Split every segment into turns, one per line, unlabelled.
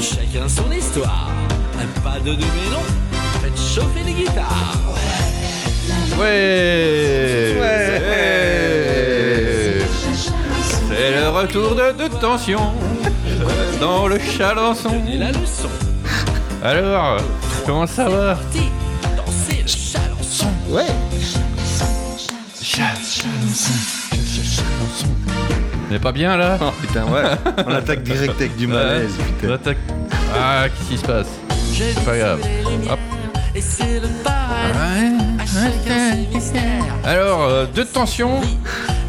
Chacun son histoire. Pas de non, faites chauffer les guitares.
Ouais,
Ouais.
Ouais. C'est le retour de, de tension dans le chalençon.
Et la leçon,
Alors, comment ça va
dit, danser le chalençon.
Ouais.
On est pas bien là
Oh, Putain, ouais. On attaque direct avec du malaise, putain.
Attaque. Ah, qu'est-ce qui se passe
J'ai
pas grave.
les lumières,
Hop.
et c'est le paradis. À chacun ses mystères.
Alors, euh, de tension,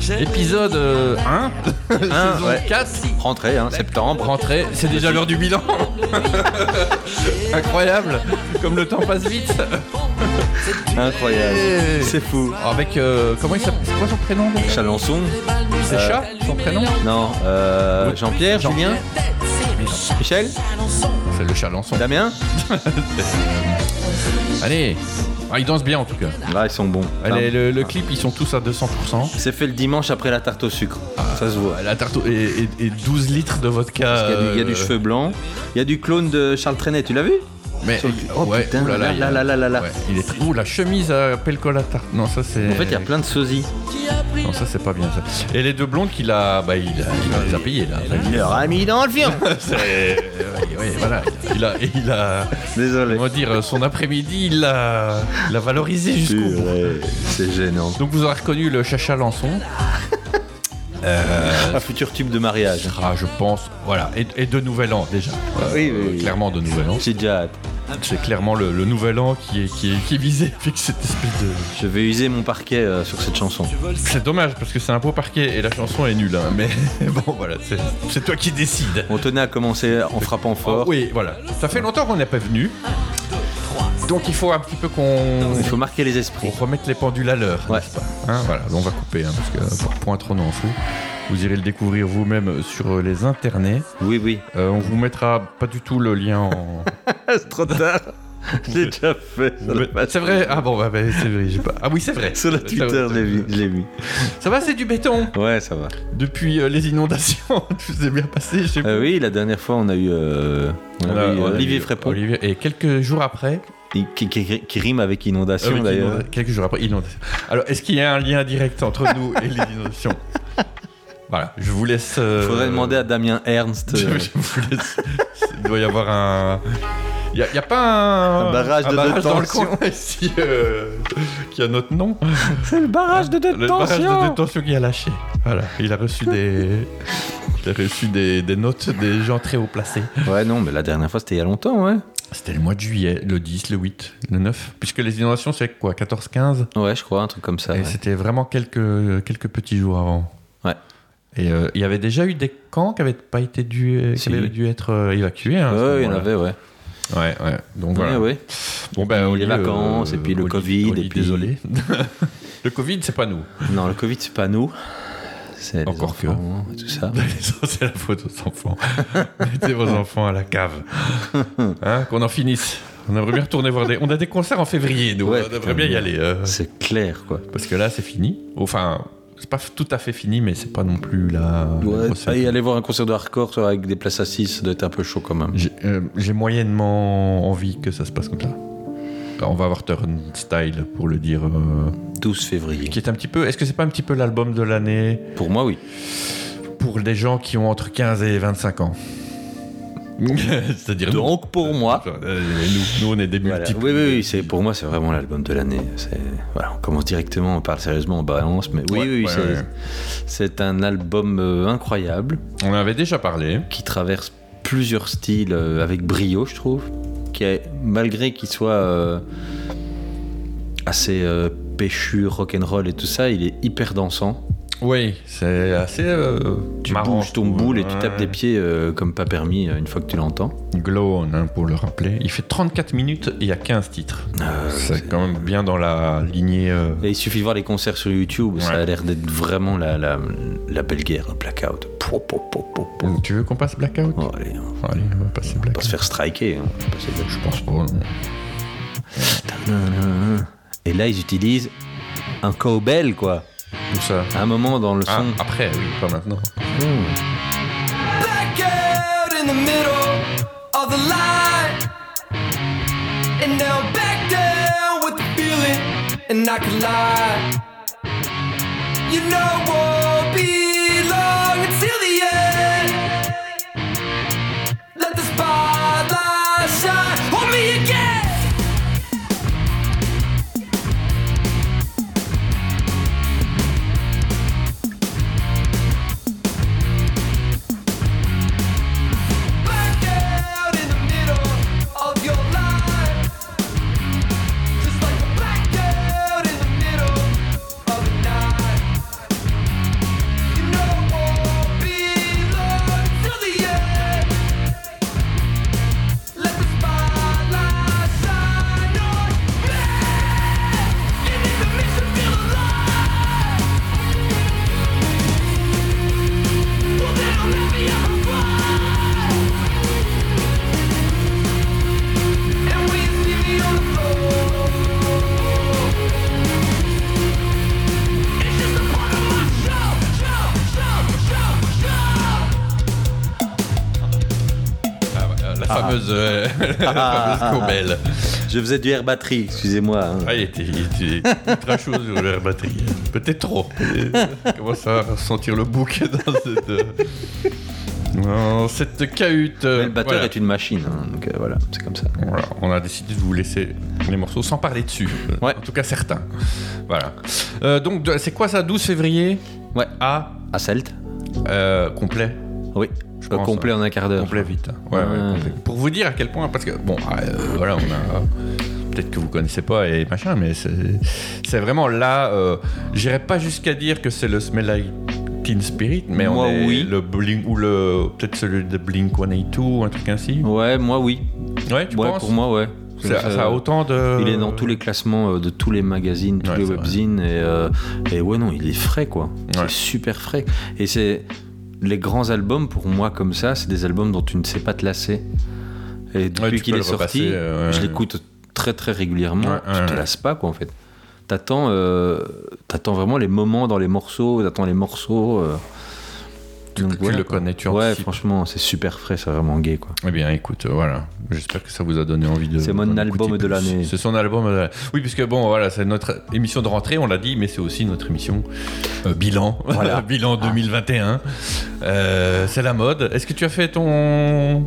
J'ai
épisode euh, 1,
Un, Hein, ouais.
4,
Rentrée, hein, septembre.
rentrée, c'est déjà l'heure du bilan Incroyable Comme le temps passe vite
Incroyable.
Ouais.
C'est fou.
Alors Avec, euh, comment il s'appelle C'est quoi son prénom donc
Chalençon
C'est
Euh,
chat, son prénom
Non. Euh, Jean-Pierre, Julien, Michel,
C'est le chalençon.
Damien
Allez Ah, Ils dansent bien en tout cas.
Là, ils sont bons.
Allez,
Enfin,
le, le clip, ils sont tous à 200%.
C'est fait le dimanche après la tarte au sucre. Ça se voit.
La tarte au- et, et- et 12 litres de vodka.
Parce qu'il y a du- il y, a du
euh,
cheveu blanc. Il y a du clone de Charles Trenet, tu l'as vu
Mais
Sur le- Oh,
ouais,
putain,
oulala,
là,
il y a-
là, là, là, là.
ouais, il est très- Ouh, la chemise à pelcolata. Non, ça c'est.
En fait, il y a plein de sosies.
Non, ça c'est pas bien ça. Et les deux blondes qu'il a, bah il, a- il les a payées là. Enfin, il-
Il aura mis dans le film.
c'est- ouais, ouais, voilà. Il a, il a,
Désolé.
comment dire, son après-midi, il l'a, il l'a valorisé jusqu'au bout.
Purée, C'est gênant.
Donc vous aurez reconnu le Chacha Lançon.
Un futur tube de mariage.
Ah, je pense, voilà, et, et de Nouvel An déjà.
Ah Oui, oui, oui.
Clairement de Nouvel An.
J'ai déjà hâte.
C'est clairement le, le Nouvel An qui est, qui est, qui est visé avec cette espèce de.
Je vais user mon parquet euh, sur cette chanson.
C'est dommage parce que c'est un beau parquet et la chanson est nulle, hein, mais bon voilà, c'est- c'est toi qui décides.
On tenait à commencer en frappant fort.
Oui, voilà. Ça fait longtemps qu'on n'est pas venu. Donc il faut un petit peu qu'on
Il faut marquer les
qu'on
esprits.
remette les pendules à l'heure.
Ouais.
n'est-ce pas Hein, voilà, on va couper hein, parce que pour point trop n'en fou. Vous irez le découvrir vous-même sur les internets.
Oui, oui.
Euh, on vous mettra pas du tout le lien en.
Ah, C'est trop tard. J'ai déjà fait. sur le
c'est vrai. Ah bon, bah, bah, c'est vrai. j'ai Pas... Ah oui, c'est vrai.
Sur le
Ça-
Twitter, je l'ai vu- je l'ai mis.
Ça va, c'est du béton.
Ouais, ça va.
Depuis euh, les inondations, tout s'est bien passé. Chez
Euh, oui, la dernière fois, on a eu, euh, on a eu, euh, Olivier Frépon,
Olivier- Et quelques jours après,
qui, qui- qui- qui rime avec
Ah
inondation
oui,
d'ailleurs.
inonda- quelques jours après, inondation. Alors, est-ce qu'il y a un lien direct entre nous et les inondations Voilà, je vous laisse. euh,
Faudrait demander à Damien Ernst.
Je,
euh,
je vous laisse. Il doit y avoir un. Il n'y a, il y a pas un,
Un barrage de
dans le
détention.
coin ici euh, qui a notre nom.
C'est le barrage de
Le barrage de détention qui a lâché. Voilà, il a reçu des. Il a reçu des, des notes des gens très haut placés.
Ouais, non, mais la dernière fois, c'était il y a longtemps, ouais.
C'était le mois de juillet, le 10, le 8, le 9. Puisque les inondations, c'est quoi 14, 15
Ouais, je crois, un truc comme ça.
Et
ouais.
c'était vraiment quelques, quelques petits jours avant.
Ouais.
Et euh, il y avait déjà eu des camps qui avaient pas été dû, qui
Si.
avaient dû être euh, évacués. hein, à ce
Ouais, il y en
moment-là.
avait, ouais.
Ouais, ouais. Donc
Ouais,
voilà.
ouais.
Bon, ben,
Puis
au
les
lieu,
vacances, et puis le
au lieu-
Covid,
au lieu,
et puis-
Désolé. le Covid, c'est pas nous.
Non, le Covid, c'est pas nous. C'est les
Encore
enfants hein, et tout ça.
c'est la faute aux enfants. Mettez vos enfants à la cave. Hein, Qu'on en finisse. On aimerait bien retourner voir des. On a des concerts en février, nous.
Ouais,
on
putain,
aimerait bien y
mais-
aller. euh,
C'est clair, quoi.
parce que là, c'est fini. Enfin, c'est pas tout à fait fini, mais c'est pas non plus la. la
Ouais,
grosse-
allez, aller voir un concert de hardcore ça, avec des places assises, ça doit être un peu chaud quand même.
J'ai euh, j'ai moyennement envie que ça se passe comme ça. Alors, on va avoir Turnstyle pour le dire. euh,
12 février.
qui est un petit peu. Est-ce que c'est pas un petit peu l'album de l'année
Pour moi, oui.
pour des gens qui ont entre 15 et 25 ans C'est-à-dire nous.
Donc pour moi.
Euh, Nous, nous, on est des
voilà.
multiples.
Oui, oui, oui, c'est- pour moi, c'est vraiment l'album de l'année. C'est- Voilà, on commence directement, on parle sérieusement, on balance, mais oui,
Ouais,
oui,
ouais,
c'est
ouais.
c'est un album euh, incroyable
On en avait déjà parlé.
qui traverse plusieurs styles euh, avec brio, je trouve. Qui est, malgré qu'il soit euh, assez euh, péchu, rock'n'roll et tout ça, il est hyper dansant.
Oui, c'est assez euh,
Tu
marrant.
bouges ton boule et tu tapes des pieds euh, comme pas permis euh, une fois que tu l'entends.
Glow on, hein, pour le rappeler. Il fait 34 minutes et il y a 15 titres.
Euh,
c'est quand même bien dans la lignée. euh,
Et il suffit de voir les concerts sur YouTube, ça
Ouais.
a l'air d'être vraiment la, la, la belle guerre, le blackout. Pou, pou, pou, pou, pou.
Tu veux qu'on passe Blackout
Oh, allez, on
Allez, on va passer
va se
Blackout.
faire striker. hein. On va passer de-
Je pense pas. non.
Et là, ils utilisent un cowbell, quoi.
Tout ça.
À un moment dans le
Ah,
son.
après, Oh. oui, pas maintenant.
Hmm.
Blackout in the middle of the line. And now I'm back down with the feeling, and I can lie. You know, it won't be long until the end. Let the spotlight shine on me again. Back out in the middle of your life. Just like a blackout in the middle of the night. You know it won't be long till the end. Let the spotlight shine on me. It is a mission, feel alive. Well, then I'll let me out of And when you see me on the floor, it's just a part of my show, show, show, show, show.
Ah, ouais, euh, la fameuse, euh, la
Ah, ah, ah.
fameuse Cobel.
Je faisais du air batterie, excusez-moi. hein.
Ah, il était, il était ultra chaud sur la batterie. Peut-être trop. Il commence à sentir le bouc dans cette, euh, dans cette cahute.
Mais
euh,
le batteur
voilà.
est une machine, hein, donc euh, voilà, c'est comme ça.
Voilà, on a décidé de vous laisser les morceaux sans parler dessus. Euh,
Ouais.
En tout cas, certains. Voilà. Euh, donc, de- c'est quoi ça, 12 février
Ouais.
Ah,
À Celt
euh, complet.
Oui.
Je
Euh,
pense,
complet en un quart d'heure.
Complet vite. hein. Ouais, ouais,
Ouais.
complet. Pour vous dire à quel point, parce que bon, euh, voilà, on a. Peut-être que vous connaissez pas et machin, mais c'est c'est vraiment là. euh, J'irai pas jusqu'à dire que c'est le Smell Like Teen Spirit, mais
Moi,
on est
oui.
le Blink ou le peut-être celui de Blink 182, un truc ainsi.
Ouais, moi oui.
Ouais, tu
ouais,
penses
pour moi, ouais.
ça,
Ça-
ça a autant de.
Il est dans tous les classements euh, de tous les magazines, tous
Ouais,
les
c'est
webzines. Et, euh, et ouais, non, il est frais, quoi.
Ouais.
C'est super frais. Et c'est. Les grands albums, pour moi, comme ça, c'est des albums dont tu ne sais pas te lasser. Et depuis
Ouais, tu
qu'il
peux
est
le repasser,
sorti,
euh, ouais.
je l'écoute très, très régulièrement.
Ouais,
tu
ouais,
te
ouais.
lasses pas, quoi, en fait. T'attends euh, t'attends vraiment les moments dans les morceaux, t'attends les morceaux. euh.
Tu,
Donc
tu
voilà,
le
quoi.
connais, tu en
Ouais,
sais.
franchement, c'est super frais, c'est vraiment gay, quoi.
Eh bien, écoute, euh, voilà. J'espère que ça vous a donné envie de.
C'est mon
d'en
album
écouter plus.
de l'année.
C'est son album. de l'année. Oui, puisque bon, voilà, c'est notre émission de rentrée, on l'a dit, mais c'est aussi notre émission euh, bilan.
Voilà. Ah.
bilan 2021. Euh, c'est la mode. Est-ce que tu as fait ton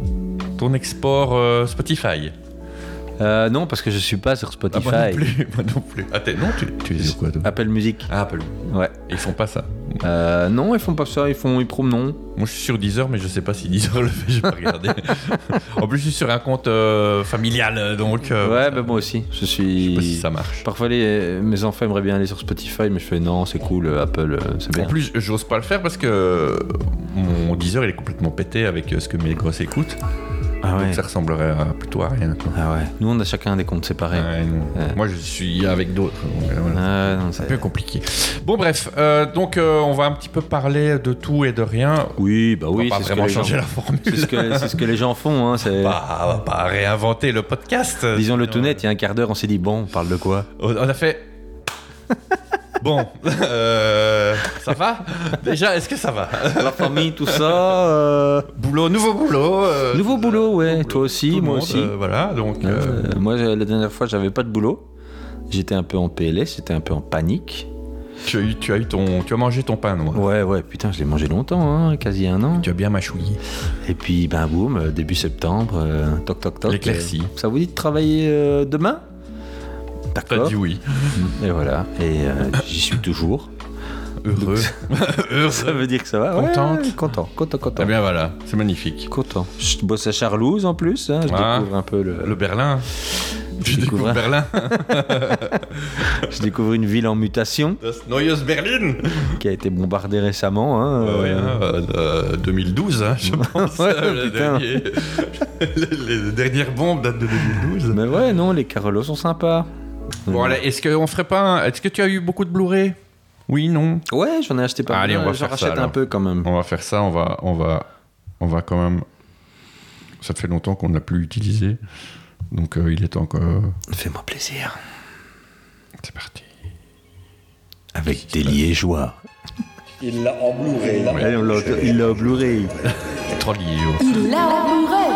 ton export euh, Spotify
Euh, non, parce que je suis pas sur
Ah,
Spotify.
Moi non plus. Moi non plus. Ah, t'es- non, tu, tu es sur quoi toi
Apple Music.
Ah, Apple.
Ouais.
Ils font pas ça.
Euh, non, ils font pas ça, ils font ils promenent.
Moi, je suis sur Deezer, mais je sais pas si Deezer le fait. J'ai pas regardé. en plus, je suis sur un compte euh, familial, donc. euh,
ouais,
ça-
bah moi aussi, je
Je sais
suis.
pas si ça marche.
Parfois, les- mes enfants aimeraient bien aller sur Spotify, mais je fais non, c'est cool, euh, Apple, euh, c'est bien.
En plus, j'ose pas le faire parce que mon Deezer il est complètement pété avec euh, ce que mes grosses écoutent.
ah ouais.
Donc ça ressemblerait à- plutôt à rien. quoi.
Ah ouais. Nous, on a chacun des comptes séparés.
Ouais, non.
Ouais.
Moi, je suis avec d'autres. donc, euh, voilà.
Ah, non,
C'est un
c'est-
peu compliqué. Bon, bref, euh, donc euh, on va un petit peu parler de tout et de rien.
Oui, bah
On
oui,
va pas
c'est ce, que
vraiment
les gens...
changer la Bah, formule.
c'est ce que- c'est ce que les gens font. Hein, c'est-
On va- on va pas réinventer le podcast.
Disons-le tout
Euh,
net, il y a un quart d'heure, on s'est dit bon, on parle de quoi
On on a fait. bon, euh, ça va Déjà, est-ce que ça va
La famille, tout ça. euh,
Boulot, nouveau boulot. euh,
Nouveau boulot, ouais, toi aussi,
tout le
moi
monde,
aussi.
euh, voilà, donc. euh,
Euh, moi, la dernière fois, j'avais pas de boulot. J'étais un peu en PLS, j'étais un peu en panique.
Tu as, eu, tu as eu ton, tu as mangé ton pain noir.
Ouais, ouais, putain, je l'ai mangé longtemps, hein, quasi un an.
Tu as bien mâchouillé.
Et puis, ben boum, euh, début septembre, euh, toc toc toc.
L'éclaircie.
euh, ça vous dit de travailler euh, demain
T'as
D'accord.
dit oui.
Et voilà, et euh, j'y suis toujours.
Heureux.
Ça
Heureux.
veut dire que ça va
Contente.
ouais, Content, content, content.
Eh bien voilà, c'est magnifique.
Content. Je bosse à Charlouse en plus, hein, je
Ah.
découvre un peu le,
Le Berlin. Tu découvres
découvre-
Berlin.
Je découvre une ville en mutation
Das Neues Berlin.
qui a été bombardée récemment. hein,
Ouais, ouais,
euh,
hein, euh, euh, 2012, hein, je pense.
Ouais,
euh, le
putain.
dernier- les, les dernières bombes datent de 2012.
Mais ouais, non, les Carolos sont sympas.
Bon, allez, est-ce qu'on ferait pas un- Est-ce que tu as eu beaucoup de Blu-ray Oui, non
Ouais, j'en ai acheté pas
Ah, allez,
mal.
on va
J'en
faire ça,
rachète un
alors.
peu quand même.
On va faire ça, on va, on va, on va quand même. Ça fait longtemps qu'on ne l'a plus utilisé. Donc euh, il est temps que.
Fais-moi plaisir.
C'est parti.
Avec des liégeois. Il l'a en Blu-ray. Il l'a en Blu-ray.
Trois liés.
Il l'a en Blu-ray.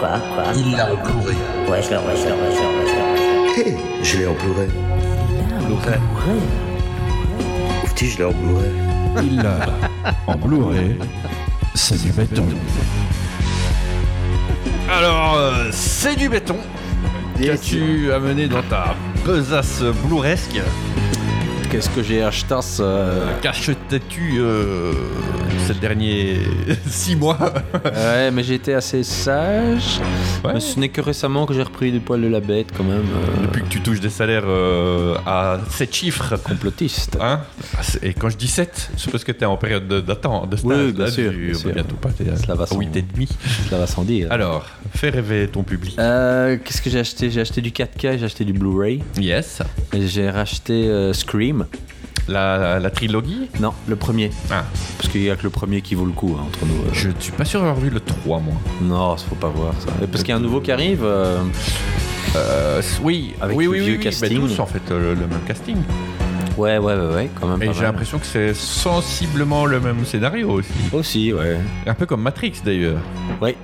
Quoi Quoi
Il l'a implorer.
Wesh le wesh le wesh le wesh le wesh
Hé, je l'ai implorer.
le.
Oufti, je l'ai implorer.
Il l'a en Blu-ray. C'est du béton.
Alors, euh, c'est du béton. Qu'as-tu amené dans ta besace blouresque
Qu'est-ce que j'ai acheté ça
Qu'achètes-tu euh, ces derniers six mois
Ouais, mais j'ai été assez sage.
Ouais.
Mais ce n'est que récemment que j'ai repris du poil de la bête, quand même. euh,
Depuis que tu touches des salaires euh, à 7 chiffres.
complotiste.
Hein Et quand je dis 7, c'est parce que t'es en période de- d'attente, de stage.
Oui, bien
là,
sûr,
tu-
bien
bah,
sûr.
Bientôt pas, t'es à
Cela va sans-
8 et demi.
Cela va sans dire.
Alors, fais rêver ton public.
Euh, Qu'est-ce que j'ai acheté J'ai acheté du 4K, j'ai acheté du Blu-ray.
Yes.
Et J'ai racheté euh, Scream.
La, la, trilogie
Non, le premier.
Ah,
Parce qu'il n'y a que le premier qui vaut le coup, hein, entre nous. euh.
je ne suis pas sûr d'avoir vu le 3, moi.
Non, faut pas voir ça. Et parce qu'il y a un nouveau qui arrive. euh,
Euh, oui,
Avec
oui,
le
oui,
vieux
oui, oui,
casting.
bah, tous, en fait, euh, le, le même casting.
Ouais, ouais, ouais, ouais, quand même.
Et
pas
j'ai
mal.
l'impression que c'est sensiblement le même scénario aussi.
Aussi, ouais.
Un peu comme Matrix, d'ailleurs.
Ouais.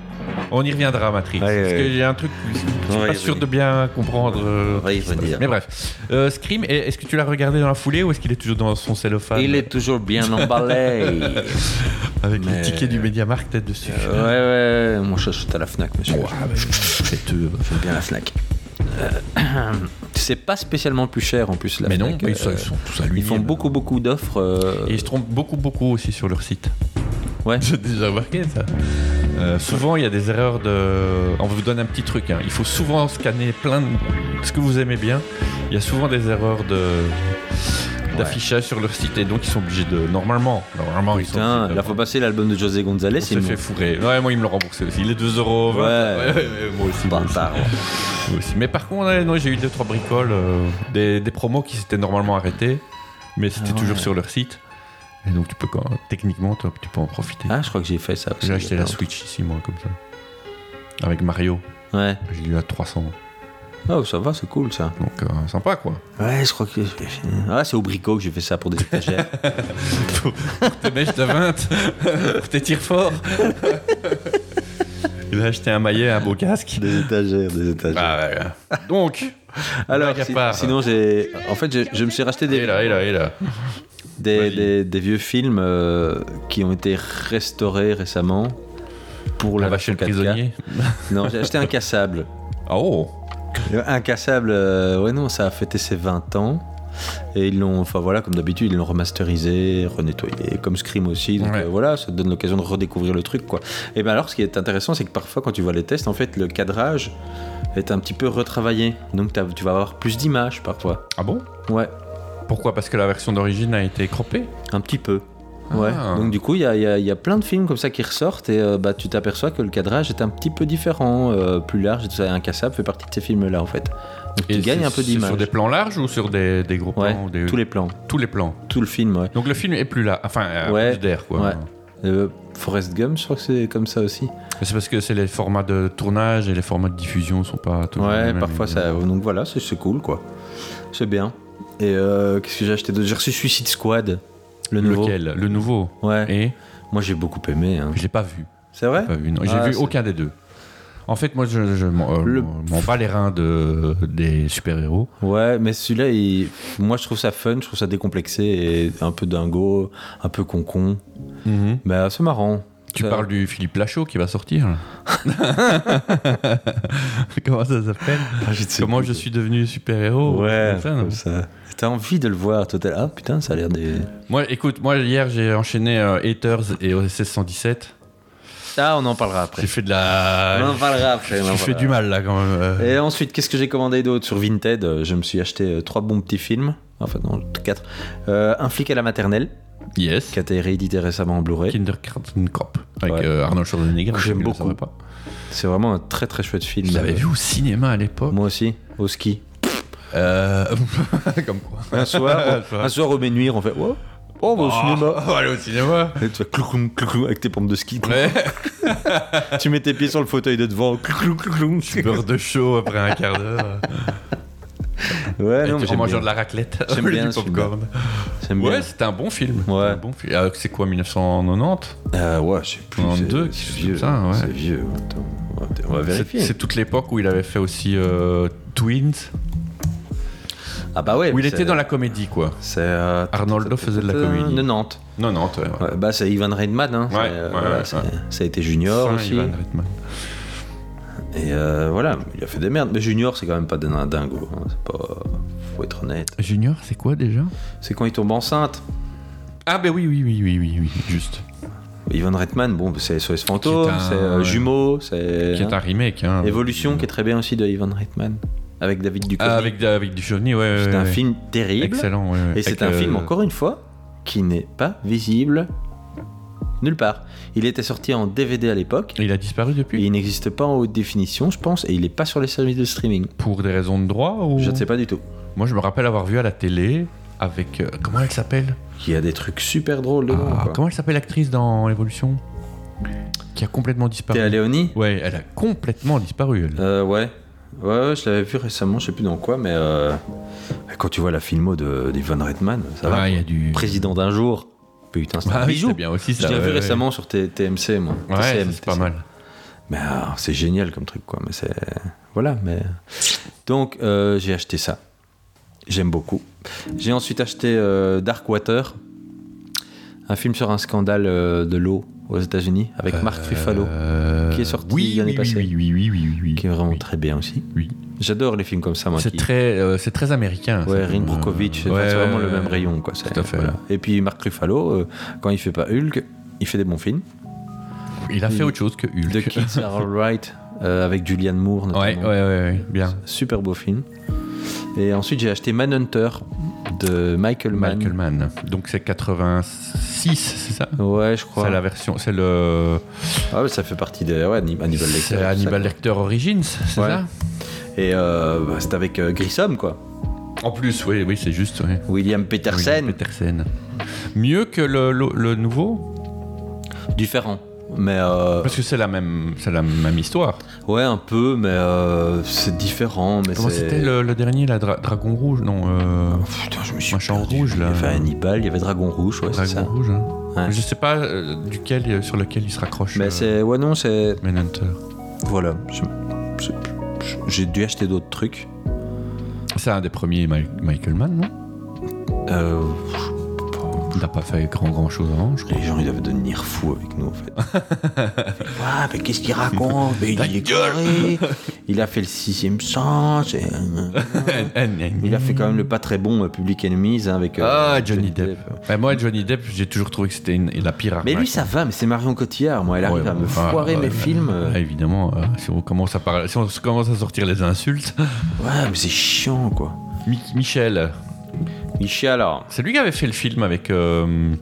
On y reviendra à Matrix.
Ouais, ouais,
parce que
ouais.
j'ai un truc, je suis
On va
pas
y
sûr
revenir.
de bien comprendre. euh,
On va y revenir.
Mais bref. Euh, Scream, et- est-ce que tu l'as regardé dans la foulée ou est-ce qu'il est toujours dans son cellophane
Il est toujours bien emballé.
Avec les
Mais- Euh,
tickets du Mediamarkt t'es dessus.
ouais, ouais. Moi, j'achète à la Fnac, monsieur.
Fêteux.
J'aime bien la Fnac. Euh, C'est pas spécialement plus cher en plus la
Mais non,
Fnac,
ils
euh,
sont, ils sont tous à lui.
ils font beaucoup beaucoup d'offres. euh,
Et ils se trompent beaucoup, beaucoup aussi sur leur site.
Ouais.
J'ai déjà remarqué ça. Euh, souvent, il y a des erreurs de. On vous donne un petit truc. hein. Il faut souvent scanner plein de ce que vous aimez bien. Il y a souvent des erreurs de d'affichage sur leur site et donc ils sont obligés de normalement normalement ils sont
Putain,
obligés de-
là faut passer l'album de José
on
González. il
s'est
me-
fait fourrer ouais moi ils me l'ont remboursé aussi il est 2 euros
Ouais.
moi aussi moi aussi.
Bâtard.
Moi aussi. Mais par contre, ouais, non, j'ai eu deux trois bricoles, euh, des, des promos qui s'étaient normalement arrêtées, mais c'était
Ah
toujours sur leur site. Et donc tu peux quand techniquement, toi, tu peux en profiter.
Ah, je crois que j'ai fait ça. aussi.
j'ai acheté la Switch ici moi comme ça, avec Mario.
Ouais.
J'ai eu à 300.
Oh, ça va, c'est cool ça.
Donc euh, sympa quoi.
Ouais, je crois que. Ah, c'est au bricot que j'ai fait ça pour des étagères.
Tes mèches de 20, pour tes tirs forts. Il a acheté un maillet, un beau casque.
des étagères, des étagères.
Ah, ouais, ouais. Donc,
Alors,
blague à
si-
part.
sinon, j'ai. En fait, je, je me suis racheté
et
des,
là, et là, et là.
des,
vas-y.
des- des vieux films euh, qui ont été restaurés récemment. Pour
La
la
vache et le
4K.
prisonnier.
Non, j'ai acheté Incassable.
Ah, Oh,
Incassable, euh, ouais, non, ça a fêté ses 20 ans. Et ils l'ont, enfin voilà, comme d'habitude, ils l'ont remasterisé, renettoyé, comme Scream aussi. Donc
Ouais.
euh, voilà, ça te donne l'occasion de redécouvrir le truc, quoi. Et bien alors, ce qui est intéressant, c'est que parfois, quand tu vois les tests, en fait, le cadrage est un petit peu retravaillé. Donc t'as- tu vas avoir plus d'images parfois.
ah bon
Ouais,
Pourquoi Parce que la version d'origine a été croppée
un petit peu. Ouais.
Ah.
Donc du coup, il y a, il y a- il y a plein de films comme ça qui ressortent et euh, bah, tu t'aperçois que le cadrage est un petit peu différent, euh, plus large et tout ça. Incassable fait partie de ces films-là, en fait. Donc tu gagnes
c'est-
un peu
c'est
d'image.
Sur des plans larges ou sur des, des gros
Ouais,
plans ou des-
tous les plans,
tous les plans.
tout le film, ouais.
Donc le film est plus là. Enfin, euh,
Ouais.
plus d'air, quoi.
Ouais. Euh, Forrest Gump, je crois que c'est comme ça aussi.
Mais C'est parce que c'est les formats de tournage et les formats de diffusion sont pas toujours les
ouais,
mêmes.
parfois ça. Donc voilà, c'est c'est cool quoi. C'est bien. Et euh, qu'est-ce que j'ai acheté d'autre J'ai reçu Suicide Squad, le nouveau.
Lequel Le nouveau.
Ouais.
Et
Moi j'ai beaucoup aimé. hein.
je l'ai pas vu.
C'est vrai
Pas vu. non. J'ai
Ah,
vu
c'est-
aucun des deux. En fait, moi, je, je m'en euh,
Le-
m'en bats les reins de, des super-héros.
Ouais, mais celui-là, il- moi je trouve ça fun, je trouve ça décomplexé et un peu dingo, un peu concon. Mais euh, c'est marrant.
Tu
Ça-
parles du Philippe Lachaud qui va sortir. là. Comment ça s'appelle
Ah, je ne sais
Comment
plus.
je suis devenu super-héros
Ouais,
Comme ça, non
comme ça. T'as envie de le voir, toi t'es là, Ah putain, ça a l'air des.
Moi, écoute, moi hier j'ai enchaîné euh, Haters et OSS 117.
Ah, on en parlera
J'ai
après.
fait de la.
On en parlera après.
J'ai
on en
fait
parlera.
du mal là quand même. euh.
Et ensuite, qu'est-ce que j'ai commandé d'autre sur Vinted Euh, Je me suis acheté euh, trois bons petits films. Enfin, non, quatre. Euh, un flic à la maternelle,
Yes.
qui a été réédité récemment en Blu-ray.
Kindergarten Cop avec
Ouais.
euh, Arnold Schwarzenegger.
J'aime
je ne le
beaucoup.
savais Pas.
C'est vraiment un très très chouette film.
Je l'avais
Euh,
vu au cinéma à l'époque.
Moi aussi, au ski.
Euh, comme quoi.
Un soir,
Ça va.
un soir au Ménuire, on fait Oh, on va au cinéma.
on va aller au cinéma.
Et tu fais cloucloum, cloucloum avec tes pompes de ski.
Ouais.
Tu mets tes pieds sur le fauteuil de devant. Cloucloum, cloucloum.
Beurre de chaud après un quart d'heure.
Ouais, Ah non, mais
en
j'aime
mangeant
bien.
de la raclette,
J'aime
au lieu
bien
du
ce film.
popcorn.
J'aime
Ouais,
bien.
c'était un bon film.
Ouais.
Un bon film. Alors que c'est quoi, 1990
Euh, ouais, je sais plus.
92,
c'est-
quelque
c'est
chose
vieux.
comme ça, ouais.
C'est vieux. Attends, on va- on va
C'est
vérifier.
c'est toute l'époque où il avait fait aussi euh, Twins,
Ah bah ouais.
où il
c'est-
était dans la comédie, quoi.
C'est euh,
Arnoldo faisait de la comédie.
90.
Non, non, toi, ouais.
Ouais, bah c'est Ivan Reitman. Hein. C'est,
Ouais,
euh,
ouais,
voilà,
ouais,
c'est-
ouais.
Ça a été Junior
Fin
aussi.
Ivan Reitman.
Et euh, voilà, il a fait des merdes. Mais Junior, c'est quand même pas d'un dingo. hein. C'est pas. Faut être honnête.
Junior, c'est quoi déjà
C'est quand il tombe enceinte.
Ah, ben oui, oui, oui, oui, oui, oui, juste.
Ivan Reitman, bon, c'est SOS Fantôme,
Qui est un-
c'est euh,
ouais.
Jumeaux, c'est.
Qui est un remake, hein.
Évolution, qui est très bien aussi de Ivan Reitman. Avec David Duchovny.
Ah, avec, avec du Duchovny, ouais. ouais,
C'est un
ouais.
film terrible.
Excellent, ouais, ouais.
Et c'est
Avec,
un
euh,
film, encore une fois, qui n'est pas visible nulle part. Il était sorti en DVD à l'époque.
Il a disparu
et
depuis
Il n'existe pas en haute définition, je pense, et il n'est pas sur les services de streaming.
Pour des raisons de droit ou...
Je ne sais pas du tout.
Moi, je me rappelle avoir vu à la télé avec. euh, comment elle s'appelle
Il y a des trucs super drôles hein.
Ah,
dedans. Oh, quoi.
Comment elle s'appelle l'actrice dans Évolution Qui a complètement disparu.
Théa Léonie
Ouais, elle a complètement disparu. elle.
Euh, ouais. Ouais, ouais, je l'avais vu récemment, je sais plus dans quoi, mais euh, quand tu vois la filmo de- d'Ivan Reitman, ça va.
Ah, il y a du.
Président d'un jour. Putain, c'est un
Ah oui,
bijou.
c'est bien aussi.
Je
ça,
l'ai
ouais,
vu
ouais.
récemment sur T- TMC, moi.
Ouais, ça,
TCM,
c'est pas mal.
Mais alors, c'est génial comme truc, quoi. Mais c'est. Voilà, mais. Donc, euh, j'ai acheté ça. J'aime beaucoup. J'ai ensuite acheté euh, Darkwater, un film sur un scandale euh, de l'eau aux États-Unis, avec Mark Ruffalo,
Euh,
qui est sorti
oui,
l'année
oui,
passée.
Oui, oui, oui, oui, oui, oui.
qui est vraiment
Oui.
très bien aussi.
Oui.
J'adore les films comme ça, moi.
C'est
qui-
très, euh, c'est très américain.
Ouais,
ça,
Rin
comme,
Brokovich,
euh,
enfin,
ouais,
c'est vraiment
ouais,
le même
ouais.
rayon, quoi. c'est-
Tout à fait.
voilà. Et puis Mark Ruffalo, euh, quand il fait pas Hulk, il fait des bons films.
Il a fait
Oui.
autre chose que Hulk.
The Kids Are Alright, euh, avec Julianne Moore, notamment.
ouais, ouais, ouais, ouais, bien.
Super beau film. Et ensuite, j'ai acheté Manhunter de Michael Mann.
Michael Mann. Donc c'est 86, c'est ça
Ouais, je crois.
C'est la version, c'est le.
Ah ouais, ça fait partie des ouais, Anni- Hannibal Lecter.
C'est
tout ça,
Hannibal
quoi.
Lecter Origins, c'est
Ouais.
ça
Et euh, bah, c'est avec euh, Grissom, quoi.
En plus, oui, oui, c'est juste. oui.
William Petersen.
Oui, Petersen. Mieux que le, le- le nouveau
Différent. Mais euh,
Parce que c'est la même, c'est la même histoire.
ouais, un peu, mais euh, c'est différent. Mais
Comment
c'est-
c'était le, le dernier, la Dra- Dragon Rouge Non. euh,
Oh, Putain, je me suis
Machin
perdu.
rouge, là.
Il y avait Hannibal, il y avait Dragon Rouge, ouais, c'est
Dragon
ça.
Rouge. hein.
Ouais.
Je sais pas euh, duquel, euh, sur lequel il se raccroche.
Mais
euh,
c'est. Ouais, non, c'est.
Manhunter.
Voilà. je- je- je- J'ai dû acheter d'autres trucs.
C'est un des premiers Mi- Michael Mann, non
Euh,
Il n'a pas fait grand grand chose avant, je crois.
Les gens, ils doivent devenir fous avec nous, en fait. ouais, mais qu'est-ce qu'il raconte mais il, est carré. il a fait le sixième sens. et- euh, Il a fait quand même le pas très bon euh, Public Enemies hein, avec. euh,
Ah, Johnny Depp. Ouais, moi, Johnny Depp, j'ai toujours trouvé que c'était une- la pire arnaque.
Mais lui, ça va, mais c'est Marion Cotillard, moi. Elle arrive
Ouais,
à me
ouais,
foirer
ouais,
mes
ouais.
films. euh,
Ouais, évidemment, euh, si, on commence à parler- si on se commence à sortir les insultes.
Ouais, mais c'est chiant, quoi.
Mi- Michel,
Michel, alors.
c'est lui qui avait fait le film avec. euh,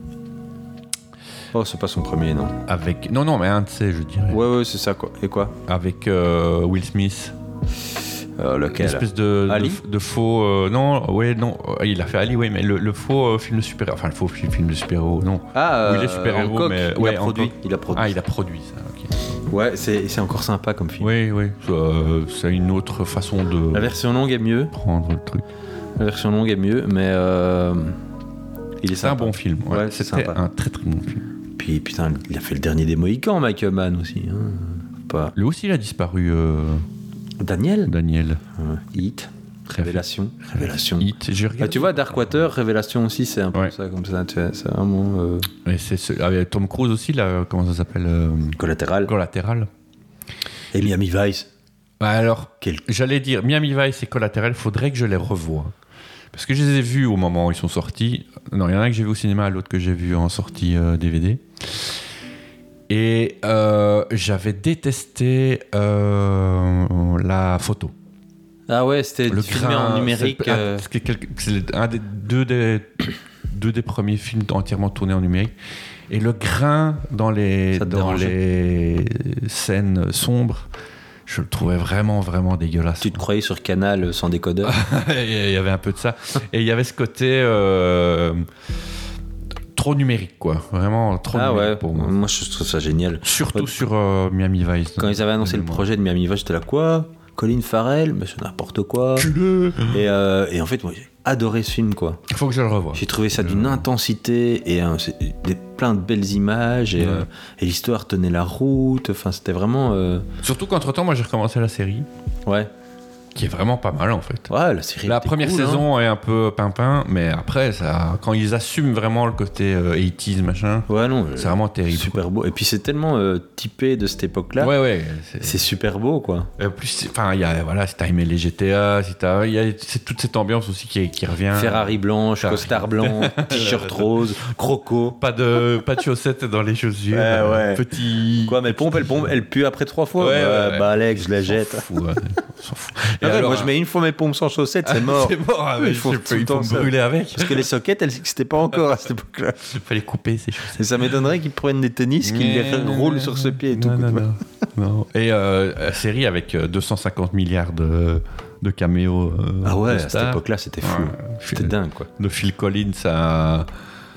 Oh, c'est pas son premier, non.
avec non, non, mais un de ses, je dirais.
Ouais, ouais, c'est ça, quoi. Et quoi
Avec euh, Will Smith.
Euh,
Une
Lequel
espèce de,
Ali
de, de faux. euh, non, ouais, non. euh, il a fait Ali, ouais, mais le, le faux euh, film de super Enfin, le faux fi- film de super-héros, non.
Ah,
Où il est
euh,
super-héros,
Hancock,
mais-
Il,
ouais,
a produit,
Hancock.
il a produit.
Ah, il a produit ça, ok.
Ouais, c'est c'est encore sympa comme film.
Oui, oui. Euh, c'est une autre façon de
La version longue est mieux.
prendre le truc.
La version longue est mieux, mais euh, il est
C'est un
sympa.
bon film. Ouais,
Ouais, c'est
C'était
sympa.
un très très bon film.
Puis putain, il a fait le dernier des Mohicans, Michael Mann aussi. hein. Pas
Lui aussi, il a disparu, euh,
Daniel.
Daniel.
Euh, Hit. Révélation. Révélation.
Hit, j'ai
Ah,
regardé.
tu vois, Darkwater, Révélation aussi, c'est un peu
Ouais.
ça comme ça. tu vois, C'est vraiment euh,
Et c'est ce- avec Tom Cruise aussi, là, comment ça s'appelle euh,
collatéral.
Collatéral.
Et Miami Vice.
Bah alors,
Quel-
j'allais dire Miami Vice et Collatéral, faudrait que je les revoie. Parce que je les ai vus au moment où ils sont sortis. Non, il y en a un que j'ai vu au cinéma, l'autre que j'ai vu en sortie euh, DVD. Et euh, j'avais détesté euh, la photo.
Ah ouais, c'était
le
filmé
grain,
en
c'est-
numérique.
ah,
euh,
parce que quelque- c'est le- un des deux des deux des premiers films entièrement tournés en numérique et le grain dans les
Ça te
dans
dérangeait
les scènes sombres je le trouvais vraiment vraiment dégueulasse
Tu te croyais sur Canal euh, sans décodeur.
Ah, il y avait un peu de ça et il y avait ce côté euh, trop numérique quoi vraiment trop
ah
numérique
ouais,
pour moi
moi je trouve ça génial.
surtout sur euh, Miami Vice
Quand ils avaient annoncé le
Évidemment.
projet de Miami Vice, j'étais là quoi Colin Farrell, mais c'est n'importe quoi. Et, euh, et en fait, moi, j'ai adoré ce film, quoi.
Il faut que je le revoie.
J'ai trouvé ça
Euh.
d'une intensité et hein, c'est des, plein de belles images et,
Ouais.
euh, et l'histoire tenait la route. Enfin, c'était vraiment. euh,
Surtout qu'entre temps, moi j'ai recommencé la série,
ouais.
qui est vraiment pas mal en fait.
Ouais, la série.
La
était
première
cool, hein.
saison est un peu pimpin, mais après, ça, quand ils assument vraiment le côté euh, 80s, machin,
Ouais, non. euh,
c'est vraiment terrible.
super beau. Et puis c'est tellement euh, typé de cette époque-là.
Ouais, ouais. c'est-
C'est super beau, quoi.
Et en plus, c'est- enfin, il y a, voilà, si t'as aimé les GTA, si t'as, il y a c'est toute cette ambiance aussi qui, qui revient.
Ferrari blanche,
Ferrari.
costard blanc, t-shirt rose, croco.
Pas de, pas de chaussettes dans les chaussures.
Ouais,
euh,
ouais.
Petit.
Quoi, mais elle pompe, elle pompe, elle pue après trois fois.
Ouais,
bah,
ouais, ouais.
bah, Alex, je la jette.
S'en fout, ouais, on s'en fout.
Et
Et
après,
alors,
moi, je mets une fois mes pompes sans chaussettes, c'est mort.
C'est mort, ah, mais
Ils
je
font
sais
tout
pas,
le
ils
temps
font
ça.
brûler avec.
Parce que les sockets, elles n'existaient pas encore à cette époque-là.
Il fallait couper ces chaussettes.
Et ça m'étonnerait qu'ils prennent des tennis, qu'ils les roulent sur ce pied et tout.
Non, non, non. Non. Et euh, euh, série avec euh, 250 milliards de, de caméos. euh,
Ah ouais,
de
à cette
stars.
époque-là, c'était fou.
Ouais,
C'était
Phil-
dingue, quoi.
De Phil Collins à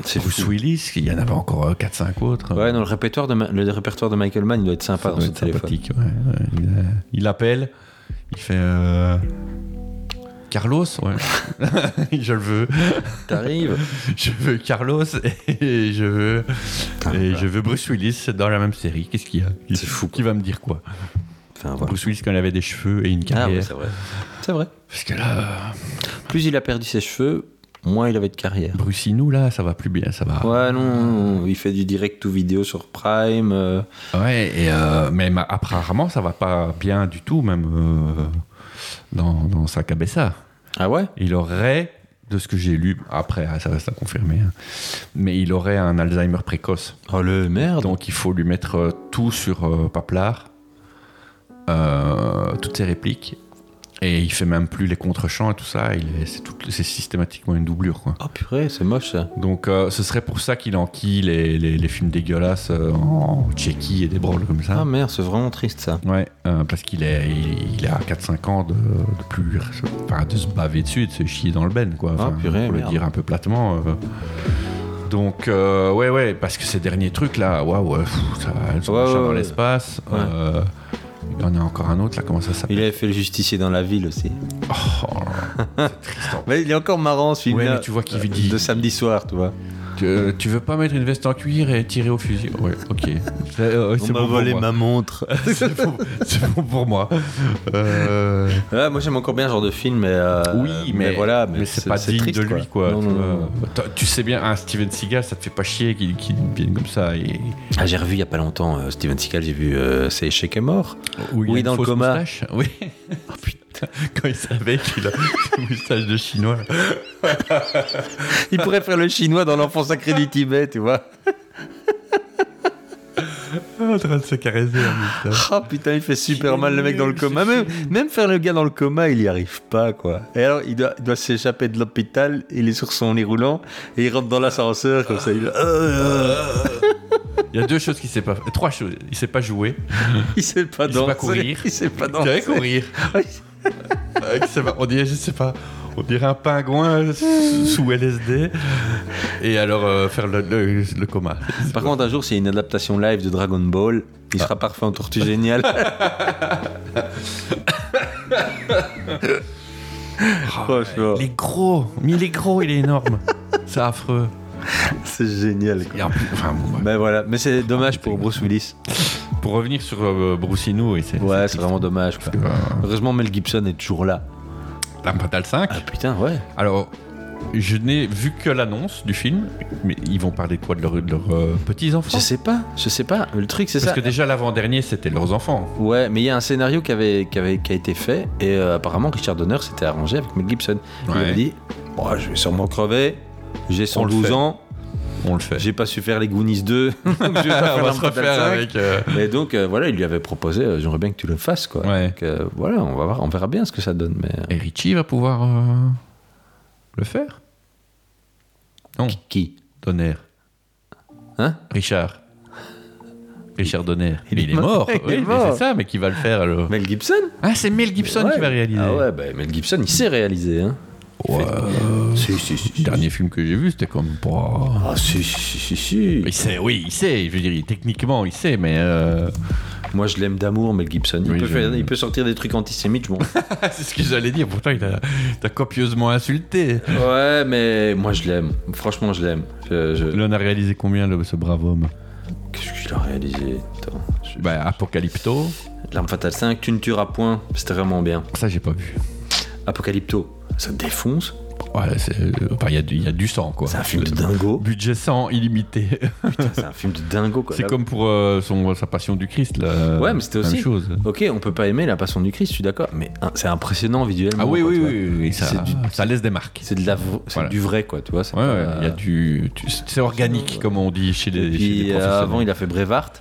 C'est
Bruce
fou.
Willis, il y en avait encore euh, 4-5 autres.
Ouais, non, le répertoire, de Ma- le répertoire de Michael Mann, il doit être sympa
Ça
dans
doit
ce
être
téléphone.
sympathique, ouais, ouais. Il, euh, il appelle, il fait. euh, Carlos, ouais. je le veux.
T'arrives
Je veux Carlos et je veux, et je veux Bruce Willis dans la même série. Qu'est-ce qu'il y a
Ah. C'est fou,
Qui va me dire quoi
Enfin, voilà.
Bruce Willis quand il avait des cheveux et une
Ah ouais,
carrière.
c'est vrai. C'est vrai.
Parce que là,
euh, Plus il a perdu ses cheveux, moins il avait de carrière.
Brucinou, là, ça va plus bien, ça va.
Ouais, non, non, il fait du direct ou vidéo sur Prime. euh,
Ouais, et euh, même après, rarement, ça va pas bien du tout, même euh, dans, dans sa cabessa.
Ah ouais
Il aurait, de ce que j'ai lu, après, ah, ça reste à confirmer, hein, mais il aurait un Alzheimer précoce.
Oh le
Euh,
merde
Donc il faut lui mettre euh, tout sur euh, Paplar, euh, toutes ses répliques, et il fait même plus les contre-champs et tout ça, il est- c'est tout- c'est systématiquement une doublure, quoi.
Oh purée, c'est moche ça.
Donc euh, ce serait pour ça qu'il enquille les, les, les films dégueulasses euh, en Tchéquie et des branles comme
Ah
ça.
merde, c'est vraiment triste ça.
Ouais, euh, parce qu'il est, il, il a 4-5 ans de, de plus, enfin, de se baver dessus, de se chier dans le ben, quoi.
Ah,
Enfin,
purée,
pour le
merde.
dire un peu platement. euh. Donc, euh, ouais, ouais, parce que ces derniers trucs là, waouh, ouais, pff, ça, elles sont
Ouais,
machin
ouais,
dans
ouais.
l'espace.
Ouais.
euh, il y en a encore un autre là, comment ça
Il
s'appelle
avait fait le justicier dans la ville aussi.
Oh, c'est triste, en
Mais il est encore marrant ce film-là. euh,
Ouais, mais tu vois qu'il lui dit-
De samedi soir, tu vois.
Tu, euh, tu veux pas mettre une veste en cuir et tirer au fusil Ouais, ok. C'est euh, c'est bon, pour moi.
montre.
C'est bon- c'est bon pour moi. Euh,
Ouais, moi j'aime encore bien ce genre de film, mais. euh,
oui, mais,
voilà,
mais c'est pas digne
triste,
de lui, quoi.
Non,
tu,
non,
vois.
non, non.
T'as- tu sais bien, un Steven Seagal, ça te fait pas chier qu'il qu'il vienne comme ça. Et...
Ah, j'ai revu il y a pas longtemps euh, Steven Seagal, j'ai vu euh, C'est échec et mort.
Ou il a
Oui,
une
dans le
fausse
coma.
moustache. Oui. Oh putain, quand il savait qu'il a une moustache de chinois.
Il pourrait faire le chinois dans l'enfant sacré du Tibet, tu vois.
Ah, En train de se caresser la moustache.
Ah putain, il fait super mal le mec dans le coma. Même, même faire le gars dans le coma, il y arrive pas quoi. Et alors, il doit, il doit s'échapper de l'hôpital, il est sur son lit roulant et il rentre dans l'ascenseur comme ça. Il, Euh,
Il y a deux choses qu'il sait pas Trois choses. Il sait pas jouer.
il sait pas
Il sait
danser.
pas courir.
Il sait pas
Il savait
danser.
courir. Euh, je sais pas, on dirait, je sais pas, on dirait un pingouin s- sous LSD. Et alors euh, faire le, le- le coma.
Par contre, un jour, s'il y a une adaptation live de Dragon Ball, il
Ah.
sera parfait en tortue géniale. Franchement,
Il est gros, mais il est gros, il est énorme. C'est affreux.
c'est génial. quoi.
Et en plus- enfin, bon, ouais.
Ben voilà, mais c'est dommage pour Bruce Willis.
Pour revenir sur euh, Brucinou, et c'est.
Ouais,
c'est
c'est vraiment dommage. quoi. Heureusement, Mel Gibson est toujours là.
La Fatale 5.
Ah putain, ouais.
Alors, je n'ai vu que l'annonce du film, mais ils vont parler de quoi De leurs de leurs, euh, petits-enfants
Je sais pas, je sais pas. Le truc, c'est
Parce
ça.
que déjà l'avant-dernier, c'était leurs enfants.
Ouais, mais il y a un scénario qui, avait, qui, avait, qui a été fait et euh, apparemment Richard Donner s'était arrangé avec Mel Gibson. Il
Ouais.
avait dit Bon, Je vais sûrement crever, j'ai
On le
112
fait.
ans,
On le fait.
j'ai pas su faire les Goonies 2, donc je vais pas faire
On va
la
se
Mortal
refaire
5.
avec. euh,
Et donc euh, voilà, il lui avait proposé euh, J'aimerais bien que tu le fasses quoi.
Ouais.
Donc euh, voilà, on, va voir, on verra bien ce que ça donne. Mais
Et Richie va pouvoir euh, le faire Non,
qui
Donner.
Hein
Richard. Richard Donner.
Il
Mais
est mort.
Oui,
Il est
mais
mort.
c'est ça, mais qui va le faire alors
Mel Gibson
Ah, c'est Mel Gibson
Ouais.
qui va réaliser.
Ah ouais, bah, Mel Gibson il sait réaliser. Hein.
Ouais.
Si, si, si.
Le dernier film que j'ai vu, c'était comme. pas
Ah si, si, si, si, si.
Il sait, oui, il sait. Je veux dire, techniquement, il sait, mais euh,
Moi, je l'aime d'amour, Mel Gibson. Il,
Oui,
peut
je-
faire- il peut sortir des trucs antisémites, je m'en fous.
C'est ce que j'allais dire. Pourtant, il a- t'as copieusement insulté.
Ouais, mais moi, je l'aime. Franchement, je l'aime. Je, je-
Là, on a réalisé combien, le- ce brave homme
Qu'est-ce qu'il a réalisé Attends, je-
Bah, Apocalypto.
L'arme fatale 5, tu ne tueras point. C'était vraiment bien.
Ça, j'ai pas vu.
Apocalypto, ça défonce.
Ouais, c'est- enfin, il y, a du- il y a du sang, quoi.
C'est un film de
Le-
dingo.
Budget sang illimité.
Putain, c'est un film de dingo, quoi.
C'est
Là-
comme pour euh, son, sa passion du Christ, là.
Ouais, mais c'était
Même
aussi-
chose.
Ok, on peut pas aimer la passion du Christ, je suis d'accord, mais hein, c'est impressionnant visuellement.
Ah oui,
quoi,
oui,
tu
oui,
vois.
oui, oui,
C'est
ça,
du-
ça laisse des marques.
C'est de la, vr- c'est
Voilà.
du vrai, quoi, tu vois. c'est
Ouais,
pas-
ouais, il y a du, tu- c'est organique comme on dit chez
Et
les, chez les
puis euh,
professionnels.
avant, il a fait Brevard.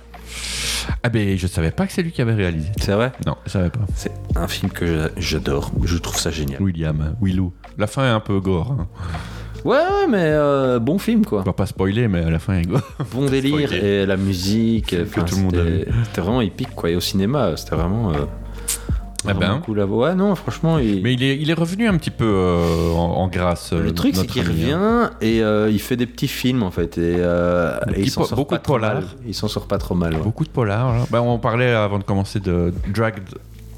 Ah ben je savais pas que c'est lui qui avait réalisé.
C'est vrai
Non, je savais pas.
C'est un film que j'a- j'adore. Je trouve ça génial.
William, hein, Willow. La fin est un peu gore. hein.
Ouais, ouais, mais euh, bon film, quoi.
On va pas spoiler, mais la fin est gore.
Bon délire.
spoiler.
Et la musique. enfin,
tout le monde a
c'était- C'était vraiment épique, quoi. Et au cinéma, c'était vraiment. euh,
Ah
vraiment
ben.
cool à voir. Ouais, non, franchement. il-
Mais il est, il est revenu un petit peu euh, en, en grâce. euh,
Le truc, c'est
notre
qu'il
ami, hein.
revient et euh, il fait des petits films en fait. Et, euh,
Des
et il
petits
s'en
po-
sort
beaucoup
pas
de
trop
polars.
mal. Il s'en sort pas trop mal. ouais.
Beaucoup de polars. là. Ben, on parlait avant de commencer de Dragged.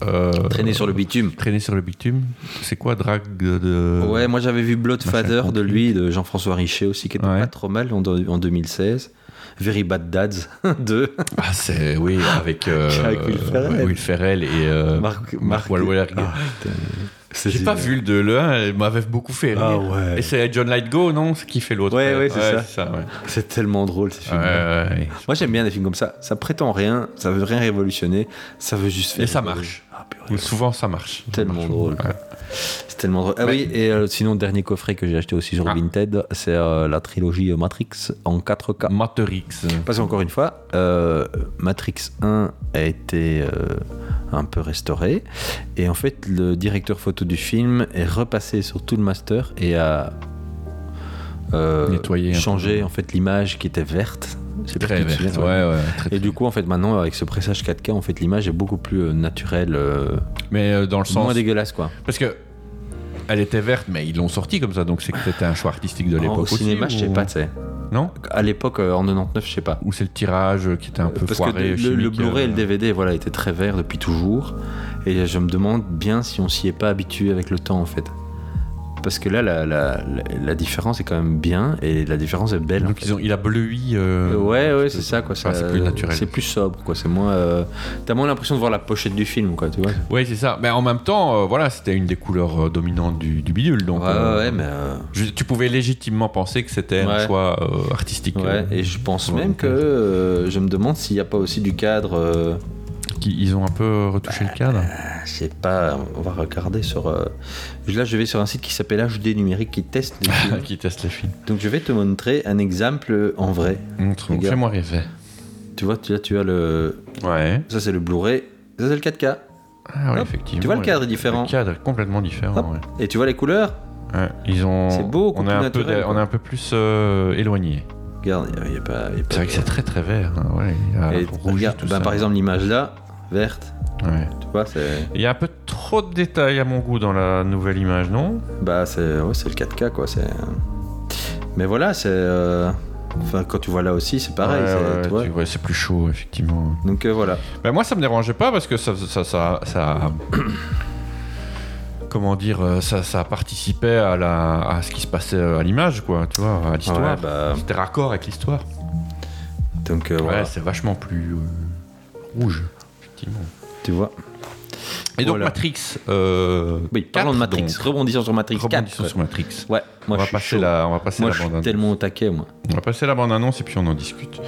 euh,
Traîner sur le bitume.
Traîner sur le bitume. C'est quoi euh, drag de...
ouais, moi j'avais vu Bloodfather
machin
de lui, de Jean-François Richer aussi, qui était
Ouais.
pas trop mal en, de- en 2016. Very Bad Dads 2.
Ah c'est oui avec, euh,
Avec Will Ferrell.
ouais, Will Ferrell et euh,
Marc- Marc-
Wahlberg.
Ah, putain. C'est
J'ai pas
génial.
vu le 2, le 1, il m'avait beaucoup fait rire.
euh, Ah ouais.
Et c'est John Lightgo, non Ce qui fait l'autre. euh,
Ouais, ouais, c'est ça.
ouais.
C'est tellement drôle ces
Ouais,
films.
ouais, ouais.
Moi j'aime bien des films comme ça. Ça prétend rien, ça veut rien révolutionner, ça veut juste faire.
Et ça
rigoler.
marche.
Ah, purée.
Ou Souvent, ça marche. Ça
tellement
marche.
drôle. quoi.
Ouais.
C'est tellement drôle. Ah oui, et euh, sinon, dernier coffret que j'ai acheté aussi sur
Ah.
Vinted, c'est euh, la trilogie Matrix en
Mm.
4K.
Matrix. euh,
Parce qu'encore une fois, euh, Matrix 1 a été euh, un peu restauré. Et en fait, le directeur photo du film est repassé sur tout le master et a euh,
Nettoyé un
changé en fait, l'image qui était verte. Je sais pas
Très
si tu te
vert. Ouais,
souviens, ouais.
ouais. très, très
Et du coup, en fait, maintenant, avec ce pressage 4K, en fait, l'image est beaucoup plus euh, naturelle, euh,
vert. Mais euh, dans le
moins
sens.
dégueulasse, quoi.
Parce que. Elle était verte, mais ils l'ont sortie comme ça, donc c'est que c'était un choix artistique de l'époque.
Oh, Au
aussi,
cinéma, je sais
ou-
pas, tu sais.
Non
À l'époque, euh, en 99, je sais pas.
Ou c'est le tirage qui était un peu
Parce
foiré
que le- le, le
chimique,
Blu-ray et le
euh,
DVD, voilà, étaient très verts depuis toujours. Et je me demande bien si on s'y est pas habitué avec le temps, en fait. Parce que là, la, la- la- la différence est quand même bien et la différence est belle. en
Donc
fait.
ils ont, il a bleui. euh,
Euh, ouais, ouais, c'est ça, quoi.
Ah,
ça-
c'est plus naturel.
C'est plus sobre, quoi. C'est moins. euh, T'as moins l'impression de voir la pochette du film, quoi, tu vois.
Ouais, c'est ça. Mais en même temps, euh, voilà, c'était une des couleurs euh, dominantes du, du bidule. Donc,
Ouais,
euh,
ouais, mais. euh,
Je- tu pouvais légitimement penser que c'était
Ouais.
un choix euh, artistique
Ouais,
euh,
et je pense
Ouais,
même
donc,
que euh, je me demande s'il n'y a pas aussi du cadre. euh,
qui- ils ont un peu retouché le cadre.
Je sais pas, on va regarder sur. euh, Là, je vais sur un site qui s'appelle HD Numérique qui teste des films.
qui teste les films.
Donc, je vais te montrer un exemple en vrai. Regarde.
Mmh, Fais-moi rêver.
Tu vois, tu, là, tu as le.
Ouais.
Ça, c'est le Blu-ray. Ça, c'est le 4K.
Ah ouais,
Hop,
effectivement.
tu vois, le
ouais.
cadre est différent.
Le cadre est complètement
Hop.
différent. ouais.
Et tu vois les couleurs
Ouais, Ils ont.
C'est beaucoup
on est
plus
un peu,
naturel,
d'a-
quoi.
on est un peu plus euh, éloigné.
Regarde, il n'y a, pas. y a pas-
C'est vrai que c'est très très vert. hein, Ouais. Il y a
Et
rouge,
regarde,
tout
ben,
ça.
par exemple, l'image là, verte.
Ouais.
Tu vois, c'est.
Il y a un peu trop de détails à mon goût dans la nouvelle image, non
Bah, c'est ouais, c'est le 4K, quoi. c'est Mais voilà, c'est. euh, Enfin, quand tu vois là aussi, c'est pareil.
Ouais,
c'est-
ouais,
tu vois.
tu vois, c'est plus chaud, effectivement.
Donc, euh, voilà.
Ben moi, ça me dérangeait pas parce que ça, ça, ça, ça- comment dire, euh, ça, ça participait à la, à ce qui se passait euh, à l'image, quoi, tu vois, à l'histoire.
Ouais, bah,
C'était raccord avec l'histoire.
donc, euh,
Ouais,
voilà.
c'est vachement plus euh, rouge, effectivement.
Tu vois.
Et donc
Voilà. Bah,
Matrix. euh,
Oui, parlons de
quatre,
Matrix.
donc.
Rebondissons sur Matrix 4.
Rebondissons
quoi.
sur Matrix.
Ouais,
on,
moi
va
je suis
passer
chaud.
la, on va passer
Moi
la
je suis
bande annonce.
tellement au taquet, moi.
On va passer la bande annonce et puis on en discute.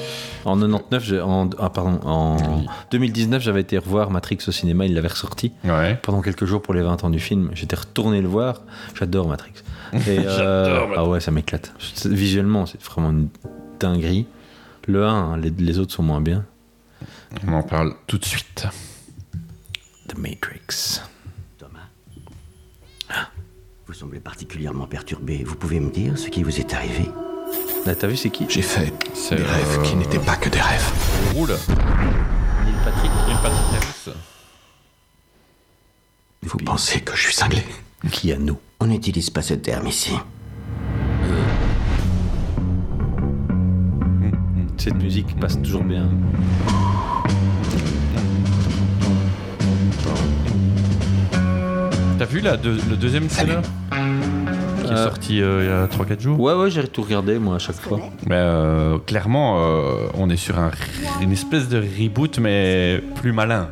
En 99, j'ai- en, ah, pardon, en
Oui.
2019, j'avais été revoir Matrix au cinéma, il l'avait ressorti
Ouais.
pendant quelques jours pour les 20 ans du film. J'étais retourné le voir. J'adore Matrix. Et, euh, Ah ouais, ça m'éclate. C'est- Visuellement, c'est vraiment une dinguerie. Le 1, hein, les, les autres sont moins bien.
On en parle tout de suite.
The Matrix.
Thomas Vous semblez particulièrement perturbé. Vous pouvez me dire ce qui vous est arrivé
Là, t'as vu, c'est qui
J'ai fait
C'est
des rêves qui n'étaient pas que des rêves.
roule.
Neil Patrick.
Vous pensez que je suis cinglé
Qui à nous On n'utilise pas ce terme ici.
Cette musique passe toujours bien.
vu la deux- le deuxième trailer qui est
Euh,
sorti euh, il y a 3-4 jours
Ouais, ouais, j'ai tout regardé, moi, à chaque fois.
Mais euh, clairement, euh, on est sur un r- une espèce de reboot, mais plus malin.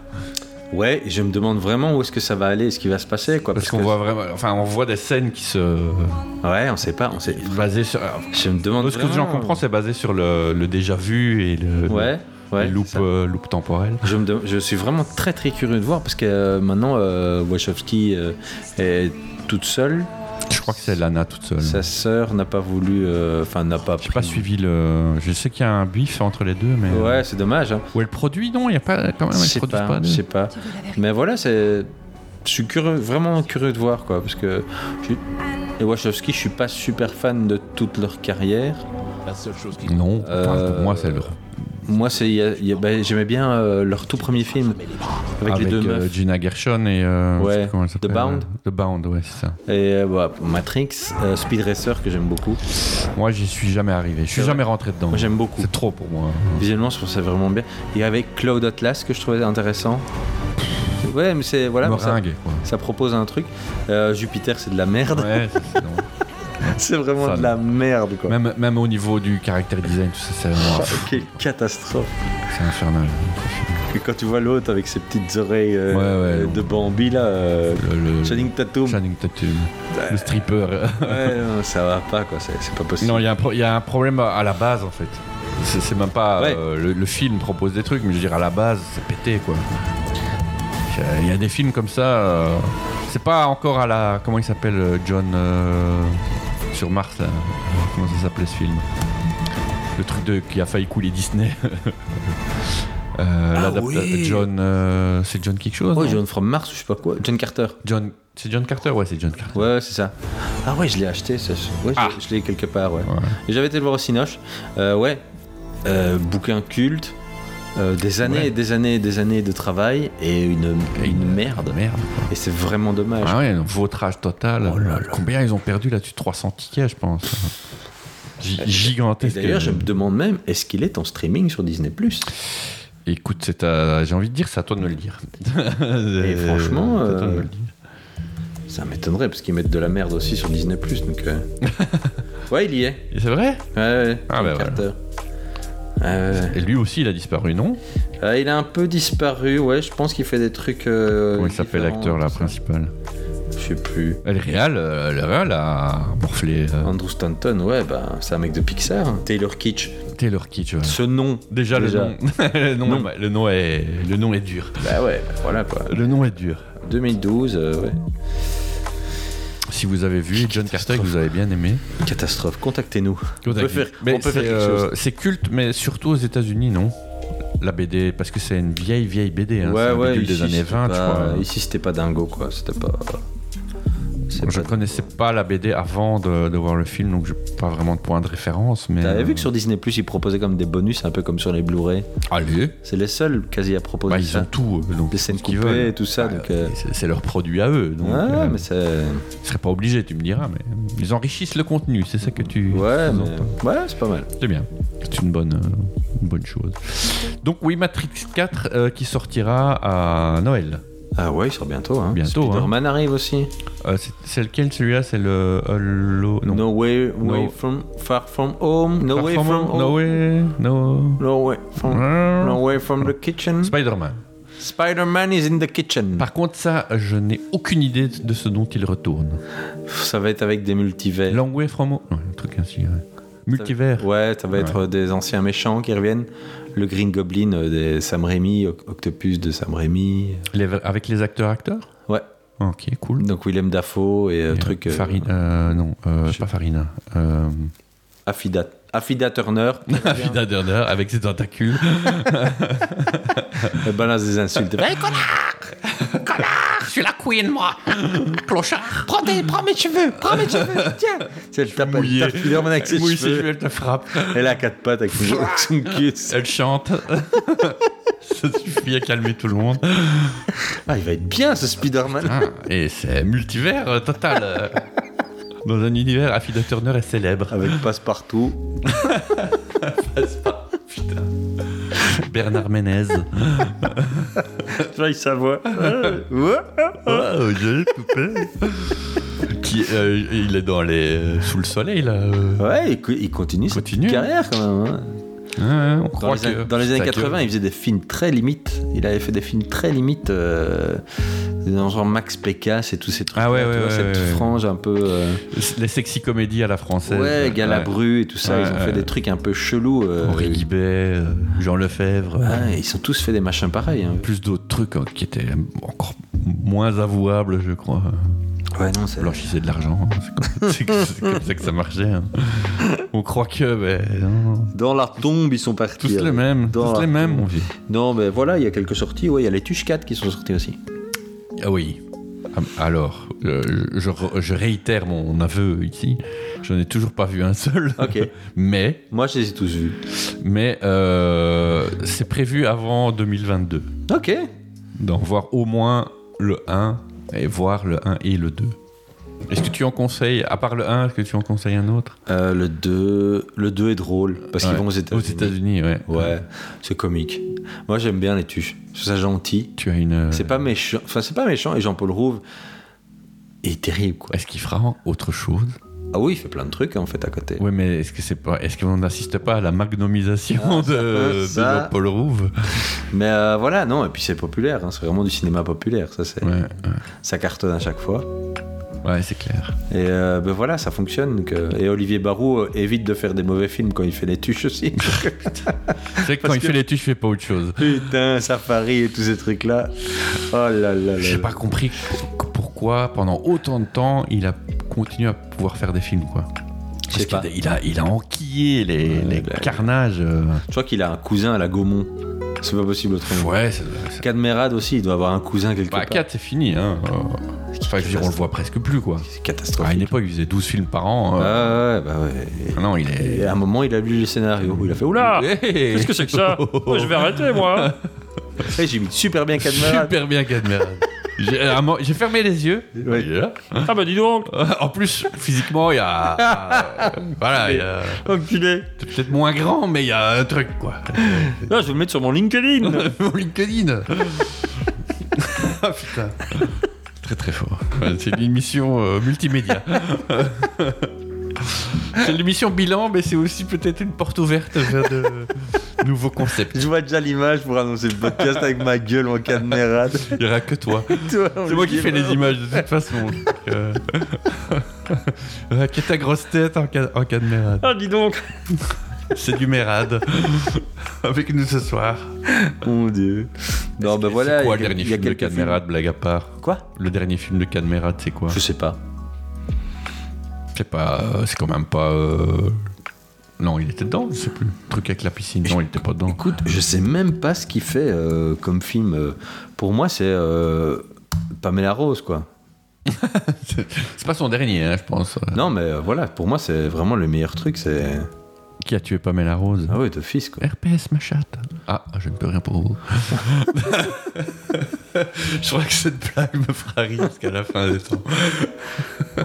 Ouais, et je me demande vraiment où est-ce que ça va aller, ce qui va se passer, quoi.
Parce qu'on
que-
voit vraiment, enfin, on voit des scènes qui se
Ouais, on sait pas, on sait.
basées sur.
Je me demande.
De ce que
vraiment- euh,
j'en comprends, c'est basé sur le, le déjà vu et le,
Ouais, ouais.
les
c'est
loupes,
ça.
euh, loupes temporelles.
Je, me dem- je suis vraiment très très curieux de voir parce que euh, maintenant euh, Wachowski euh, est toute seule.
Je crois que c'est Lana toute seule.
Sa sœur n'a pas voulu, euh, enfin n'a pas.
J'ai Hmm. pas
pris-
suivi le. Je sais qu'il y a un bif entre les deux, mais.
Ouais, c'est dommage. Hein.
Ou elle produit, non Il y a pas quand même.
je
Elle
sais
produit
pas, hein.
pas.
je
elle.
sais pas. Mais voilà, c'est. Je suis curieux, vraiment curieux de voir quoi, parce que je- les Wachowski, je suis pas super fan de toute leur carrière.
Non. enfin,
Euh,
pour moi, c'est le.
Moi, c'est, il y a- il y a- ben, j'aimais bien euh, leur tout premier film avec, les deux
euh,
meufs.
Gina Gershon et. euh,
Ouais,
je sais comment elle
The
s'appelle,
Bound.
euh, The Bound, ouais, c'est ça.
Et euh, bah, Matrix, euh, Speed Racer que j'aime beaucoup.
Moi, j'y suis jamais arrivé. Je suis
C'est
jamais rentré dedans.
Moi, j'aime beaucoup.
C'est trop pour moi.
Visuellement, je trouve ça vraiment bien. Et avec Cloud Atlas que je trouvais intéressant. Ouais, mais c'est voilà, mais ça,
Meringue, quoi.
ça propose un truc. Euh, Jupiter, c'est de la merde.
Ouais, c'est- c'est non.
c'est vraiment
Ça,
de la merde, quoi.
même, même au niveau du caractère design, tout ça, c'est vraiment-
Oh, quelle catastrophe.
c'est infernal.
Et quand tu vois l'autre avec ses petites oreilles euh,
Ouais, ouais,
euh,
non.
de Bambi là, euh,
Le, le-
Channing Tatum.
Channing Tatum. Le stripper.
Ouais, non, ça va pas quoi, c'est c'est pas possible.
Non, il y, a un pro- il y a un problème à à la base en fait. C'est c'est même pas.
Ouais.
euh, le, le film propose des trucs, mais je veux dire, à la base, c'est pété quoi. Il y a des films comme ça. euh, c'est pas encore à la. Comment il s'appelle euh, John. euh, sur Mars là. Comment ça s'appelait ce film Le truc de, qui a failli couler Disney. Euh, l'adapta- John. euh, c'est John quelque chose
Oh,
non
Ah John From Mars ou je sais pas quoi. John Carter.
John- C'est John Carter Ouais, c'est John Carter.
Ouais, ouais, c'est ça. Ah ouais, je l'ai acheté, ça. je- Ouais, je-
Ah.
je, l'ai quelque part, ouais.
Ouais.
Et j'avais été le voir au Cinoche. Euh, ouais, Euh, bouquin culte, euh, des années
Ouais.
et des années et des années de travail et une, une merde.
Merde.
Et c'est vraiment dommage.
Ah ouais, donc vautrage total.
Oh là là.
Combien ils ont perdu là-dessus 300 tickets, je pense. Gi-
Et
Gigantesque.
D'ailleurs, je me demande même, est-ce qu'il est en streaming sur Disney Plus
Écoute, c'est à- j'ai envie de dire, c'est à toi de me le dire. Et
franchement,
c'est à toi de me
euh,
le dire.
Ça m'étonnerait parce qu'ils mettent de la merde aussi sur Disney Plus. Donc, euh. ouais, il y est.
Et c'est vrai
Ouais, ouais,
Ah,
John
bah, voilà.
Carter. Ouais, ouais.
Et lui aussi, il a disparu, non
Euh, il a un peu disparu, ouais. Je pense qu'il fait des trucs. euh,
Comment il s'appelle
différents,
l'acteur, là,
tout ça.
principal
Je sais plus.
Et Le Real, euh, le Real a morflé euh,
Andrew Stanton, ouais, bah, c'est un mec de Pixar. Taylor Kitsch.
Taylor Kitsch. ouais.
Ce nom.
Déjà,
Déjà.
Le, nom, le, nom,
Non.
le nom est, le nom est dur.
Bah ouais, bah voilà quoi.
Le nom est dur.
2012, euh, ouais.
Si vous avez vu John Carter, et que vous avez bien aimé.
Catastrophe, contactez-nous. On peut faire,
Mais
on peut
c'est,
faire quelque
euh,
chose.
C'est culte, mais surtout aux États-Unis, non La BD, parce que c'est une vieille, vieille BD. hein, c'est
ouais,
un
ouais,
bidule
ici,
des années
c'était
20,
pas-
je crois.
Ici, c'était pas dingo quoi. C'était pas. c'est
je
pas-
connaissais pas la BD avant de, de voir le film, donc j'ai pas vraiment de point de référence. Mais
T'avais
euh,
vu que sur Disney Plus ils proposaient comme des bonus, un peu comme sur les Blu-ray.
Allez,
C'est les seuls quasi à proposer
bah, ils
ça.
ont tout. euh, Donc,
Des scènes
ce qu'ils
coupées
veulent.
et tout ça, donc, euh,
c'est, c'est leur produit à eux. Donc,
ouais,
euh,
mais c'est.
ils seraient pas obligés, tu me diras. Mais euh, ils enrichissent le contenu, c'est ça que tu.
Ouais,
tu
mais...
entends.
ouais, c'est pas mal.
C'est bien. C'est une bonne, euh, une bonne chose. Donc, oui, Matrix 4 euh, qui sortira à Noël.
Ah ouais, il sort bientôt. Hein.
Bientôt, hein.
Spider-Man arrive aussi.
Euh, c'est- c'est lequel celui-là C'est le Hello non.
No way, way
No.
from far from home. No
Far
way
From
from,
Home,
home.
No way, no.
No way from. No way from the kitchen.
Spider-Man.
Spider-Man is in the kitchen.
Par contre, ça, je n'ai aucune idée de ce dont il retourne.
Ça va être avec des multivers.
Long way from home. Ouais, un truc ainsi. ouais. Multivers.
Ouais, ça va être
Ouais.
euh, des anciens méchants qui reviennent. Le Green Goblin euh, des Sam Raimi, Oc- Octopus de Sam Raimi.
Les- avec les acteurs-acteurs
Ouais.
Ok, cool.
Donc Willem Dafoe et euh,
Et,
truc.
euh,
euh,
Farina. euh, non, euh,
je-
pas Farina. Euh,
Affida, Affida Turner.
Farina Turner avec ses tentacules.
Elle balance des insultes. Ouais, quoi,
Ah, Je suis la queen, moi. Clochard.
prends, tes- prends mes cheveux, prends mes cheveux, tiens. Tu sais, Elle tape, elle tape Spider-Man avec ses
Moi aussi,
cheveux.
elle te frappe.
Elle a quatre pattes avec son avec son cul.
Elle chante. ça suffit à calmer tout le monde.
Ah, il va être bien ce Spider-Man.
Ah, et c'est multivers euh, total. euh. Dans un univers, Affida Turner est célèbre.
Avec passe-partout.
Bernard Ménez.
Pareil, sa voix.
Ah, euh, Qui, euh, il est dans les sous le soleil là. euh.
Ouais, il, co- il continue, sa
Continue.
petite carrière quand même. hein.
Ouais, on
Dans
croit
les,
que-
dans les années
ça que-
80, il faisait des films très limites. Il avait fait des films très limites, euh, dans genre Max Pécasse et tous ces trucs.
Ah ouais, ouais, ouais,
cette
ouais, ouais.
frange un peu. euh,
les sexy comédies à la française.
ouais,
Ouais.
Galabru et tout ça.
Ouais,
ils ont fait
ouais.
des trucs un peu chelous. euh,
Henri Guibert, euh, Jean Lefebvre.
ouais, ils ont tous fait des machins pareils. hein.
Plus d'autres trucs hein, qui étaient encore moins avouables, je crois.
Ouais, non, c'est.
Blanchissez de l'argent. hein. C'est comme, c'est comme ça que ça marchait. hein. On croit que. ben, non.
Dans la tombe, ils sont partis.
Tous les
avec-
mêmes.
Dans
Tous les
la-
mêmes, mon vieux.
Non, mais voilà, il y a quelques sorties. Ouais, il y a les Tuches 4 qui sont sortis aussi.
Ah oui. Ah, Alors, euh, je, je- je réitère mon aveu ici. Je ai toujours pas vu un seul.
Ok.
mais
Moi, je les ai tous vus.
mais euh, c'est prévu avant 2022
Ok.
d'en voir au moins le 1 et voir le 1 et le 2. Est-ce que tu en conseilles, à part le 1, est-ce que tu en conseilles un autre
Euh, le 2 le 2 est drôle parce qu'ils
Ouais.
vont aux
Aux
États-Unis.
États-Unis, ouais.
Ouais, c'est comique. Moi, j'aime bien les tuches. Je trouve ça gentil.
Tu as une. euh,
C'est pas méchant. Enfin, c'est pas méchant. Et Jean-Paul Rouve est terrible, quoi.
Est-ce qu'il fera autre chose
Ah oui, il fait plein de trucs, en fait, à côté.
Ouais, mais est-ce que c'est pas, est-ce qu'on n'assiste pas à la magnomisation
peut,
de, de
Ah, ça.
Jean-Paul Rouve
Mais euh, voilà, non. Et puis, c'est populaire. hein. C'est vraiment du cinéma populaire. Ça, c'est...
Ouais, ouais,
ça cartonne à chaque fois.
Ouais, c'est clair.
Et euh, ben voilà, ça fonctionne. donc, euh, Et Olivier Barou euh, évite de faire des mauvais films quand il fait les tuches aussi.
C'est vrai que quand
Parce
il
que-
fait les tuches, il fait pas autre chose.
Putain, Safari et tous ces trucs-là. Oh là là là.
J'ai
là.
pas compris qu- pourquoi pendant autant de temps il a continué à pouvoir faire des films quoi.
Je sais
Parce
pas.
qu'il a- Il a, il a enquillé les,
Ouais,
les
bah,
carnages. euh.
Je crois qu'il a un cousin à la Gaumont. C'est pas possible autrement.
Ouais, ça, ça-
Cadmerade aussi, il doit avoir un cousin quelque
bah,
part.
4 c'est fini. Hein. euh. Enfin, je veux dire, on le voit presque plus quoi.
C'est
À une
catastrophique.
époque, Ah, il faisait 12 films par an. euh.
Ah ouais, bah ouais.
Ah Non, il
Et
est.
à un moment, il a lu le scénario. Il a fait Oula
Ah. Qu'est-ce que c'est que ça Je vais arrêter moi.
Eh, J'ai mis super bien Cadmerade.
Super bien Cadmerade. J'ai à un moment- j'ai fermé les yeux.
Ouais.
Il est là. Ah bah dis donc. en plus, physiquement, il y a. voilà, il y a.
Enculé.
C'est peut-être moins grand, mais il y a un truc, quoi.
Là, Ah, je vais le mettre sur mon LinkedIn.
Mon LinkedIn Ah putain Très très fort. Ouais, C'est une émission euh, multimédia. c'est l'émission bilan, mais c'est aussi peut-être une porte ouverte vers de nouveaux concepts.
je vois déjà l'image pour annoncer le podcast avec ma gueule en Cadmerade.
Il n'y aura que toi. C'est moi qui fais les images de toute façon. donc, euh, euh, Qu'est ta grosse tête en cas, en cas de mérade
Ah, dis donc.
C'est du mérade. Avec nous ce soir.
Mon dieu. Non, bah voilà.
C'est quoi
il
le
y a-
dernier
il y a
film de
quelques films.
Cadmerade, blague à part
Quoi
Le dernier film de Cadmerade, c'est quoi
Je sais pas.
C'est pas. euh, c'est quand même pas. euh, Non, il était dedans, je sais plus. Le truc avec la piscine, non, il était pas dedans.
Écoute, je sais même pas ce qu'il fait euh, comme film. euh. Pour moi, c'est euh, Pamela Rose, quoi.
C'est pas son dernier, hein, je pense.
Non, mais euh, voilà, pour moi, c'est vraiment le meilleur truc. C'est.
Qui a tué Pamela Rose
Ah oui, d'office, quoi.
RPS, ma chatte. Ah, je ne peux rien pour vous. je crois que cette blague me fera rire jusqu'à la fin des temps.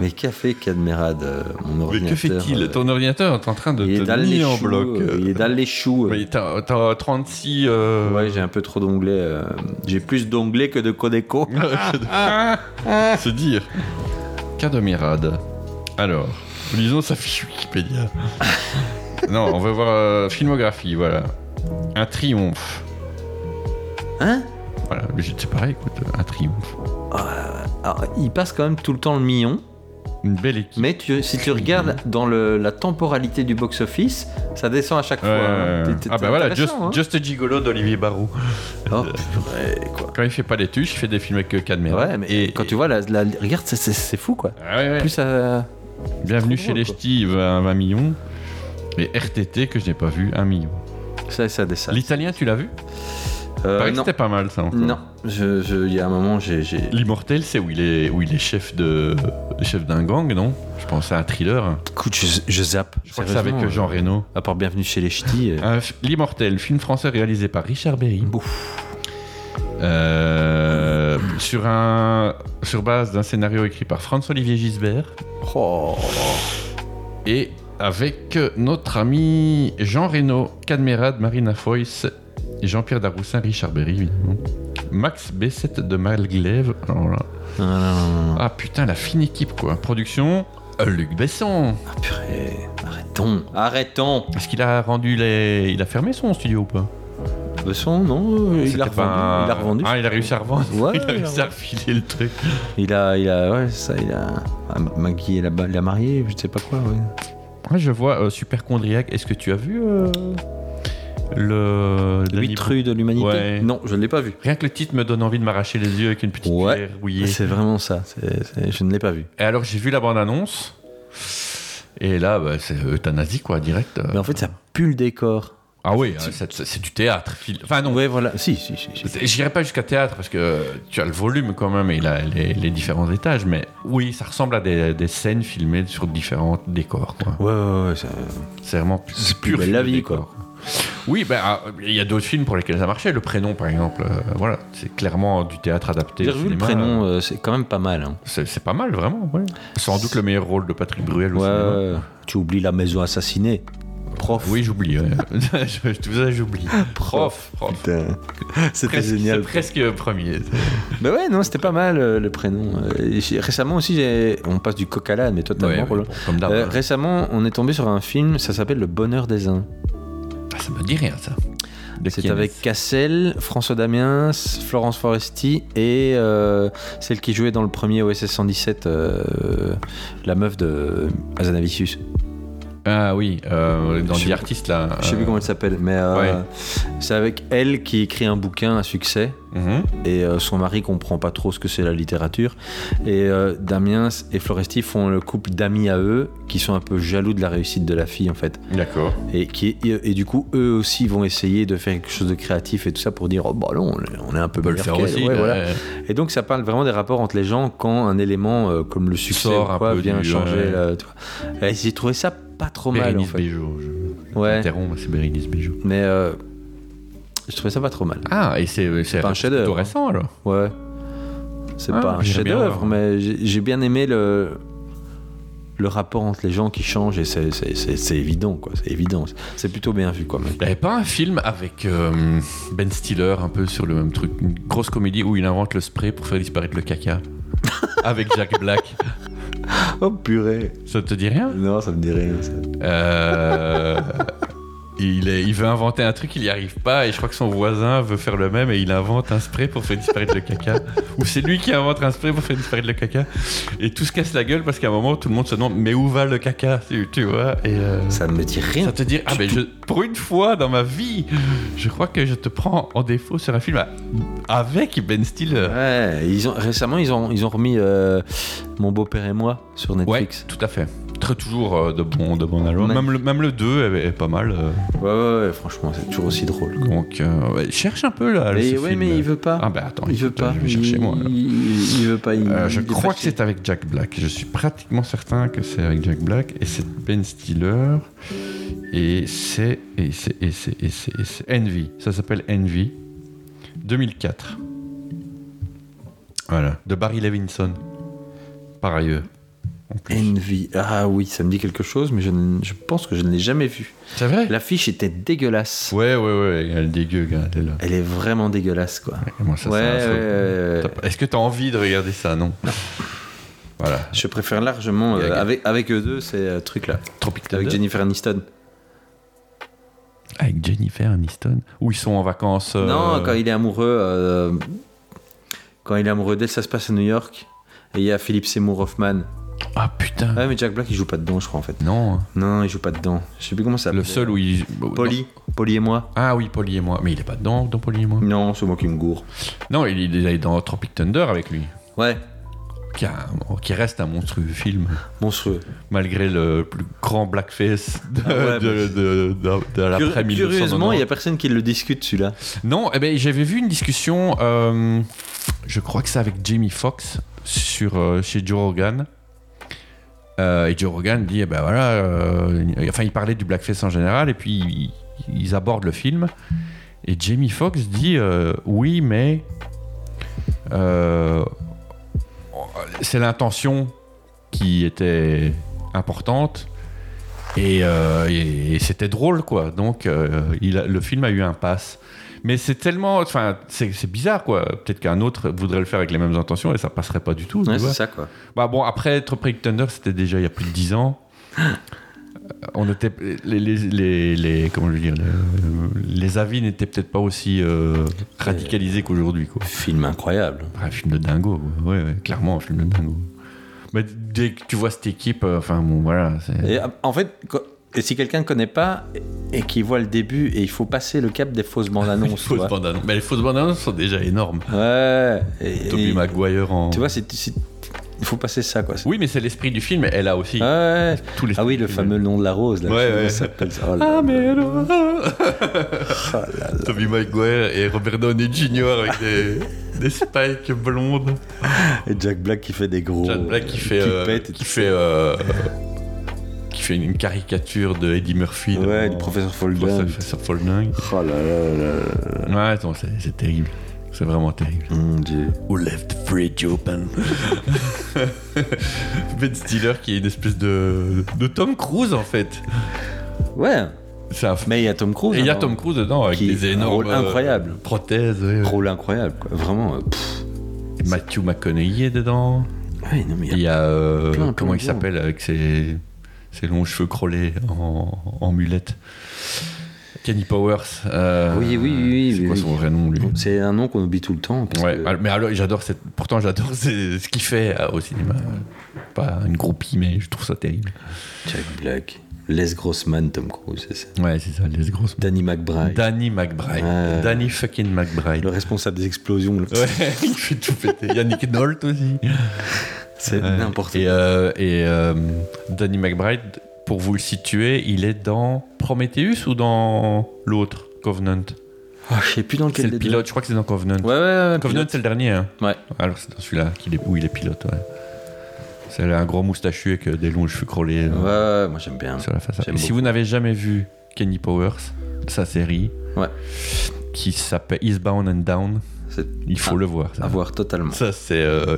Mais qu'a fait Cadmerade, euh, mon
Mais
ordinateur
que fait-il
euh,
Ton ordinateur est en train de
Il est
te
dans les
nier en
choux,
bloc.
euh, Il est dans les choux. euh.
Mais t'as t'as 36. euh,
Ouais, j'ai un peu trop d'onglets. euh, J'ai plus d'onglets que de Codeco.
Ah, C'est dire. Cademirade. Alors, lisons sa fiche Wikipédia. non, on va voir euh, filmographie, voilà. Un triomphe.
Hein
Voilà, mais c'est pareil, écoute, un triomphe.
Alors, il passe quand même tout le temps le million.
Une belle équipe.
Mais tu- si tu regardes dans le- la temporalité du box-office, ça descend à chaque fois.
Ouais,
hein.
ouais, ouais.
T'es- t'es-
ah bah voilà, Just,
intéressant, hein.
Just a Gigolo d'Olivier Barou.
Oh, purée, quoi.
Quand il fait pas les tuches, il fait des films avec euh, Cadmerade.
Ouais, mais quand tu vois, la, la- regarde, c'est- c'est c'est fou quoi.
Ah ouais, ouais.
Plus ça.
Bienvenue
trop
chez les
drôle, quoi.
ch'tis, 20, 20 millions. Et RTT que je n'ai pas vu, 1 million.
Ça, ça descend.
L'italien, tu l'as vu
Euh,
Pareil que
non,
c'était pas mal ça. encore.
non. Je- je- il y a un moment, j'ai. j'ai-
L'immortel, c'est où il est où il est chef de chef d'un gang, non Je pense à un thriller.
Écoute, je, je zappe.
Je crois que c'est avec
Sérieusement,
Jean
euh,
Reno.
À part Bienvenue chez les Ch'tis. euh,
Un f- L'immortel, film français réalisé par Richard Berry. Euh, sur un sur base d'un scénario écrit par François Olivier Gisbert
oh.
et avec euh, notre ami Jean Reno, Cadmerade, Marina Foïs, Jean-Pierre Daroussin, Richard Berry évidemment. Max B7 de Malglaive. Alors là.
Non, non, non, non, non.
Ah putain, la fine équipe quoi. Production, euh, Luc Besson.
Ah, purée. Arrêtons. Arrêtons.
Est-ce qu'il a rendu les. Il a fermé son studio ou pas
Le son, non euh, Il
Ah, C'était
l'a
pas
revendu.
un-
Il l'a revendu.
Ah, il a réussi à revendre.
Ouais,
il a
il a
réussi à refiler le truc.
Il a, il a, ouais, ça, il a, ah, a maquillé la, ba- la mariée, je sais pas quoi. Ouais.
Ouais, je vois euh, Superchondriac. Est-ce que tu as vu euh, le. Danny
8 rues de l'humanité.
Ouais.
Non, je ne l'ai pas vu.
Rien que le titre me donne envie de m'arracher les yeux avec une petite
Ouais.
cuillère rouillée.
C'est vraiment ça. c'est- c'est- je ne l'ai pas vu.
Et alors j'ai vu la bande-annonce. Et là, bah, c'est euthanasie, quoi, direct.
Mais en fait, ça pue le décor.
Ah oui, euh, c'est c'est du théâtre. fil- Enfin, non.
Ouais, voilà. Si, si, si. si.
J'irai pas jusqu'à théâtre parce que tu as le volume quand même et il a les, les différents étages, mais oui, ça ressemble à des, des scènes filmées sur différents décors. quoi.
Ouais, ouais, ouais. ça-
C'est vraiment pu-
C'est
pur
plus belle
film
la
de
vie,
décor. Oui, ben, ah, il y a d'autres films pour lesquels ça marchait. Le prénom, par exemple, euh, voilà, c'est clairement du théâtre adapté.
J'ai
au
revu le
cinéma.
prénom, euh, c'est quand même pas mal. hein.
C'est c'est pas mal, vraiment. ouais. Sans doute le meilleur rôle de Patrick Bruel au
Ouais,
cinéma.
ouais. tu oublies la maison assassinée. Prof.
Oui, j'oublie. ouais. Je- Tout ça, j'oublie. Prof, prof.
Ah, Putain. C'était
Presque-
génial.
C'est presque premier.
Mais ouais, non, c'était pas mal euh, le prénom. Euh, et j'ai- récemment aussi, j'ai- on passe du coq à l'âne, mais totalement.
Ouais, ouais,
Roland.
bon, comme d'hab.
Euh,
hein.
récemment, on est tombé sur un film, ça s'appelle Le Bonheur des uns.
Ah, ça me dit rien, ça. De
C'est
qui est-
avec Cassel, François Damiens, Florence Foresti et euh, celle qui jouait dans le premier OSS 117, euh, la meuf de Azanavicius.
Ah oui, euh, dans
Je
The
sais plus-
Artist, là.
Je sais plus
euh,
comment elle s'appelle, mais euh,
ouais.
c'est avec elle qui écrit un bouquin à succès.
mhm.
et euh, son mari comprend pas trop ce que c'est la littérature. Et euh, Damiens et Floresti font le couple d'amis à eux qui sont un peu jaloux de la réussite de la fille en fait.
D'accord.
Et, qui, et, et du coup, eux aussi vont essayer de faire quelque chose de créatif et tout ça pour dire oh, bah non, on est- on est un peu
On peut le
meilleur
faire
qu'elle.
aussi.
Ouais,
là.
voilà. Et donc, ça parle vraiment des rapports entre les gens quand un élément euh, comme le succès
Sort
ou
un
quoi,
peu
vient
du-
changer.
ouais.
la- tu vois. Et j'ai trouvé ça pas trop mal en
Bérénice
fait.
Bejo. Je
Ouais.
t'interromps, mais c'est Bérénice Bejo.
Mais euh, je trouvais ça pas trop mal.
Ah, et c'est c'est
pas un
plutôt
chef-d'œuvre. hein.
récent, alors
Ouais. C'est
Ah,
pas un
j'aime bien
chef-d'œuvre,
voir.
mais j'ai j'ai bien aimé le, le rapport entre les gens qui changent et c'est- c'est c'est- c'est évident, quoi. C'est évident. C'est plutôt bien vu, quoi.
Il n'y avait pas un film avec euh, Ben Stiller, un peu sur le même truc, une grosse comédie où il invente le spray pour faire disparaître le caca Avec Jack Black.
Oh purée
Ça te dit rien
Non, ça me dit rien.
Euh, il, est- il veut inventer un truc, il n'y arrive pas, et je crois que son voisin veut faire le même, et il invente un spray pour faire disparaître le caca. Ou c'est lui qui invente un spray pour faire disparaître le caca. Et tout se casse la gueule parce qu'à un moment, tout le monde se demande Mais où va le caca Tu, tu vois Et euh,
Ça me dit
ça
rien.
te dit Ah, mais je- pour une fois dans ma vie, je crois que je te prends en défaut sur un film à- avec Ben Stiller.
Ouais, ils ont, récemment, ils ont, ils ont remis euh, Mon beau-père et moi sur
Ouais,
Netflix.
tout à fait. Très toujours euh, de bon, de bon allant.
Ouais.
Même le, même le 2 est, est pas mal. euh.
Ouais, ouais, ouais, franchement, c'est toujours aussi drôle. quoi.
Donc, euh, ouais, cherche un peu là.
Mais
ce
ouais,
film.
mais il veut pas.
Ah bah attends,
il veut
écoute,
pas.
Je vais chercher
Il-
moi. alors.
Il, il veut pas. il-
Euh, je
il est
crois que
fâché.
c'est avec Jack Black. Je suis pratiquement certain que c'est avec Jack Black et c'est Ben Stiller et c'est et c'est et c'est et c'est et c'est Envy. Ça s'appelle Envy 2004. Voilà, de Barry Levinson. Par ailleurs. En plus.
Envy. Ah oui, ça me dit quelque chose, mais je, ne- je pense que je ne l'ai jamais vu.
C'est vrai
L'affiche était dégueulasse.
Ouais ouais ouais, elle est dégueu, regarde, elle est là.
Elle est vraiment dégueulasse, quoi.
Et moi, ça,
ouais,
c'est un
ouais,
truc.
ouais, ouais.
T'as pas- Est-ce que t'as envie de regarder ça Non. Voilà.
Je préfère largement, euh,
Il y a-
avec, avec eux deux, ces euh, trucs-là.
Tropic
Avec Jennifer Aniston.
Avec Jennifer Aniston Où ils sont en vacances euh,
Non, quand il est amoureux, euh, quand il est amoureux d'elle, ça se passe à New York. Et il y a Philippe Seymour Hoffman.
Ah putain
Ah, mais Jack Black, il joue pas dedans, je crois, en fait.
Non,
Non, il joue pas dedans. Je sais plus comment ça
le
s'appelle.
seul où il... bon, non.
Polly. Mm. Polly et moi.
Ah oui, Polly et moi. Mais il est pas dedans, dans Polly et moi
Non, c'est moi qui me gourre.
Non, il il est dans Tropic Thunder avec lui.
Ouais,
Qui, a un- qui reste un monstrueux film,
monstrueux.
malgré le plus grand blackface de,
Ah ouais,
de- de- de- de
Cur-
l'après 1990.
curieusement, il y a personne qui le discute, celui-là.
Non, eh ben, j'avais vu une discussion, euh, je crois que c'est avec Jamie Foxx sur, euh, chez Joe Rogan. Euh, et Joe Rogan dit, eh ben voilà, euh, enfin il parlait du blackface en général, et puis ils, ils abordent le film. Et Jamie Foxx dit, euh, oui, mais euh, c'est l'intention qui était importante. Et, euh, et- et c'était drôle, quoi. Donc, euh, il a- le film a eu un pass. Mais c'est tellement. Enfin, c'est c'est bizarre, quoi. Peut-être qu'un autre voudrait le faire avec les mêmes intentions et ça passerait pas du tout. tu
Ouais,
vois.
c'est ça, quoi.
Bah bon, après, Tropic Thunder, c'était déjà il y a plus de 10 ans. Euh, On était les, les, les, les- comment je veux dire les, les avis n'étaient peut-être pas aussi euh, radicalisés qu'aujourd'hui quoi.
Film incroyable.
Un film de dingo, quoi. ouais, ouais, clairement un film de dingo. Mais dès que tu vois cette équipe, euh, enfin bon voilà, c'est-
Et, euh, en fait, co- et si quelqu'un ne connaît pas et qui voit le début et il faut passer le cap des fausses bandes
les
annonces, tu
fausses
vois.
bandes annonces. Mais les fausses bandes annonces sont déjà énormes.
Ouais. Et,
Tobey
et-
Maguire en.
tu vois, c'est, c'est- il faut passer ça, quoi. C'est-
oui, mais c'est l'esprit du film. Elle a aussi.
Ouais.
Tous les
Ah oui, le fameux nom de la rose. Là,
Ouais,
Je sais pas
ouais.
comment ça s'appelle ça. Oh là
Ah
là.
mais alors Tommy Maguire et Robert Downey Jr. avec des, des spikes blondes.
Et Jack Black qui fait des gros.
Jack Black qui fait,
Qui
euh,
pète et
qui,
tout.
fait euh, qui fait une caricature de Eddie Murphy.
Ouais,
dans-
le professeur
dans
Folding.
Professeur Folding.
Oh là là là là.
Ouais, attends, c'est c'est terrible. C'est vraiment terrible.
Mon dieu.
Who left the fridge open? ben Stiller qui est une espèce de, de Tom Cruise en fait.
Ouais.
C'est un
Mais il y a Tom Cruise. hein.
Et il y a
alors.
Tom Cruise dedans avec
Qui-
des
un
énormes
rôle
euh,
incroyable.
prothèses. ouais, ouais.
Rôle incroyable, quoi. Vraiment. euh, pff.
Et Matthew McConaughey est dedans.
Ouais, non, mais il y a
Il y a euh,
Plein, plein
comment
de
il
gens.
s'appelle avec ses, ses longs cheveux crôlés en, en mulette. Kenny Powers. euh,
Oui, oui, oui,
C'est
oui,
quoi
oui. euh,
son vrai nom lui
C'est un nom qu'on oublie tout le temps. parce
Mm. Ouais, ah,
que-
al- mais alors j'adore cette. Pourtant j'adore ce ce qu'il fait euh, au cinéma. Pas une groupie, mais je trouve ça terrible.
Jack Black, Les Grossman, Tom Cruise, c'est ça.
Ouais, c'est ça, les grosses.
Danny McBride,
Danny McBride.
Ouais.
Danny fucking McBride.
le responsable des explosions. là.
Ouais, il fait tout péter. Il y a Nick Nolte aussi.
C'est
Ouais.
n'importe
Et,
quoi.
euh, et euh, Danny McBride, pour vous le situer, il est dans Prometheus ou dans l'autre Covenant
Ah, je sais plus dans
C'est
lequel
le
des deux.
pilote, je crois que c'est dans Covenant.
Ouais, ouais, ouais. le
Covenant,
pilote.
c'est le dernier. hein.
Ouais.
Alors c'est dans celui-là qu'il est, où il est pilote. Ouais. C'est un gros moustachu avec euh, des longs cheveux crôlés euh,
Ouais, ouais, moi j'aime bien.
sur la façade.
J'aime
Et si
beaucoup.
vous n'avez jamais vu Kenny Powers, sa série,
Ouais.
qui s'appelle Eastbound and Down,
C'est
il faut
à-
le voir. ça.
à voir totalement.
Ça, c'est. euh,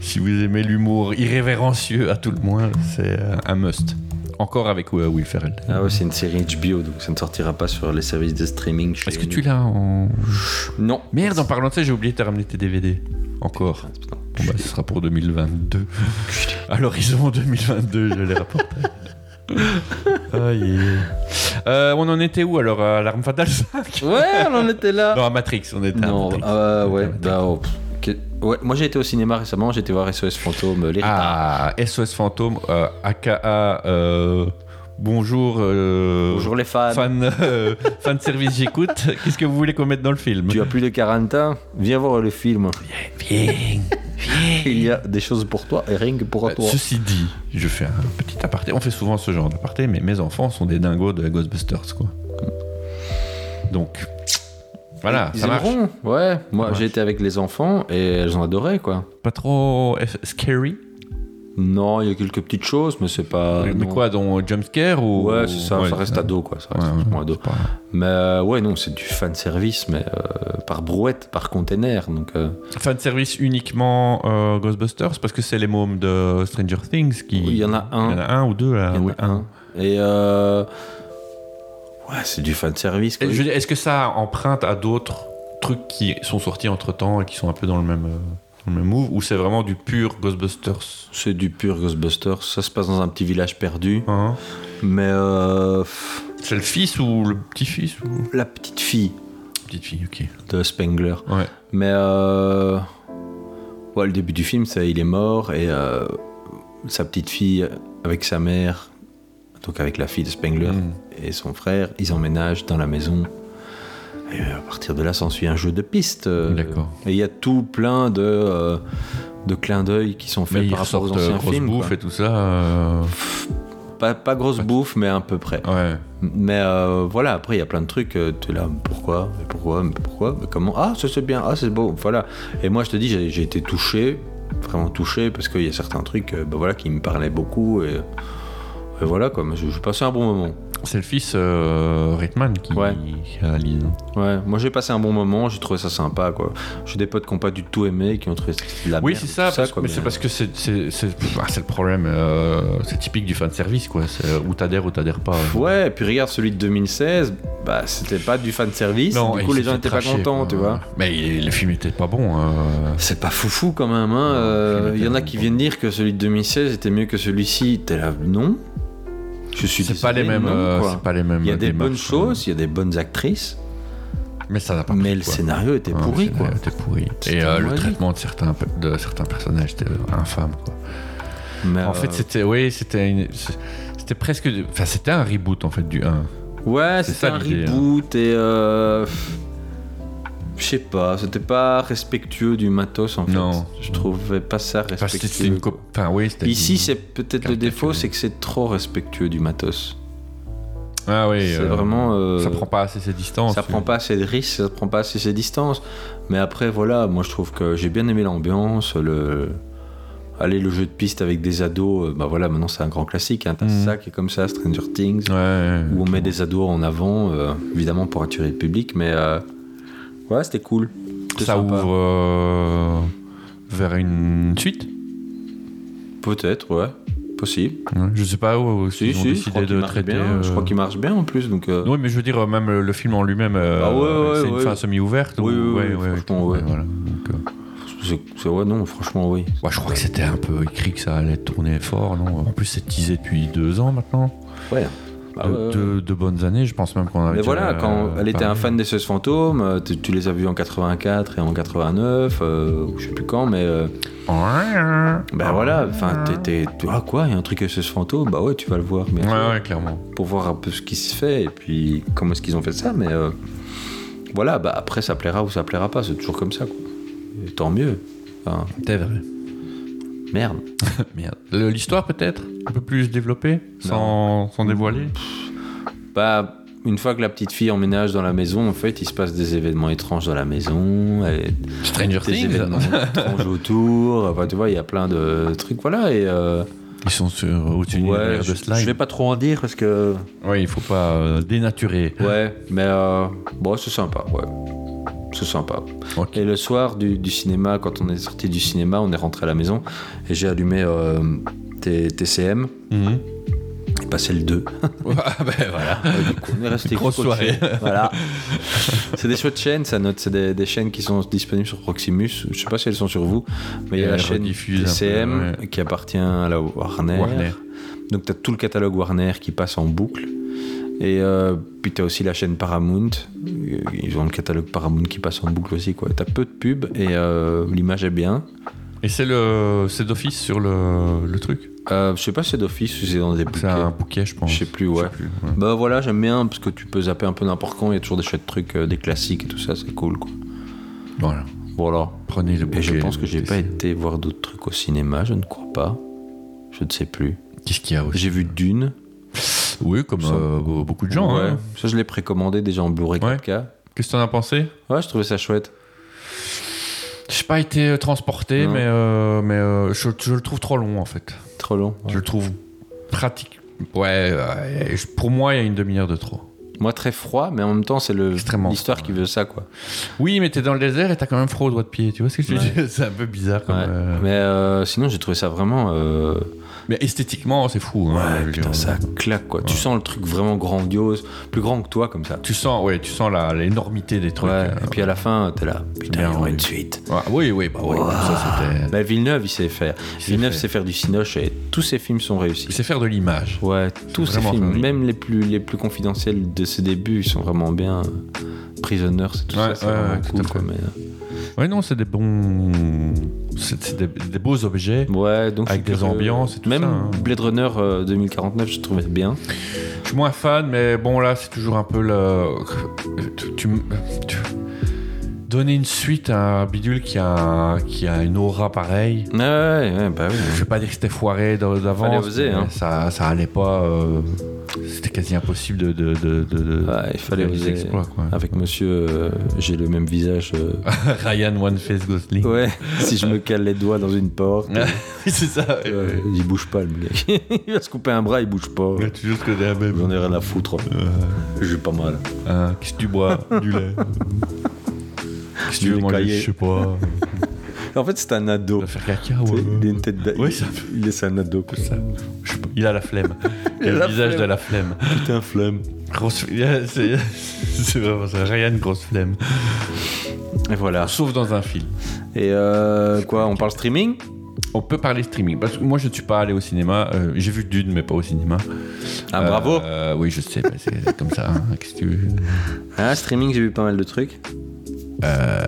si vous aimez l'humour irrévérencieux, à tout le moins, c'est euh, un must. Encore avec euh, Will Ferrell.
Ah ouais, c'est une série HBO, donc ça ne sortira pas sur les services de streaming. chez
Est-ce que
nous.
tu l'as en.
Non.
Merde, en parlant de ça, j'ai oublié de te ramener tes DVD. Encore.
Putain.
Bon, bah, ce sera pour 2022. À l'horizon 2022, je les rapporte. Aïe, aïe, aïe. Euh, on en était où alors À l'arme fatale 5
Ouais, on en était là.
Non, à Matrix, on était à
Non,
Matrix.
ah
On était à
ouais,
Matrix.
bah, oh, pff, que- ouais. Moi j'ai été au cinéma récemment, j'ai été voir SOS Fantôme, l'héritage.
Ah, SOS Fantôme, euh, aka euh, Bonjour. euh,
Bonjour les fans.
Fan, euh, fan service, j'écoute. Qu'est-ce que vous voulez qu'on mette dans le film
Tu as plus de 40 ans, viens voir le film.
Bien. Eh.
Il y a des choses pour toi et rien que pour
Euh,
toi.
Ceci dit, je fais un petit aparté. On fait souvent ce genre d'aparté, mais mes enfants sont des dingos de Ghostbusters, quoi. Donc, voilà,
Ils
ça marche.
aimeront. Ouais, moi
marche.
j'ai été avec les enfants et elles ont adoré quoi.
Pas trop eff- scary.
Non, il y a quelques petites choses, mais c'est pas.
mais
Ah, non.
quoi, dans jumpscare ou
Ouais, c'est ça,
Ouais,
ça reste ado quoi. Ça
Ouais,
reste
ouais,
franchement ado.
c'est pas-
Mais euh, ouais, non, c'est du fan service, mais euh, par brouette, par container. Donc, euh,
Fan service uniquement euh, Ghostbusters parce que c'est les mômes de Stranger Things qui.
il y en a un.
Il y en a un ou deux là.
Il y en
oui,
a un. Et euh, ouais, c'est du fan service. quoi.
Et je veux dire, Est-ce que ça emprunte à d'autres trucs qui sont sortis entre temps et qui sont un peu dans le même, euh, dans le même move ou c'est vraiment du pur Ghostbusters
C'est du pur Ghostbusters. Ça se passe dans un petit village perdu.
Hein
Mais euh, pff,
C'est le fils ou le petit-fils ou
la petite fille
petite fille, ok.
de Spengler.
Ouais.
Mais euh, ouais, le début du film, c'est il est mort et euh, sa petite fille avec sa mère, donc avec la fille de Spengler
Mm.
et son frère, ils emménagent dans la maison. Et euh, à partir de là, s'ensuit un jeu de piste. euh,
D'accord.
Et il y a tout plein de, euh, de clins d'œil qui sont faits
Mais ils
par rapport aux
ressortent euh,
anciens
grosse
films.
bouffe
quoi.
et tout ça. euh,
Pas, pas grosse bouffe, mais à peu près.
Ouais.
Mais euh, voilà, après, il y a plein de trucs. euh, Tu es là, pourquoi Mais pourquoi Mais pourquoi Mais comment Ah, ça c'est bien, ah, c'est beau, voilà. Et moi, je te dis, j'ai j'ai été bah, touché, vraiment touché, parce qu'il y a certains trucs euh, ben voilà, qui me parlaient beaucoup. Et, Et voilà quoi, mais je, je passais un bon moment.
C'est le fils euh, Reitman qui,
Ouais.
qui réalise.
Ouais, moi j'ai passé un bon moment, j'ai trouvé ça sympa quoi. J'ai des potes qui n'ont pas du tout aimé, qui ont trouvé de la
oui,
Ah, merde
c'est
et
ça,
tout
parce-
quoi,
mais c'est parce que c'est c'est- c'est- pff, ah, c'est le problème. euh, c'est typique du fan service, quoi. C'est euh, ou t'adhères ou t'adhères pas.
euh, Ouais, et puis regarde celui de 2016, bah c'était pas du fan service, du
et
coup
il s'est
les gens
fait
étaient pas
tracher,
contents,
quoi.
tu vois.
Mais il- le film était pas bon. euh.
C'est pas foufou quand même, hein. euh,
film
Il y en a
était
qui
bon.
viennent dire que celui de 2016 était mieux que celui-ci. T'es là, non Je suis
C'est pas les
désolé,
mêmes.
non,
euh,
quoi.
c'est pas les mêmes.
Il y a des bonnes
démarches,
choses, il y a des bonnes actrices,
euh, Mais ça n'a pas.
mais
pris,
le
quoi.
scénario était
Ouais,
pourri,
le
quoi.
scénario était pourri.
C'était
Et euh, le
moisi.
traitement de certains de certains personnages était infâme. quoi.
Mais,
En
euh,
fait, c'était oui, c'était une- c'était presque, du- enfin, c'était un reboot en fait du 1.
Ouais,
c'est
c'était
ça
un
l'idée, hein.
reboot et. euh, pff, Je sais pas, c'était pas respectueux du matos en fait.
Non.
Je trouvais pas ça
Enfin,
respectueux.
c'était c'était une
quoi.
cop- Enfin, oui, c'était.
Ici,
une-
c'est peut-être le
Caricature.
défaut, c'est que c'est trop respectueux du matos.
Ah oui.
c'est
euh,
vraiment. euh,
Ça prend pas assez ses distances.
Ça prend pas assez de risques, ça prend pas assez ses distances. Mais après, voilà, moi je trouve que j'ai bien aimé l'ambiance, le. Allez, le jeu de piste avec des ados, euh, bah voilà, maintenant c'est un grand classique. Hein. T'as
Mhm.
ça qui est comme ça, Stranger Things,
Ouais, Ouais.
où on met des ados en avant, euh, évidemment pour attirer le public, mais euh, ouais, c'était cool. C'était
Ça
sympa.
ouvre euh, vers une suite.
Peut-être, ouais, possible.
Ouais, Je sais pas où.
Si,
ils ont
si, je
décidé
crois qu'il
de
marche
traiter.
bien, je
euh,
crois qu'il marche bien en plus, donc. euh,
Oui, mais je veux dire, euh, même le, le film en lui-même, euh,
Ah ouais, ouais,
c'est une
ouais.
fin semi-ouverte.
Oui,
ou-
oui,
ouais,
oui,
ouais,
franchement, ouais.
voilà. Donc, euh,
C'est c'est- ouais, non, franchement, oui.
ouais, je crois que c'était un peu écrit que ça allait tourner fort, non En plus, c'est teasé depuis deux ans maintenant.
Ouais. Bah,
de,
ouais, ouais.
de- de bonnes années, je pense même qu'on avait.
Mais
déjà,
voilà, quand
euh,
elle était un
parlé.
fan des Seuses Fantômes, euh, tu, tu les as vus en 84 et en 89, euh, ou je sais plus quand, mais euh,
Ah.
ben voilà, enfin, t'étais. tu- Ah quoi, il y a un truc Seuses Fantômes Bah ouais, tu vas le voir, mais
Ouais, ouais, clairement.
pour voir un peu ce qui se fait et puis comment est-ce qu'ils ont fait ça, mais euh, voilà, bah après ça plaira ou ça plaira pas, c'est toujours comme ça, quoi. Et tant mieux. Enfin,
T'es vrai.
merde.
Merde. Le- euh, L'histoire peut-être un peu plus développée, sans, sans dévoiler.
Bah, une fois que la petite fille emménage dans la maison, en fait, il se passe des événements étranges dans la maison. Et
Stranger
des événements étranges autour. Enfin, tu vois, il y a plein de trucs. Voilà. Et euh,
Ils sont sur euh, au-dessus de
ouais,
l'ère
je,
de slime.
je vais pas trop en dire parce que.
Ouais, il faut pas euh, dénaturer.
Ouais, mais euh, bon, c'est sympa. Ouais, c'est sympa.
Ok.
Et le soir du, du cinéma, quand on est sorti du cinéma, on est rentré à la maison et j'ai allumé euh, T- TCM.
Mhm.
et passé le 2.
Ah, ben voilà.
Ouais, du coup, on est resté
Grosse
sur Proxy.
soirée.
Voilà. c'est des chouettes chaînes, ça note. C'est des, des chaînes qui sont disponibles sur Proximus. Je sais pas si elles sont sur vous, mais il y a
Et
la
elles
chaîne
rediffusent un peu,
TCM
ouais.
qui appartient à la Warner.
Warner.
Donc tu as tout le catalogue Warner qui passe en boucle. Et euh, puis tu as aussi la chaîne Paramount. Ils ont le catalogue Paramount qui passe en boucle aussi. Tu as peu de pubs et euh, l'image est bien.
Et c'est le, c'est d'office sur le, le truc.
Euh, je sais pas si c'est d'office ou c'est dans des
C'est
bouquets.
un bouquet, je pense.
Je sais plus, ouais.
ouais.
Bah voilà, j'aime bien parce que tu peux zapper un peu n'importe quand, il y a toujours des chouettes trucs, euh, des classiques et tout ça, c'est cool quoi.
Voilà.
Voilà.
Prenez le bouquet.
Et je pense que j'ai pas
TCM.
été voir d'autres trucs au cinéma, je ne crois pas. Je ne sais plus.
Qu'est-ce qu'il y a aussi
J'ai vu Dune.
Oui, comme
Ça-
euh, be- beaucoup de gens.
ouais.
hein.
Ça, je l'ai précommandé déjà en Blu-ray
Ouais.
4K.
Qu'est-ce que t'en as pensé
Ouais, je trouvais ça chouette.
J'ai pas été euh, transporté,
Non.
mais, euh, mais euh, je, je le trouve trop long en fait.
Trop long. ouais.
Je le trouve pratique. Ouais, ouais, je- pour moi, il y a une demi-heure de trop.
Moi, très froid, mais en même temps, c'est le-
Extrêmement
l'histoire
froid,
qui veut ça quoi.
Oui, mais t'es dans le désert et t'as quand même froid au doigt de pied. Tu vois ce que je veux dire C'est un peu bizarre. Comme,
Ouais.
euh,
Mais euh, sinon, j'ai trouvé ça vraiment. euh,
Mais esthétiquement, c'est fou. hein, je veux
putain,
dire.
ça claque quoi. Tu sens le truc vraiment grandiose, plus grand que toi comme ça.
Tu sens, ouais, tu sens la- l'énormité des trucs.
Ouais,
euh,
et puis à la fin, t'es là, putain,
Bien
il y aura
rendu.
une suite.
ouais, oui, oui, bah oui, ça, c'était-
Bah, Villeneuve, il sait faire.
sait
Villeneuve
faire.
sait faire du cinoche et tous ses films sont
Il
réussis.
sait faire de l'image.
Ouais, tous ses
vraiment
films,
faire.
même les plus, les plus confidentiels de ses débuts, ils sont vraiment bien. Prisoners et tout
Ouais,
ça, c'est
ouais,
vraiment
ouais, tout
cool.
à fait.
quoi, mais,
Ouais, non, c'est des bons. C'est c'est des, des beaux objets.
euh, Ouais, donc
Avec
je suis
des
curieux.
ambiances et tout
Même
ça, hein.
Blade Runner euh, 2049, je trouvais bien.
Je suis moins fan, mais bon, là, c'est toujours un peu le. Tu, tu- tu- Donner une suite à un bidule qui a, un- qui a une aura pareille.
Ouais, ouais, ouais, bah oui.
Je vais pas dire que c'était foiré d'a-
Fallait
d'avance.
oser,
mais
hein.
Ça, ça allait pas. euh, C'était quasi impossible de. de, de, de- de-
Ouais, il fallait
faire des
oser.
exploits, quoi.
Avec monsieur, euh, j'ai le même visage. euh,
Ryan One Face Gosling.
Ouais, si je me cale les doigts dans une porte.
Oui, c'est ça. ouais.
euh, il bouge pas le mec. il va se couper un bras, il bouge pas.
Ouais, tu juste que des ABM.
J'en ai rien à foutre. Je vais pas mal.
Hein, Qu'est-ce que tu bois Du lait. Qu'est-ce que tu
Du
veux
lait
manger
caillé.
Je sais pas.
En fait, c'est un
Tu
ado.
vas faire caca
Tu
ouais.
sais, Il a une tête d'a-
Ouais, ça-
Il il est un ado. quoi.
ça. Je sais pas. Il a la flemme. Il a
la
le visage
flemme.
de la flemme.
Putain, flemme.
Grosse... il a- C'est c'est vraiment ça. Ryan, grosse flemme.
Et voilà.
Sauf dans un film.
Et euh, quoi, on parle streaming
On peut parler streaming. Parce que moi, je ne suis pas allé au cinéma. Euh, J'ai vu Dune, mais pas au cinéma.
Ah,
Euh,
bravo.
euh, Oui, je sais. bah, C'est comme ça. hein. Qu'est-ce que tu veux
Ah, streaming, j'ai vu pas mal de trucs.
Euh,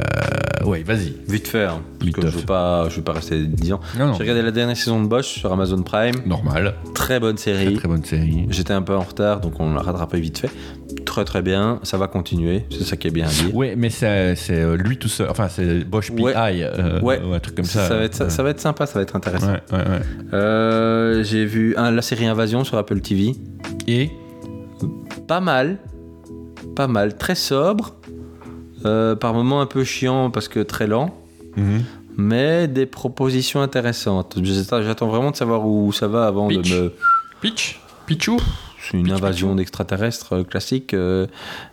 Ouais, vas-y.
Vite fait. hein, parce
Vite
que je
fait.
veux pas, je veux pas rester 10 ans.
Non, non.
J'ai regardé la dernière saison de Bosch sur Amazon Prime.
Normal.
Très bonne
Très,
série.
très bonne série.
J'étais un peu en retard, donc on l'a rattrapé vite fait. Très très bien, ça va continuer, c'est ça qui est bien dit.
Ouais, mais c'est c'est, euh, lui tout seul. Enfin, c'est Bosch PI
Ouais.
euh,
Ouais.
ou un truc comme
Ça,
ça.
ça va être, ça, ça va être sympa, ça va être intéressant.
Ouais, ouais, ouais.
Euh, J'ai vu un- la série Invasion sur Apple TV.
Et
Pas mal, pas mal, très sobre, euh, par moments un peu chiant parce que très lent,
Mhm.
mais des propositions intéressantes. J'attends j'attends vraiment de savoir où ça va avant
Pitch.
de me...
Pitch Pichou
C'est une invasion d'extraterrestres euh, classique, euh,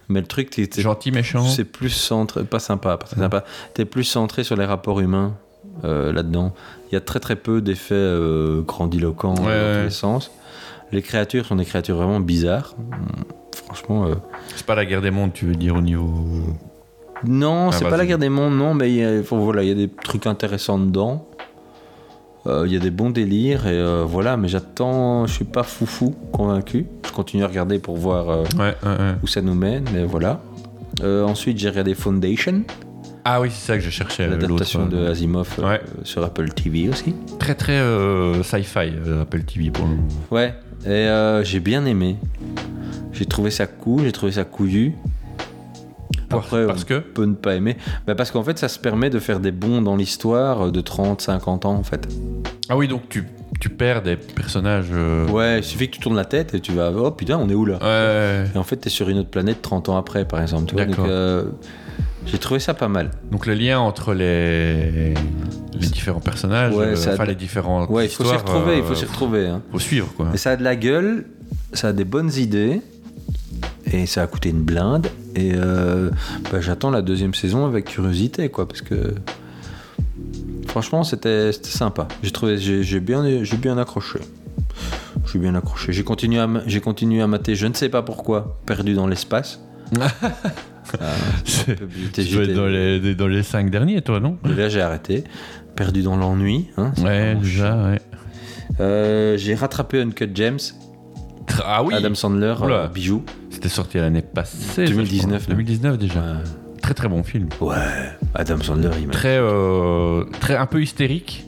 mais le truc, c'est- c'est
Gentil, méchant.
C'est plus centré, pas sympa, pas très sympa. T'es plus centré sur les rapports humains euh, là-dedans. Il y a très très peu d'effets euh, grandiloquents
Ouais,
euh, dans
ouais.
tous les sens. Les créatures sont des créatures vraiment bizarres. Hum, Franchement, euh,
C'est pas la guerre des mondes, tu veux dire, au niveau.
non,
Ah,
c'est pas
vas-y.
la guerre des mondes, non, mais il y a, enfin, voilà, il y a des trucs intéressants dedans. Euh, Il y a des bons délires et euh, voilà, mais j'attends, je suis pas foufou convaincu. Je continue à regarder pour voir euh,
Ouais, ouais, ouais.
où ça nous mène, mais voilà. Euh, ensuite, j'ai regardé Foundation.
Ah oui, c'est ça que je cherchais. euh,
L'adaptation
l'autre,
de
euh,
Asimov euh,
Ouais.
sur Apple TV aussi.
Très, très euh, sci-fi, euh, Apple TV pour le moment.
Ouais, et euh, j'ai bien aimé. J'ai trouvé ça cool, j'ai trouvé ça couillu. Après, euh,
Parce
on
que.
peut ne pas aimer. Bah, parce qu'en fait, ça se permet de faire des bonds dans l'histoire euh, de 30, 50 ans en fait.
Ah oui, donc tu, tu perds des personnages. euh,
Ouais, il suffit que tu tournes la tête et tu vas, oh putain, on est où là
ouais.
Et en fait, t'es sur une autre planète 30 ans après, par exemple. tu vois. Donc,
D'accord.
euh, j'ai trouvé ça pas mal.
Donc le lien entre les, les différents personnages,
Ouais,
euh,
ça-
enfin les différentes
Ouais, il faut
histoires.
s'y retrouver,
euh,
il faut s'y retrouver. hein.
faut suivre quoi.
Et ça a de la gueule, ça a des bonnes idées, et ça a coûté une blinde. Et euh, bah, j'attends la deuxième saison avec curiosité, quoi, parce que franchement, c'était c'était sympa. J'ai trouvé, j'ai j'ai bien, j'ai bien accroché. J'ai bien accroché. J'ai continué, à ma- j'ai continué à mater, je ne sais pas pourquoi, perdu dans l'espace.
C'est-
J'étais-
Tu dois être
j'étais-
dans les, dans les cinq derniers, toi, non
Là, j'ai arrêté. Perdu dans l'ennui. hein, c'est
Ouais,
vraiment
déjà, ouais.
chiant. Euh, j'ai rattrapé Uncut James,
Ah oui
Adam Sandler,
Oula.
euh, bijou.
C'était sorti l'année passée.
2019,
je crois. 2019 déjà. Très très bon film.
Euh, Ouais, Adam Sandler, il m'a
Très, euh, très un peu hystérique.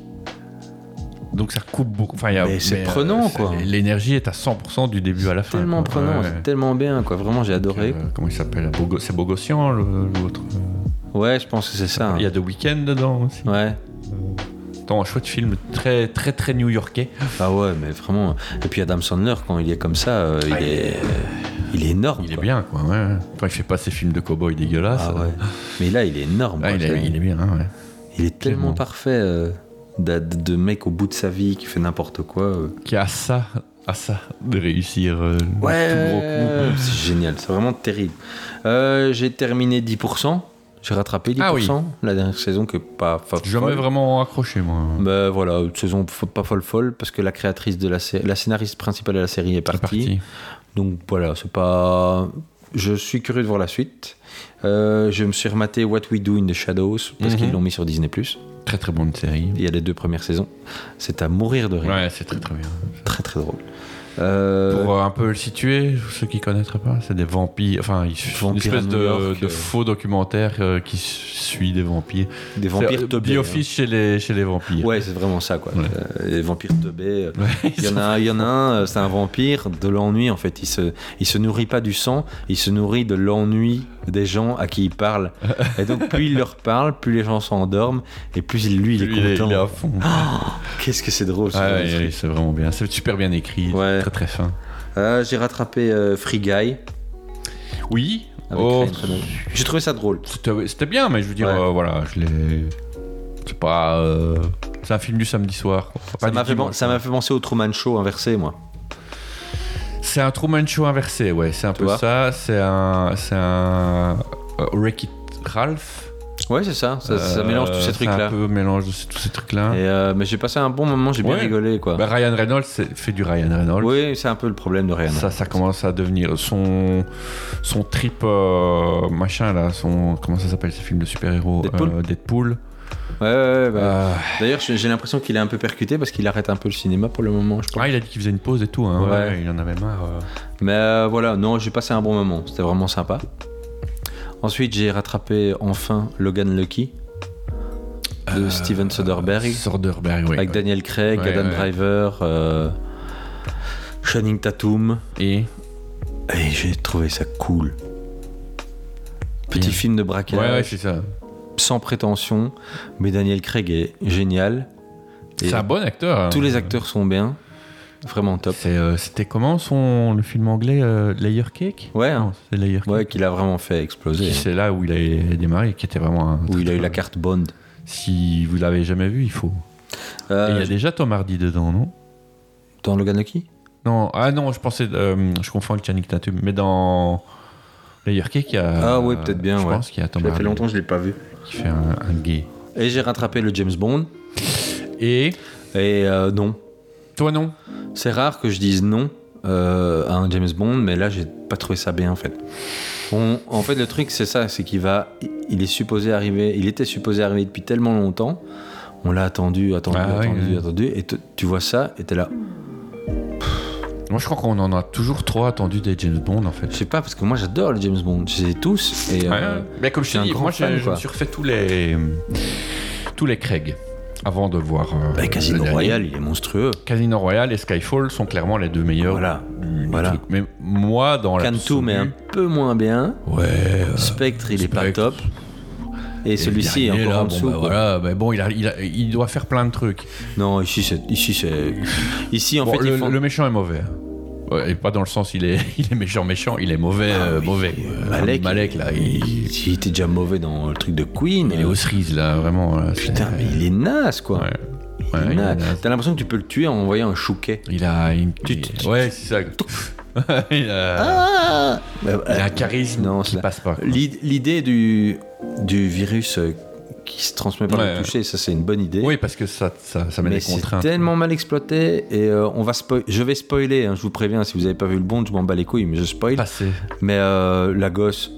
Donc ça coupe beaucoup. Enfin, il y a-
Mais c'est
euh,
prenant,
c'est-
quoi.
L'énergie est à 100% du début à la fin.
tellement
quoi.
prenant,
Ouais,
c'est
ouais.
tellement bien, quoi. Vraiment, j'ai adoré.
Euh, comment il s'appelle Bogo- C'est Bogossian le- l'autre.
Ouais, je pense que c'est ça. hein.
euh, Il y a The Weeknd dedans aussi.
Ouais.
Attends, un chouette film très très très new-yorkais.
Ah ouais, mais vraiment. Et puis Adam Sandler, quand il est comme ça, euh, il, est... il est énorme.
Ah, Il est
quoi.
bien quoi. Ouais. Enfin, il fait pas ces films de cow-boy dégueulasses.
Ah ouais. Mais là, il est énorme.
Ah,
quoi.
il,
C'est-
est, il est bien, hein, ouais.
il est tellement
Clairement.
parfait euh, d'a- de, de mec au bout de sa vie qui fait n'importe quoi. euh.
Qui a ça, à ça de réussir euh, le tout gros coup.
C'est génial, c'est vraiment terrible. Euh, j'ai terminé 10%. J'ai rattrapé 10%
Ah oui.
la dernière saison que pas. pas
Jamais
folle.
vraiment accroché, moi.
Ben voilà, une saison fo- pas folle folle parce que la créatrice de la sé- la scénariste principale de la série est
C'est
partie.
parti.
Donc voilà, c'est pas. Je suis curieux de voir la suite. Euh, je me suis rematé What We Do in the Shadows parce
Mhm.
qu'ils l'ont mis sur Disney Plus.
Très très bonne série.
Il y a les deux premières saisons. C'est à mourir de rire.
Ouais, c'est très très bien.
Très très drôle. Euh,
Pour euh, un peu le situer, pour ceux qui connaîtraient pas, c'est des vampires. Enfin, ils- une
Vampires à
espèce
New
de,
York,
de
euh.
faux documentaire euh, qui suit des vampires.
des vampires
C'est, euh,
teubés.
Biofish chez les chez les vampires.
hein. Ouais, c'est vraiment ça quoi.
Ouais.
Euh, les vampires teubés.
Ouais,
Il y en a, un- il y en a un, euh, c'est un vampire de l'ennui en fait. Il se, il se nourrit pas du sang, il se nourrit de l'ennui des gens à qui il parle. Et donc plus il leur parle, plus les gens s'endorment et plus il- lui il
Lui, il est,
est content.
il est à fond.
Qu'est-ce que c'est drôle. ce
Ah
genre de
ouais,
truc.
ouais, c'est vraiment bien. C'est super bien écrit.
Ouais.
Très très fin.
Euh, j'ai rattrapé euh, Free Guy.
Oui.
avec
Oh,
Ryan Reynolds. J'ai trouvé ça drôle.
c'était c'était bien, mais je veux dire,
Ouais.
euh, voilà, je l'ai. C'est pas. euh, C'est un film du samedi soir. quoi. Pas
Ça
du
m'a fait,
dimanche.
pen- ça m'a fait penser au Truman Show inversé, moi.
C'est un Truman Show inversé, ouais, c'est un
Tu
peu
vois
ça. C'est un. C'est un. euh, Wreck It Ralph.
Ouais, c'est ça. Ça, ça
Euh,
mélange tous ces
C'est un
trucs-là.
peu mélange de ces- tous ces trucs-là.
Et, euh, mais j'ai passé un bon moment, j'ai bien
Ouais.
rigolé, quoi.
Bah, Ryan Reynolds c'est- fait du Ryan Reynolds.
oui, c'est un peu le problème de rien.
Ça, ça commence à devenir son son trip euh, machin là, son comment ça s'appelle ce film de super-héros
Deadpool
Euh, Deadpool.
Ouais, ouais, ouais, bah.
Euh,
D'ailleurs, j'ai j'ai l'impression qu'il est un peu percuté parce qu'il arrête un peu le cinéma pour le moment, je pense.
ah, il a dit qu'il faisait une pause et tout hein.
Ouais.
Ouais, il en avait marre. euh.
Mais euh, voilà, non, j'ai passé un bon moment. C'était vraiment sympa. Ensuite, j'ai rattrapé enfin Logan Lucky de Steven Soderbergh
Euh, Soderbergh, Euh, oui.
avec Daniel Craig,
Ouais,
Adam
ouais.
Driver, euh, Channing Tatum.
Et
Et j'ai trouvé ça cool. Petit
Bien.
film de
ouais,
braquage,
ouais, c'est ça.
sans prétention, mais Daniel Craig est génial. Et
C'est un bon acteur. hein.
Tous les acteurs sont bien, vraiment top.
C'est, euh, c'était comment son le film anglais euh, Layer Cake
Ouais, hein.
Non, c'est Layer Cake.
ouais, qu'il a vraiment fait
Qui,
exploser.
C'est là où il a démarré, qui était vraiment un.
Où il a eu la carte Bond.
Si vous l'avez jamais vu, il faut. Et
Euh,
il y a déjà Tom Hardy dedans, non
Dans Logan Lucky
Non, ah non, je pensais, euh, je confonds avec Channing Tatum, mais dans Layer Cake, il y a.
Ah ouais, peut-être bien,
Je
ouais.
pense qu'il y a Tom Hardy
je l'ai pas vu.
qui fait un, un gay.
Et j'ai rattrapé le James Bond.
Et
Et euh, non.
toi non
C'est rare que je dise non euh, à un James Bond, mais là, j'ai pas trouvé ça bien en fait. On- en fait, le truc, c'est ça c'est qu'il va. Il est supposé arriver. Il était supposé arriver depuis tellement longtemps. On l'a attendu, attendu,
Ah, ouais,
attendu,
ouais.
attendu. Et te- tu vois ça, et t'es là.
Moi, je crois qu'on en a toujours trop attendu des James Bond en
Je
fait.
sais pas, parce que moi, j'adore les James Bond. Je les ai tous. Et, euh,
Ouais, mais comme je
suis
te
un
dis,
grand
moi,
fan,
je, je
quoi.
me suis refait tous les tous les Craig avant de voir. euh,
bah, Casino
le dernier.
Royale, il est monstrueux.
Casino Royale et Skyfall sont clairement les deux meilleurs.
Voilà.
du- du
Voilà.
truc. Mais moi, dans la.
Cantu, mais un peu moins bien.
Ouais. euh,
Spectre, il est pas
Spectre.
top. Et, celui-ci est
dernier,
encore
là,
en
bon,
dessous.
bah,
quoi.
voilà, mais bon, il, a- il, a- il doit faire plein de trucs.
Non, ici, c'est. Ici, c'est- ici en
Bon,
fait,
le,
ils font.
le méchant est mauvais. hein. Ouais, et pas dans le sens il est, il est méchant méchant, il est mauvais euh, mauvais. quoi.
Ah, Malek.
là, il,
Il était déjà mauvais dans le truc de Queen.
il est aux cerises là, vraiment. là, c'est-
Putain, mais il est naze, quoi.
Ouais.
Il
Ouais,
est
il est
naze.
naze.
T'as l'impression que tu peux le tuer en envoyant un chouquet.
Il a une
Tu- tu- tu-
Ouais, c'est ça. il, a,
Ah Bah,
il a
euh,
un charisme
non,
qui
c'est-
passe pas. quoi.
l'id- L'idée du, du virus euh, qui se transmet par
Ouais.
le toucher, ça, c'est une bonne idée.
Oui, parce que ça, ça, ça met
Mais
des
c'est
contraintes.
tellement mal exploité et euh, on va spoil- je vais spoiler, hein, je vous préviens, si vous n'avez pas vu le Bond, je m'en bats les couilles, mais je spoil.
passé.
Mais euh, la gosse,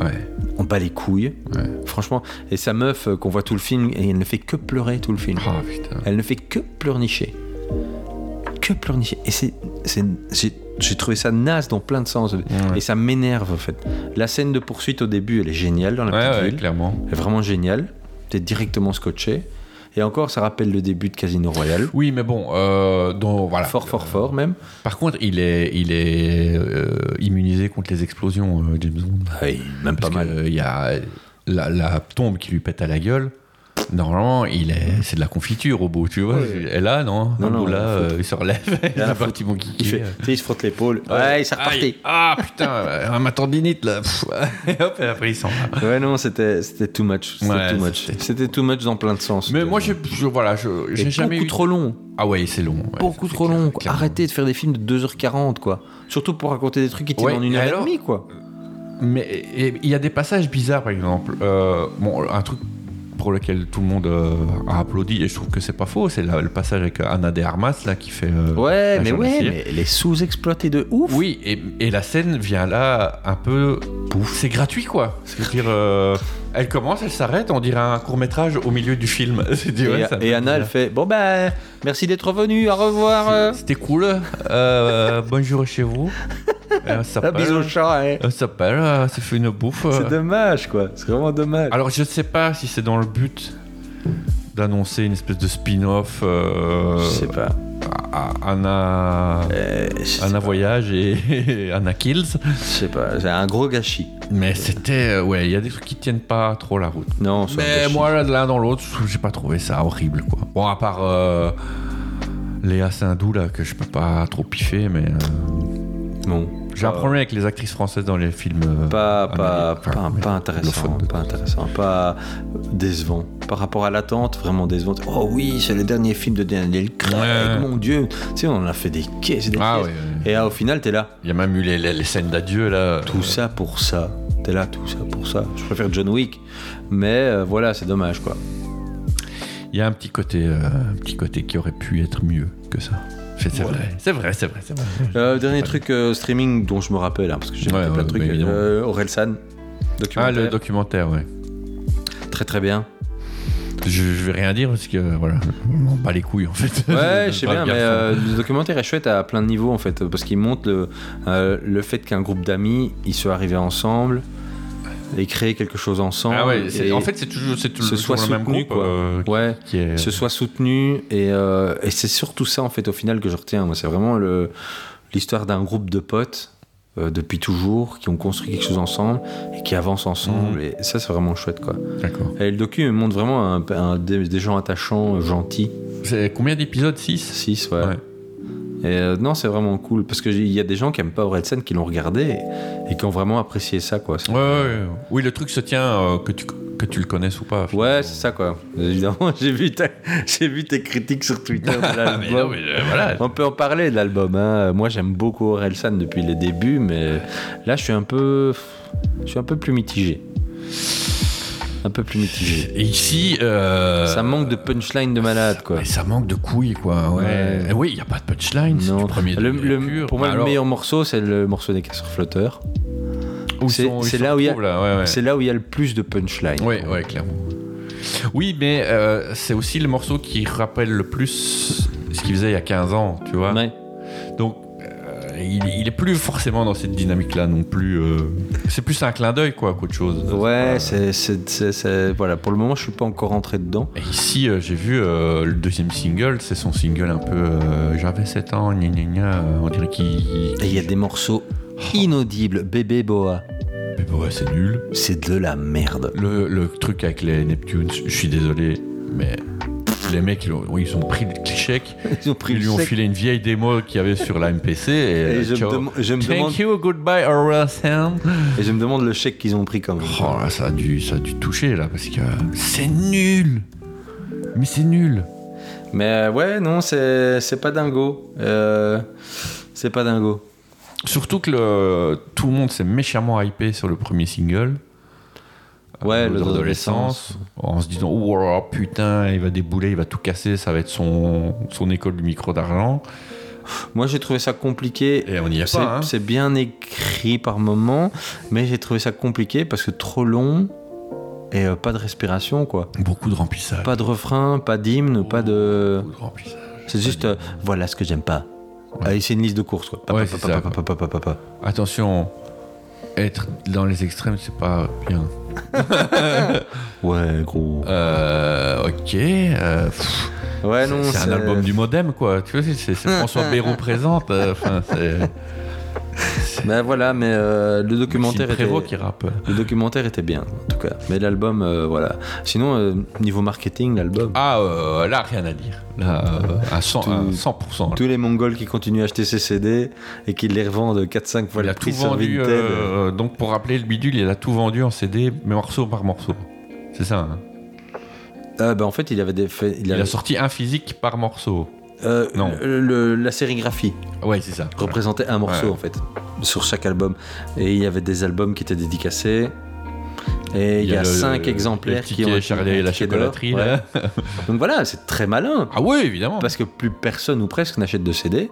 Ouais.
on bat les couilles,
Ouais.
franchement. Et sa meuf euh, qu'on voit tout le film, et elle ne fait que pleurer tout le film.
Ah putain.
Elle ne fait que pleurnicher. Que pleurnicher. Et c'est, c'est- j'ai, j'ai trouvé ça naze dans plein de sens. Et ça m'énerve en fait. La scène de poursuite au début, elle est géniale dans la
Ouais,
petite
ouais,
ville.
clairement.
Elle est vraiment géniale. T'es directement scotché. Et encore, ça rappelle le début de Casino Royale.
Oui, mais bon, euh, donc voilà.
Fort, fort, fort même.
Par contre, il est, il est euh, immunisé contre les explosions, euh, James Bond.
même
Parce que, euh, Il y a la, la tombe qui lui pète à la gueule. Normalement, il est, c'est de la confiture au bout, tu vois. Et là, non,
Non,
non,
non,
là,
il a la
euh, il se relève, il
la
est parti mon kiki.
Il, fait, tu sais, il se frotte l'épaule. Ouais, c'est reparti.
Aïe. Ah putain, euh, ma tendinite là. Pff. Et hop, et après il s'en va.
Ouais, non, c'était, c'était too much. C'était
Ouais,
too much.
c'était-
C'était too much dans plein de sens.
Mais
De-
moi, je, je- voilà, je-
Et
j'ai jamais
beaucoup
eu.
trop long.
Ah ouais, c'est long. ouais,
beaucoup
ça, c'est
trop
clair,
long. quoi.
clairement.
Arrêtez de faire des films de 2h40, quoi. Surtout pour raconter des trucs qui tiennent
Ouais,
en une
et
heure
alors
et demie, quoi.
Mais et- et il y a des passages bizarres, par exemple. Euh, bon, un truc pour lequel tout le monde euh, a applaudi, et je trouve que c'est pas faux, c'est la- le passage avec Anna de Armas, là, qui fait. euh,
Ouais,
la
mais ouais,
journaliste.
mais elle est sous-exploitée de ouf.
Oui, et, et la scène vient là un peu. C'est gratuit, quoi. C'est-à-dire. euh, elle commence, elle s'arrête, on dirait un court-métrage au milieu du film. C'est
Et,
dit, ouais, ça me
et
fait
Anna, elle
bizarre.
fait Bon, ben, merci d'être venu, au revoir. euh.
C'était cool. Euh, bonjour chez vous. Euh, ça
Ah, bisous au chat, hein.
Ça s'appelle, euh, ça fait une bouffe. euh.
C'est dommage, quoi. C'est vraiment dommage.
Alors je sais pas si c'est dans le but d'annoncer une espèce de spin-off euh,
je sais pas.
à à Anna,
Euh, je sais
Anna
pas.
Voyage et, et Anna Kills,
Je sais pas. C'est un gros gâchis.
mais c'était euh, ouais, il y a des trucs qui tiennent pas trop la route.
Non, c'est un
Mais
gâchis.
moi là, de l'un dans l'autre, j'ai pas trouvé ça horrible quoi. Bon à part euh, Léa Sindou, là, que je peux pas trop piffer, mais. euh,
Non.
J'ai un problème avec les actrices françaises dans les films. euh,
Euh, Pas, pas,
américains.
pas,
Enfin,
pas intéressant.
anglophone.
Pas intéressant. Pas décevant. Par rapport à l'attente, vraiment décevant. Oh oui, c'est le dernier film de Daniel Craig,
Ouais.
mon dieu. Tu sais, on en a fait des caisses et des
Ah
caisses.
ouais.
Et là, au final, t'es là.
Il y a même eu les, les- les scènes d'adieu, là.
Tout ça pour ça. T'es là, tout ça pour ça. Je préfère John Wick. Mais euh, voilà, c'est dommage, quoi.
Il y a un petit côté, euh, un petit côté qui aurait pu être mieux que ça. C'est c'est vrai, c'est vrai, c'est vrai, c'est vrai.
Euh, dernier truc euh, streaming dont je me rappelle, hein, parce que j'ai
Ouais,
noté plein de
ouais,
trucs.
bah, évidemment.
Euh, Orelsan,
Ah,
documentaire.
le documentaire, ouais.
Très très bien.
Je, je vais rien dire parce que, voilà, on m'en bat les couilles, en fait.
Ouais, je sais
Pas
bien, mais
garçon.
euh, le documentaire est chouette à plein de niveaux en fait, parce qu'il montre le, euh, le fait qu'un groupe d'amis, ils soient arrivés ensemble et créer quelque chose ensemble.
Ah ouais, c'est-
et
en fait, c'est toujours, c'est
ce
toujours
soit
le même
soutenu,
groupe
quoi.
euh,
ouais,
qui est.
se soit soutenu et, euh, et c'est surtout ça en fait au final que je retiens. Moi, c'est vraiment le l'histoire d'un groupe de potes euh, depuis toujours qui ont construit quelque chose ensemble et qui avancent ensemble. Et ça, c'est vraiment chouette quoi.
D'accord.
Et le docu montre vraiment un- un- des, des gens attachants, gentils.
C'est combien d'épisodes 6
6, ouais. Et euh, non, c'est vraiment cool parce que j'ai- il y a des gens qui aiment pas Orelsan qui l'ont regardé et, et qui ont vraiment apprécié ça quoi. C'est-
Ouais, ouais, ouais. Oui, le truc se tient, euh, que, tu, que tu le connaisses ou pas.
Ouais, c'est ça quoi. Évidemment, j'ai vu, ta- j'ai vu tes critiques sur Twitter de
Ah, mais non,
l'album.
mais euh, voilà.
On peut en parler de l'album. hein. Moi, j'aime beaucoup Orelsan depuis les débuts, mais là, je suis un peu, je suis un peu plus mitigé. Un peu plus mitigé.
Et ici. euh,
ça manque de punchline de malade, quoi.
Mais ça manque de couilles, quoi. Ouais.
Ouais.
Et oui, il n'y a pas de punchline. C'est du premier
Le-
degré
le-
pur. Bah
pour moi,
Alors,
le meilleur morceau, c'est le morceau des casseurs flotteurs.
où
c'est-
sont-
c'est
sont
là où il y a-
troubles, là, ouais, ouais.
C'est là où il y a le plus de punchline.
Oui, ouais, clairement. Oui, mais euh, c'est aussi le morceau qui rappelle le plus ce qu'il faisait il y a 15 ans, tu vois.
Ouais.
Donc, euh, il, il est plus forcément dans cette dynamique-là non plus. euh, C'est plus un clin d'œil, quoi, qu'autre chose.
Ouais, c'est, c'est- c'est- c'est- voilà. Pour le moment, je suis pas encore rentré dedans.
Et ici, euh, j'ai vu euh, le deuxième single, c'est son single un peu euh, J'avais 7 ans, gna gna gna, euh, on dirait qu'il.
Et il y a des morceaux inaudibles. Bébé Boa,
Mais ouais, c'est nul.
c'est de la merde.
Le, le truc avec les Neptunes, je suis désolé, mais les mecs, ils ont, oui, ils ont pris le cliché,
Ils ont pris
ils lui
le
ont
sec.
filé une vieille démo qu'il y avait sur la MPC. Et,
Et
euh,
je, me
ciao.
dem- je me
Thank
demande,
you, goodbye, Orelsan.
et je me demande le chèque qu'ils ont pris quand même.
Oh là, ça a dû, ça a dû toucher là, parce que c'est nul. Mais c'est nul.
Mais euh, ouais, non, c'est, c'est pas dingo. Euh, c'est pas dingo.
Surtout que le- tout le monde s'est méchamment hypé sur le premier single.
Ouais,
L'odeur de l'essence, en se disant oh là là, putain, il va débouler, il va tout casser, ça va être son, son école du micro d'argent.
Moi, j'ai trouvé ça compliqué.
Et on y est
C'est,
pas. hein.
c'est bien écrit par moment, mais j'ai trouvé ça compliqué parce que trop long et euh, pas de respiration, quoi.
Beaucoup de remplissage.
Pas de refrain, pas d'hymne, pas de.
Beaucoup de remplissage.
C'est juste, euh, voilà ce que j'aime pas. Allez, c'est une liste de courses, quoi. Pa,
Ouais,
pa,
c'est
pa,
ça,
pa, pa, pa, pa, pa.
Attention, être dans les extrêmes, c'est pas bien.
Ouais, gros.
Euh, ok. euh, pff,
Ouais,
C'est-
non,
c'est un album du Modem, quoi. Tu vois, c'est- c'est c'est François Bayrou présente. euh, Enfin, c'est
Ben voilà, mais euh, le
Maxime
documentaire était.
Prévost qui rappe.
Le documentaire était bien, en tout cas. Mais l'album, euh, voilà. Sinon, euh, niveau marketing, l'album.
Ah, euh, là, rien à dire. Là, euh, à 100%. à 100% là.
Tous les Mongols qui continuent à acheter ces CD et qui les revendent 4-5 fois
il
le
a tout
prix sur
vendu.
Vinted.
euh, donc, pour rappeler, le bidule, il a tout vendu en CD, mais morceau par morceau. C'est ça. hein.
Ah, ben, en fait, il avait des fait-
Il
avait-
a sorti un physique par morceau.
Euh,
non.
le- le- la sérigraphie
Ouais, c'est ça. Voilà.
représentait un morceau
Ouais.
en fait sur chaque album et il y avait des albums qui étaient dédicacés et il y, a,
le-
5
le
exemplaires
petit
qui ont
ticket
été
Charlie et la
tickets d'or.
chocolaterie.
Ouais.
là.
donc voilà c'est très malin
Ah, oui, évidemment.
parce que plus personne ou presque n'achète de CD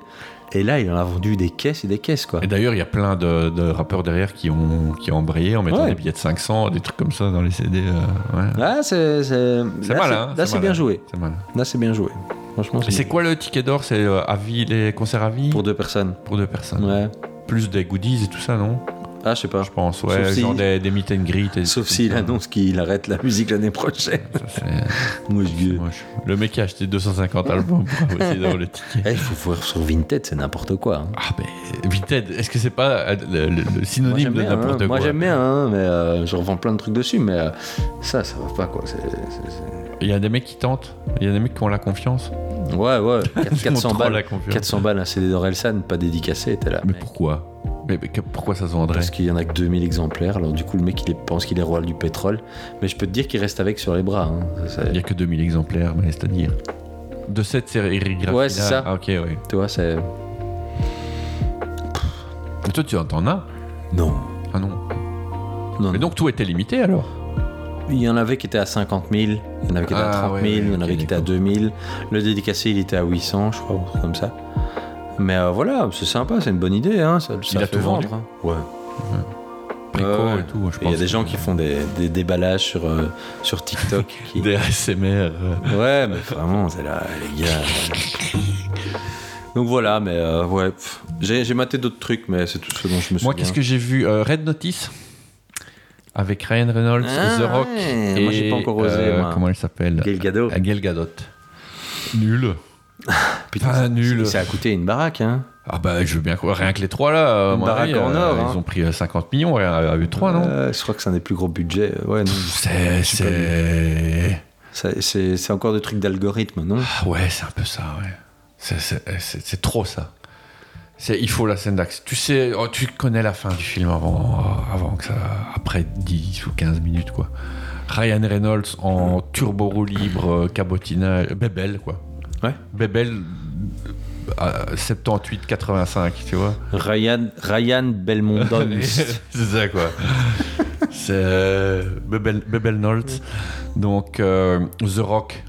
et là il en a vendu des caisses et des caisses quoi
Et d'ailleurs, il y a plein de, de rappeurs derrière qui ont, qui ont embrayé en mettant
Ouais.
des billets de 500, des trucs comme ça dans les CD. euh, ouais.
là Ah, c'est c'est
C'est
là,
malin.
c'est-
hein,
là c'est bien
malin.
joué
C'est malin.
là c'est bien joué franchement
Et
c'est
c'est quoi le ticket d'or C'est euh, à vie, les concerts à vie
pour deux personnes
Pour deux personnes.
ouais
Plus des goodies et tout ça, non
ah je sais pas
Je pense,
Sauf
ouais.
si-
Genre des, des meet and greet. et-
sauf s'il
ça.
annonce qu'il arrête la musique l'année prochaine
Ça, c'est-
moi
c'est
je
moche. Le mec qui a acheté 250 albums pour avoir essayé d'avoir le ticket.
Eh, il faut voir sur Vinted, c'est n'importe quoi. hein.
Ah, ben, Vinted, est-ce que c'est pas euh, le, le- le
Moi,
synonyme
j'aime bien,
de n'importe
hein.
quoi
Moi j'aime bien, hein, mais euh, je revends plein de trucs dessus, mais euh, ça, ça va pas quoi. C'est- c'est- c'est-
Il y a des mecs qui tentent, il y a des mecs qui ont la confiance.
Ouais, ouais. Quatre-
Je
400
montre la
balles,
confiance.
400 balles un CD d'Orelsan, pas dédicacé, t'es là.
Mais
mec.
pourquoi mais, mais que- pourquoi ça se vendrait
Parce qu'il y en a que 2000 exemplaires, alors du coup le mec il est- pense qu'il est roi du pétrole, mais je peux te dire qu'il reste avec sur les bras. hein. Ça, ça-
Il n'y a que 2000 exemplaires, mais c'est-à-dire. De cette sérigraphie.
Ouais, c'est ça.
Ah, ok, ouais.
tu vois, c'est.
Et toi, tu en t'en as
Non.
Ah non.
non,
Mais donc, tout était limité alors
Il y en avait qui étaient à 50 000, il y en avait qui étaient
Ah,
à
ouais,
30 000,
ouais,
il y en
ok,
avait qui étaient à
d'accord.
2 000. Le dédicacé il était à 800, je crois, ou un truc comme ça. Mais euh, voilà, c'est sympa, c'est une bonne idée, hein, ça, ça
a
fait
tout
vendre.
vendu
hein. Ouais.
Préco
Ouais, ouais.
et tout, je pense.
Et Il y a des gens qui font des, des déballages sur, euh, sur TikTok. qui-
Des ASMR. euh,
Ouais, mais vraiment, c'est là, les gars. Donc voilà, mais euh, ouais. pff, J'ai j'ai maté d'autres trucs, mais c'est tout ce dont je
Moi,
me souviens.
qu'est-ce que j'ai vu Euh, Red Notice Avec Ryan Reynolds,
Ah,
The Rock.
ouais.
et, euh,
Moi, j'ai pas encore osé, moi.
Comment elle s'appelle
Gail Gadot.
Ah, Gail Gadot. Nul. Putain, nul.
Ça a coûté une baraque, hein.
Ah bah, je veux bien quoi. Rien que les trois là. à
Une
mon avis,
baraque en
euh,
or, hein.
Ils ont pris euh, 50 millions, ouais, à eu 3, Ah non
Euh, Je crois que c'est un des plus gros budgets. Ouais, non.
C'est. c'est-
Ça- C'est c'est encore des trucs d'algorithme, non
Ah ouais, c'est un peu ça, ouais. C'est- C'est c'est- c'est trop ça. C'est- Il faut la scène d'action. Tu sais, oh, tu connais la fin du film avant, avant que ça. Après 10 ou 15 minutes, quoi. Ryan Reynolds en turbo roue libre, euh, cabotinage, bébel, quoi.
Ouais.
Bébel à 78-85, tu vois.
Ryan, Ryan Belmondo.
c'est ça quoi. c'est euh, Bebel, Bebelnolt. Donc euh, The Rock,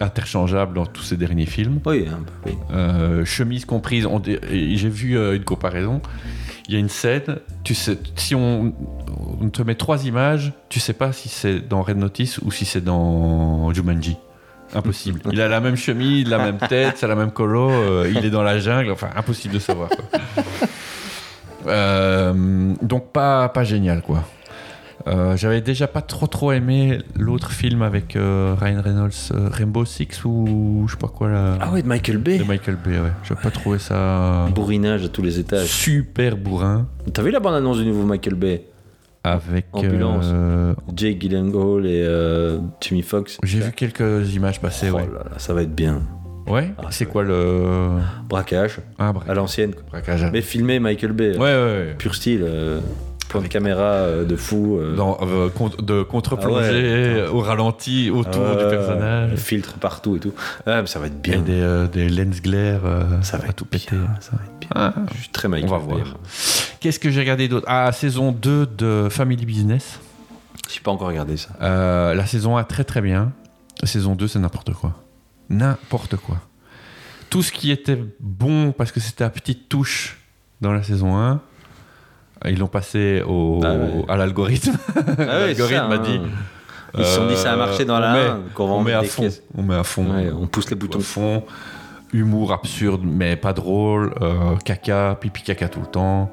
interchangeable dans tous ses derniers films.
oui, un peu, oui.
Euh, chemise comprise, on dé- et j'ai vu euh, une comparaison. Il y a une scène, tu sais, si on, on te met trois images, tu sais pas si c'est dans Red Notice ou si c'est dans Jumanji. Impossible. Il a la même chemise, la même tête, c'est la même colo, euh, il est dans la jungle, enfin impossible de savoir. quoi. Euh, donc pas, pas génial quoi. Euh, J'avais déjà pas trop trop aimé l'autre film avec euh, Ryan Reynolds, euh, Rainbow Six ou je sais pas quoi là.
Ah ouais, de Michael Bay.
De Michael Bay, ouais. J'ai pas trouvé ça euh,
Bourrinage à tous les étages.
super bourrin
T'as vu la bande-annonce du nouveau Michael Bay
avec.
Ambulance.
euh,
Jake Gyllenhaal et euh, Jimmy Fox.
J'ai vu quelques images passer,
Oh
ouais.
là là, ça va être bien.
Ouais.
Ah,
c'est
ouais.
quoi le
Braquage
ah, bra-
à l'ancienne. quoi.
braquage à-
Mais filmé Michael Bay.
Ouais, ouais.
Pur style. euh, plan de caméra euh, de fou.
ouais.
euh,
Dans, euh, con- de contre-plongée
Ah,
au ralenti autour
euh,
du personnage.
Filtre partout et tout. Ah, mais ça va être
Il y a
bien.
des, euh, des lens glares. euh,
Ça va
à
être
tout
bien,
péter.
Ça va être bien.
Ah.
Je suis très Michael
On va
Bay,
voir.
moi.
Qu'est-ce que j'ai regardé d'autre Ah, saison 2 de Family Business.
J'ai pas encore regardé ça.
Euh, la saison 1, très très bien. La saison 2, c'est n'importe quoi. N'importe quoi. Tout ce qui était bon, parce que c'était à petite touche dans la saison 1, ils l'ont passé au,
Ah ouais. Ah
à l'algorithme. L'algorithme a dit.
hein.
euh,
Ils se sont dit, ça a marché dans
on
la
met-
un, qu'on va
on
en
met à
mettre des
fond.
caisses.
On met à fond.
Ouais, on pousse les boutons.
À fond. Humour absurde, mais pas drôle. euh, caca, pipi caca tout le temps.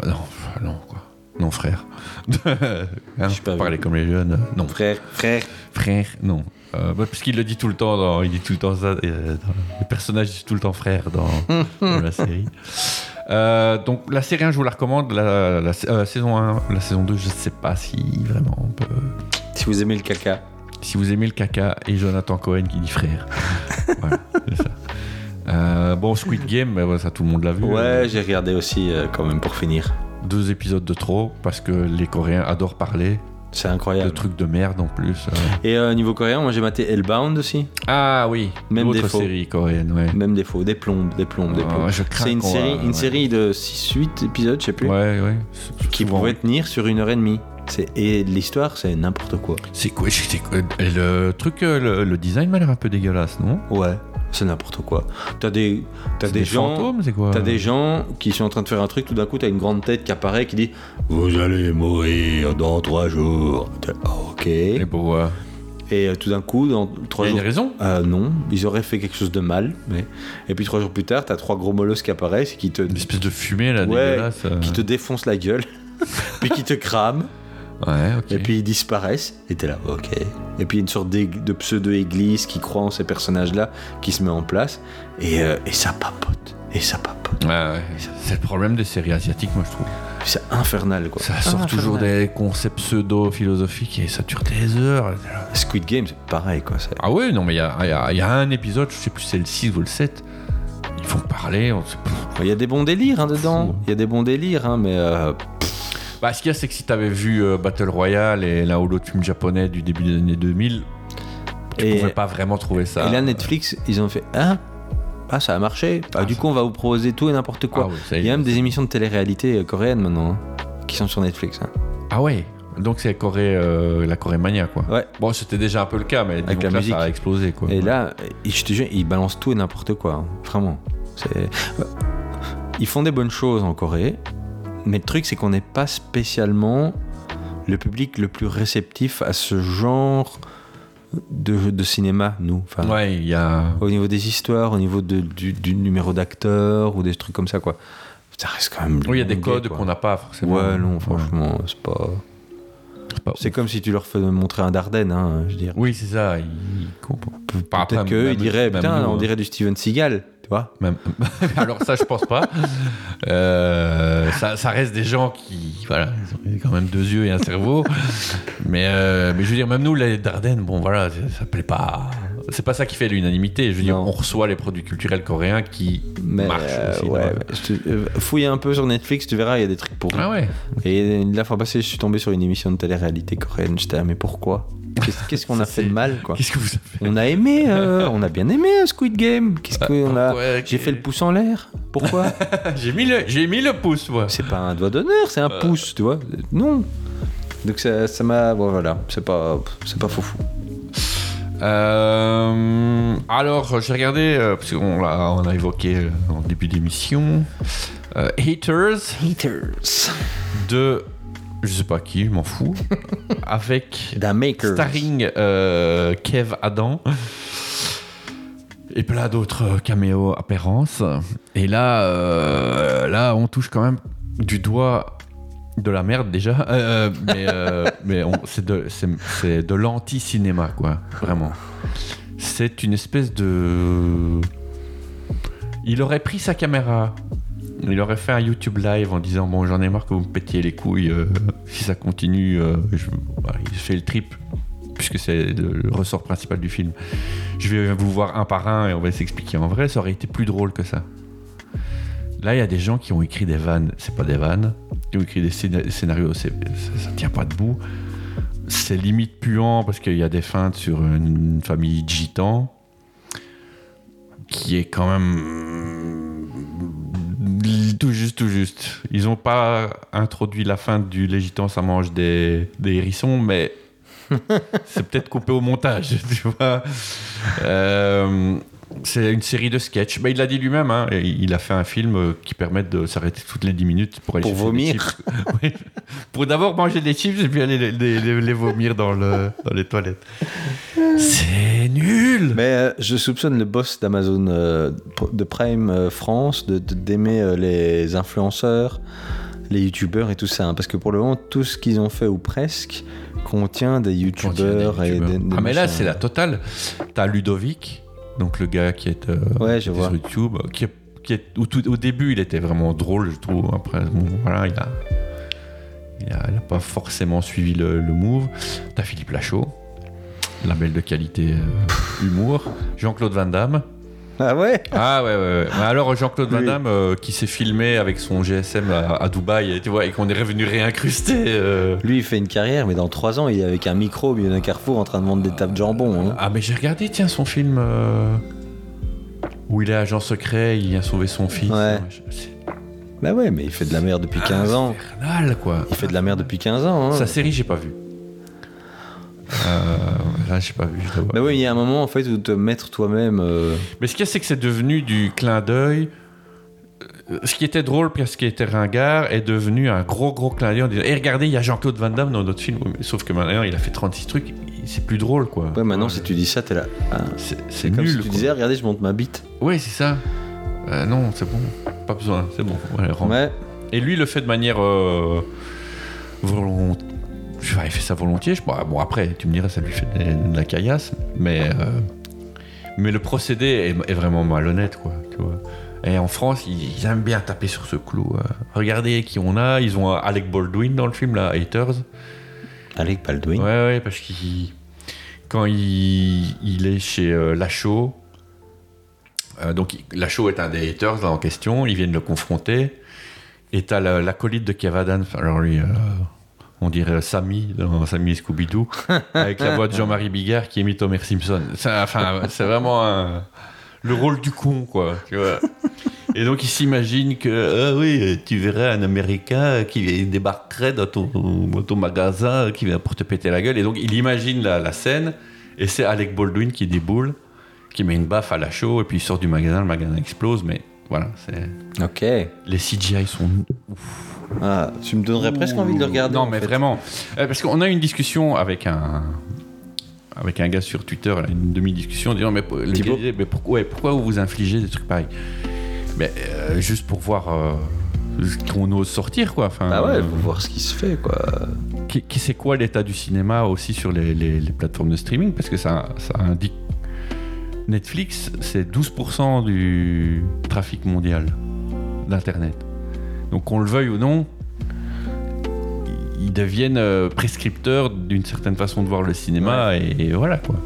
Ah non, non, quoi. Non, frère. Hein,
J'ai pas vu.
parler comme les jeunes. euh, Non,
Frère, frère.
Frère, non. Euh, bah, parce qu'il le dit tout le temps, dans- il dit tout le temps ça. euh, dans- le personnage dit tout le temps frère dans, dans la série. Euh, donc la série 1, je vous la recommande. La, la- euh, saison 1, la saison 2, je ne sais pas si vraiment on peut.
Si vous aimez le caca.
Si vous aimez le caca et Jonathan Cohen qui dit frère. voilà, c'est ça. Euh, bon, Squid Game, mais bon, ça tout le monde l'a vu.
Ouais,
Euh,
j'ai regardé aussi euh, quand même pour finir.
Deux épisodes de trop parce que les Coréens adorent parler.
C'est
Le
incroyable.
truc de merde en plus. euh.
Et euh, niveau coréen, moi j'ai maté Hellbound aussi.
Ah oui,
Même
l'autre
défaut.
série coréenne, ouais.
Même défaut, des plombes, des plombes, des
Ah,
plombes.
je crains
C'est une,
qu'on
série,
va-
une
ouais.
série de 6-8 épisodes, je sais plus,
Ouais, ouais.
qui
Souvent.
pouvait tenir sur une heure et demie. C'est- Et l'histoire, c'est n'importe quoi.
C'est quoi, c'est quoi- et Le truc, euh, le, le design m'a l'air un peu dégueulasse, non
Ouais, c'est n'importe quoi. T'as des, t'as
C'est
des, gens.
fantômes, c'est quoi
T'as des gens qui sont en train de faire un truc, tout d'un coup t'as une grande tête qui apparaît qui dit Vous allez mourir dans trois jours. T'es, Ah, Ok.
Et
Et
pourquoi
euh, tout d'un coup, dans
Il
trois
y a une
jours.
raison.
Euh, non, ils auraient fait quelque chose de mal. Mais... Et puis trois jours plus tard, t'as trois gros molosses qui apparaissent et qui te,
Une espèce de fumée là,
Ouais,
dégueulasse. euh.
qui te défoncent la gueule, puis qui te crament,
Ouais, ok.
Et puis ils disparaissent, et t'es là, ok. Et puis une sorte d'ég- de pseudo-église qui croit en ces personnages-là, qui se met en place, et, euh, et ça papote, et ça papote.
Ouais, ouais. C'est le problème des séries asiatiques, moi, je trouve.
C'est infernal, quoi.
Ça sort
Infernal.
toujours des concepts pseudo-philosophiques et ça dure des heures.
Squid Game, c'est pareil, quoi. c'est-
Ah ouais, non, mais il y a, il y a- il y a un épisode, je sais plus si c'est le 6 ou le 7. Ils font parler. on se-
Il y a des bons délires hein, dedans,
Fou.
il y a des bons délires, hein, mais euh,
Bah, ce qu'il y a, c'est que si t'avais vu euh, Battle Royale et l'un ou l'autre film japonais du début des années 2000, tu
Et-
pouvais pas vraiment trouver ça.
Et là, Netflix, ils ont fait Hein Ah, ça a marché. Ah,
Ah,
du
ça-
coup, on va vous proposer tout et n'importe quoi.
Ah oui, ça y
Il y
est.
a même des émissions de télé-réalité euh, coréennes maintenant hein, qui sont sur Netflix. hein.
Ah ouais donc c'est la Corée, euh, la Corée mania quoi.
Ouais.
Bon c'était déjà un peu le cas mais disons
la
que là,
musique.
ça a explosé quoi.
Et là, et je te jure, ils balancent tout et n'importe quoi. hein. Vraiment. C'est- euh, Ils font des bonnes choses en Corée, mais le truc, c'est qu'on n'est pas spécialement le public le plus réceptif à ce genre de, de cinéma, nous. Enfin,
ouais il y a.
au niveau des histoires, au niveau de- du, du numéro d'acteur ou des trucs comme ça, quoi. Ça reste quand même.
Oui il y a des
longuet,
codes
quoi.
qu'on n'a pas forcément.
Ouais, non, franchement, c'est pas.
C'est pas-
C'est comme si tu leur fais montrer un Dardenne, hein, je veux dire.
Oui c'est ça. il- Par-
Peut-être
après,
qu'eux,
Ah, même-
ils diraient,
même
putain,
nous,
on
hein.
dirait du Steven Seagal, tu vois.
Même- Alors ça, je pense pas. Euh, ça, ça reste des gens qui, voilà, ils ont quand même deux yeux et un cerveau. Mais, euh, mais je veux dire, même nous, les Dardennes, bon voilà, ça, ça plaît pas. C'est pas ça qui fait l'unanimité. Je veux dire,
Non.
on reçoit les produits culturels coréens qui
Mais.
marchent
euh,
aussi.
ouais,
dans la-
ouais. Je te- euh, Fouille un peu sur Netflix, tu verras, il y a des trucs pour.
Ah ouais.
Et la fois passée, je suis tombé sur une émission de télé-réalité coréenne. J'étais là, mais pourquoi Qu'est-ce- Qu'est-ce qu'on a
Ça,
fait de
c'est-
mal, quoi
Qu'est-ce que vous avez
On a aimé, euh, on a bien aimé euh, Squid Game. Qu'est-ce qu'on a
Ah, pourquoi, ok.
J'ai fait le pouce en l'air. Pourquoi
J'ai mis le, j'ai mis le pouce, moi.
C'est pas un doigt d'honneur, c'est un pouce, tu vois. Non. Donc ça ça m'a. bon, voilà, c'est pas, c'est pas foufou.
Euh, alors, j'ai regardé, euh, parce qu'on l'a, on a évoqué euh, en début d'émission, euh, Haters. De, je sais pas qui, je m'en fous, avec
D'un maker.
starring euh, Kev Adam et plein d'autres euh, caméos apparences. Et là, euh, là, on touche quand même du doigt de la merde déjà, Euh, mais, euh, mais on- c'est de, c'est, c'est de l'anti-cinéma, quoi, vraiment. C'est une espèce de... Il aurait pris sa caméra, il aurait fait un YouTube live en disant bon j'en ai marre que vous me pétiez les couilles, euh, si ça continue, euh, je, voilà, il fait le trip puisque c'est le le ressort principal du film. Je vais vous voir un par un et on va s'expliquer. En vrai, ça aurait été plus drôle que ça. Là, il y a des gens qui ont écrit des vannes, c'est pas des vannes, qui ont écrit des scéna- scénarios, c'est- ça, ça tient pas debout. C'est limite puant parce qu'il y a des feintes sur une famille de gitans qui est quand même euh, tout juste, tout juste. Ils ont pas introduit la fin du Les Gitans, ça mange des, des hérissons, mais c'est peut-être coupé au montage, tu vois. Euh, c'est une série de sketchs. Mais il l'a dit lui-même, hein, et il a fait un film euh, qui permet de s'arrêter toutes les 10 minutes pour aller
Pour
chercher des
vomir.
chips. Oui. Pour d'abord manger des chips et puis aller les, les- les- les vomir dans, le, dans les toilettes. C'est nul
Mais euh, je soupçonne le boss d'Amazon euh, pr- de Prime euh, France de- de- d'aimer euh, les influenceurs, les youtubeurs et tout ça. hein, parce que pour le moment, tout ce qu'ils ont fait ou presque contient des youtubeurs et des, des
ah mais là
machins.
c'est la totale. T'as Ludovic, donc le gars qui est euh,
Ouais, je vois.
sur YouTube, euh, qui, est- qui est- au, tout- au début il était vraiment drôle je trouve. Après bon, voilà il a, il a, il a pas forcément suivi le, le move. T'as Philippe Lachaud, label de qualité euh, humour. Jean-Claude Van Damme.
Ah ouais
Ah ouais, ouais, ouais. Mais alors Jean-Claude Van
Lui.
Damme euh, qui s'est filmé avec son GSM à, à Dubaï, tu vois, et qu'on est revenu réincruster. euh,
Lui, il fait une carrière, mais dans 3 ans, il est avec un micro au milieu d'un carrefour en train de vendre des tables de jambon. hein.
Ah mais j'ai regardé tiens son film euh, où il est agent secret, il a sauvé son fils.
Ouais.
Je- C'est
Bah ouais, mais il fait de la merde depuis 15 ans.
infernal quoi.
Il fait de la merde depuis 15 ans. Hein.
Sa série j'ai pas vu. Euh, là j'ai pas vu. je dois voir.
Bah oui, il y a un moment en fait où te mettre toi-même. euh,
Mais ce qu'il y a c'est que c'est devenu du clin d'œil. Euh, Ce qui était drôle puis ce qui était ringard est devenu un gros gros clin d'œil en disant et regardez il y a Jean-Claude Van Damme dans notre film Oui, mais sauf que maintenant il a fait 36 trucs c'est plus drôle quoi.
Ouais, maintenant si tu dis ça, t'es là. Ah,
c'est
c'est
c'est
comme
nul.
si tu
quoi.
disais, ah. regardez, je monte ma bite.
Ouais c'est ça. Euh, non c'est bon pas besoin c'est bon. Ouais, rentre.
Ouais.
Et lui le fait de manière euh, volont- je enfin, il fait ça volontiers. Je, bon, bon, après, tu me diras, ça lui fait de, de la caillasse. Mais, euh, mais le procédé est, est vraiment malhonnête, quoi. tu vois. Et en France, ils, ils aiment bien taper sur ce clou. euh. Regardez qui on a. Ils ont euh, Alec Baldwin dans le film, là, Haters.
Alec Baldwin.
Ouais, ouais, parce qu'il. Quand il, il est chez euh, Lachaud, euh, donc il- Lachaud est un des haters là, en question, ils viennent le confronter, et t'as la- l'acolyte de Kev Adams, alors lui, euh, on dirait Sammy dans Sammy et Scooby-Doo, avec la voix de Jean-Marie Bigard qui imite Homer Simpson. Ça, Enfin, c'est vraiment un- le rôle du con, quoi, tu vois. Et donc il s'imagine que ah oui, tu verrais un Américain qui débarquerait dans ton, dans ton magasin, qui vient pour te péter la gueule. Et donc il imagine la, la scène, et c'est Alec Baldwin qui déboule, qui met une baffe à la chaux, et puis il sort du magasin, le magasin explose, mais voilà, c'est...
Ok.
Les CGI sont...
Ah, tu me donnerais presque envie de le regarder.
Non
en
mais
fait.
vraiment, Euh, parce qu'on a eu une discussion avec un... Avec un gars sur Twitter, là, une demi-discussion, en disant mais, le
Thibaut
gars disait, mais pourquoi, ouais, pourquoi vous vous infligez des trucs pareils mais, euh, Juste pour voir euh, ce qu'on ose sortir, quoi. Enfin,
Bah ouais,
euh,
faut voir ce qui se fait, quoi.
qui- qui- c'est quoi l'état du cinéma aussi sur les, les- les plateformes de streaming Parce que ça, ça indique. Netflix, c'est 12% du trafic mondial d'Internet. Donc qu'on le veuille ou non, ils- ils deviennent euh, prescripteurs d'une certaine façon de voir le cinéma et, et voilà quoi.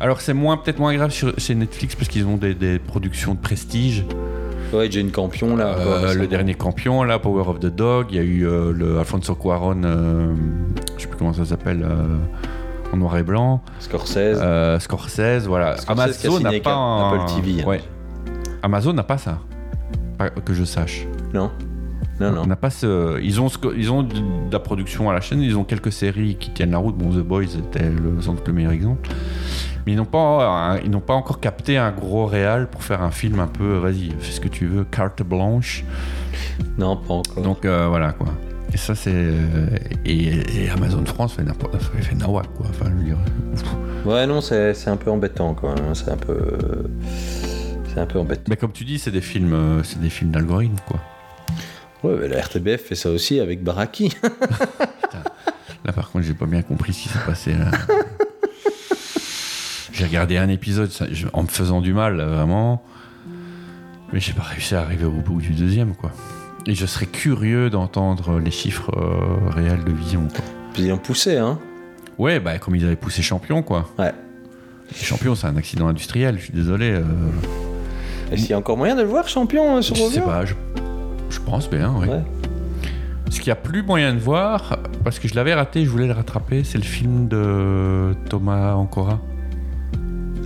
Alors c'est moins peut-être moins grave sur- chez Netflix parce qu'ils ont des, des productions de prestige.
Ouais, Jane Campion, là.
Euh,
encore récemment.
le dernier Campion, là, Power of the Dog. Il y a eu euh, le Alfonso Cuaron, euh, je sais plus comment ça s'appelle, euh, en noir et blanc.
Scorsese.
Euh, Scorsese, voilà.
Scorsese qui a
Amazon
signé
n'a
avec
pas
un-
un-
Apple TV, hein.
Ouais. Amazon n'a pas ça, Pas que je sache.
Non. Non, non.
N'a pas ce. Ils ont ce que- ils ont de de la production à la chaîne. Ils ont quelques séries qui tiennent la route. Bon, The Boys était le, sans doute le meilleur exemple. Mais ils n'ont pas, un- ils n'ont pas encore capté un gros réal pour faire un film un peu. Vas-y, fais ce que tu veux, carte blanche.
Non, pas encore.
Donc euh, voilà quoi. Et ça c'est euh, et, et Amazon France fait n'importe fait, fait nawa quoi. Enfin je veux dire.
Ouais, non, c'est c'est un peu embêtant, quoi. hein. C'est un peu. C'est un peu embêtant.
Mais comme tu dis, c'est des films euh, c'est des films d'algorithme quoi.
Ouais, mais la RTBF fait ça aussi avec Baraki.
Là par contre, j'ai pas bien compris ce qui s'est passé là. j'ai regardé un épisode ça- je- en me faisant du mal là, vraiment. Mais j'ai pas réussi à arriver au bout du deuxième quoi. Et je serais curieux d'entendre les chiffres euh, réels de vision quoi.
Puis ils ont poussé, hein.
Ouais, bah comme ils avaient poussé champion quoi.
Ouais.
Et champion, c'est un accident industriel, je suis désolé. euh,
Est-ce qu'il y a encore moyen de le voir, champion, euh, sur
Je sais
Rovio
pas, je, je pense bien, oui.
Ouais.
Ce qu'il n'y a plus moyen de voir, parce que je l'avais raté, je voulais le rattraper, c'est le film de Thomas Ancora,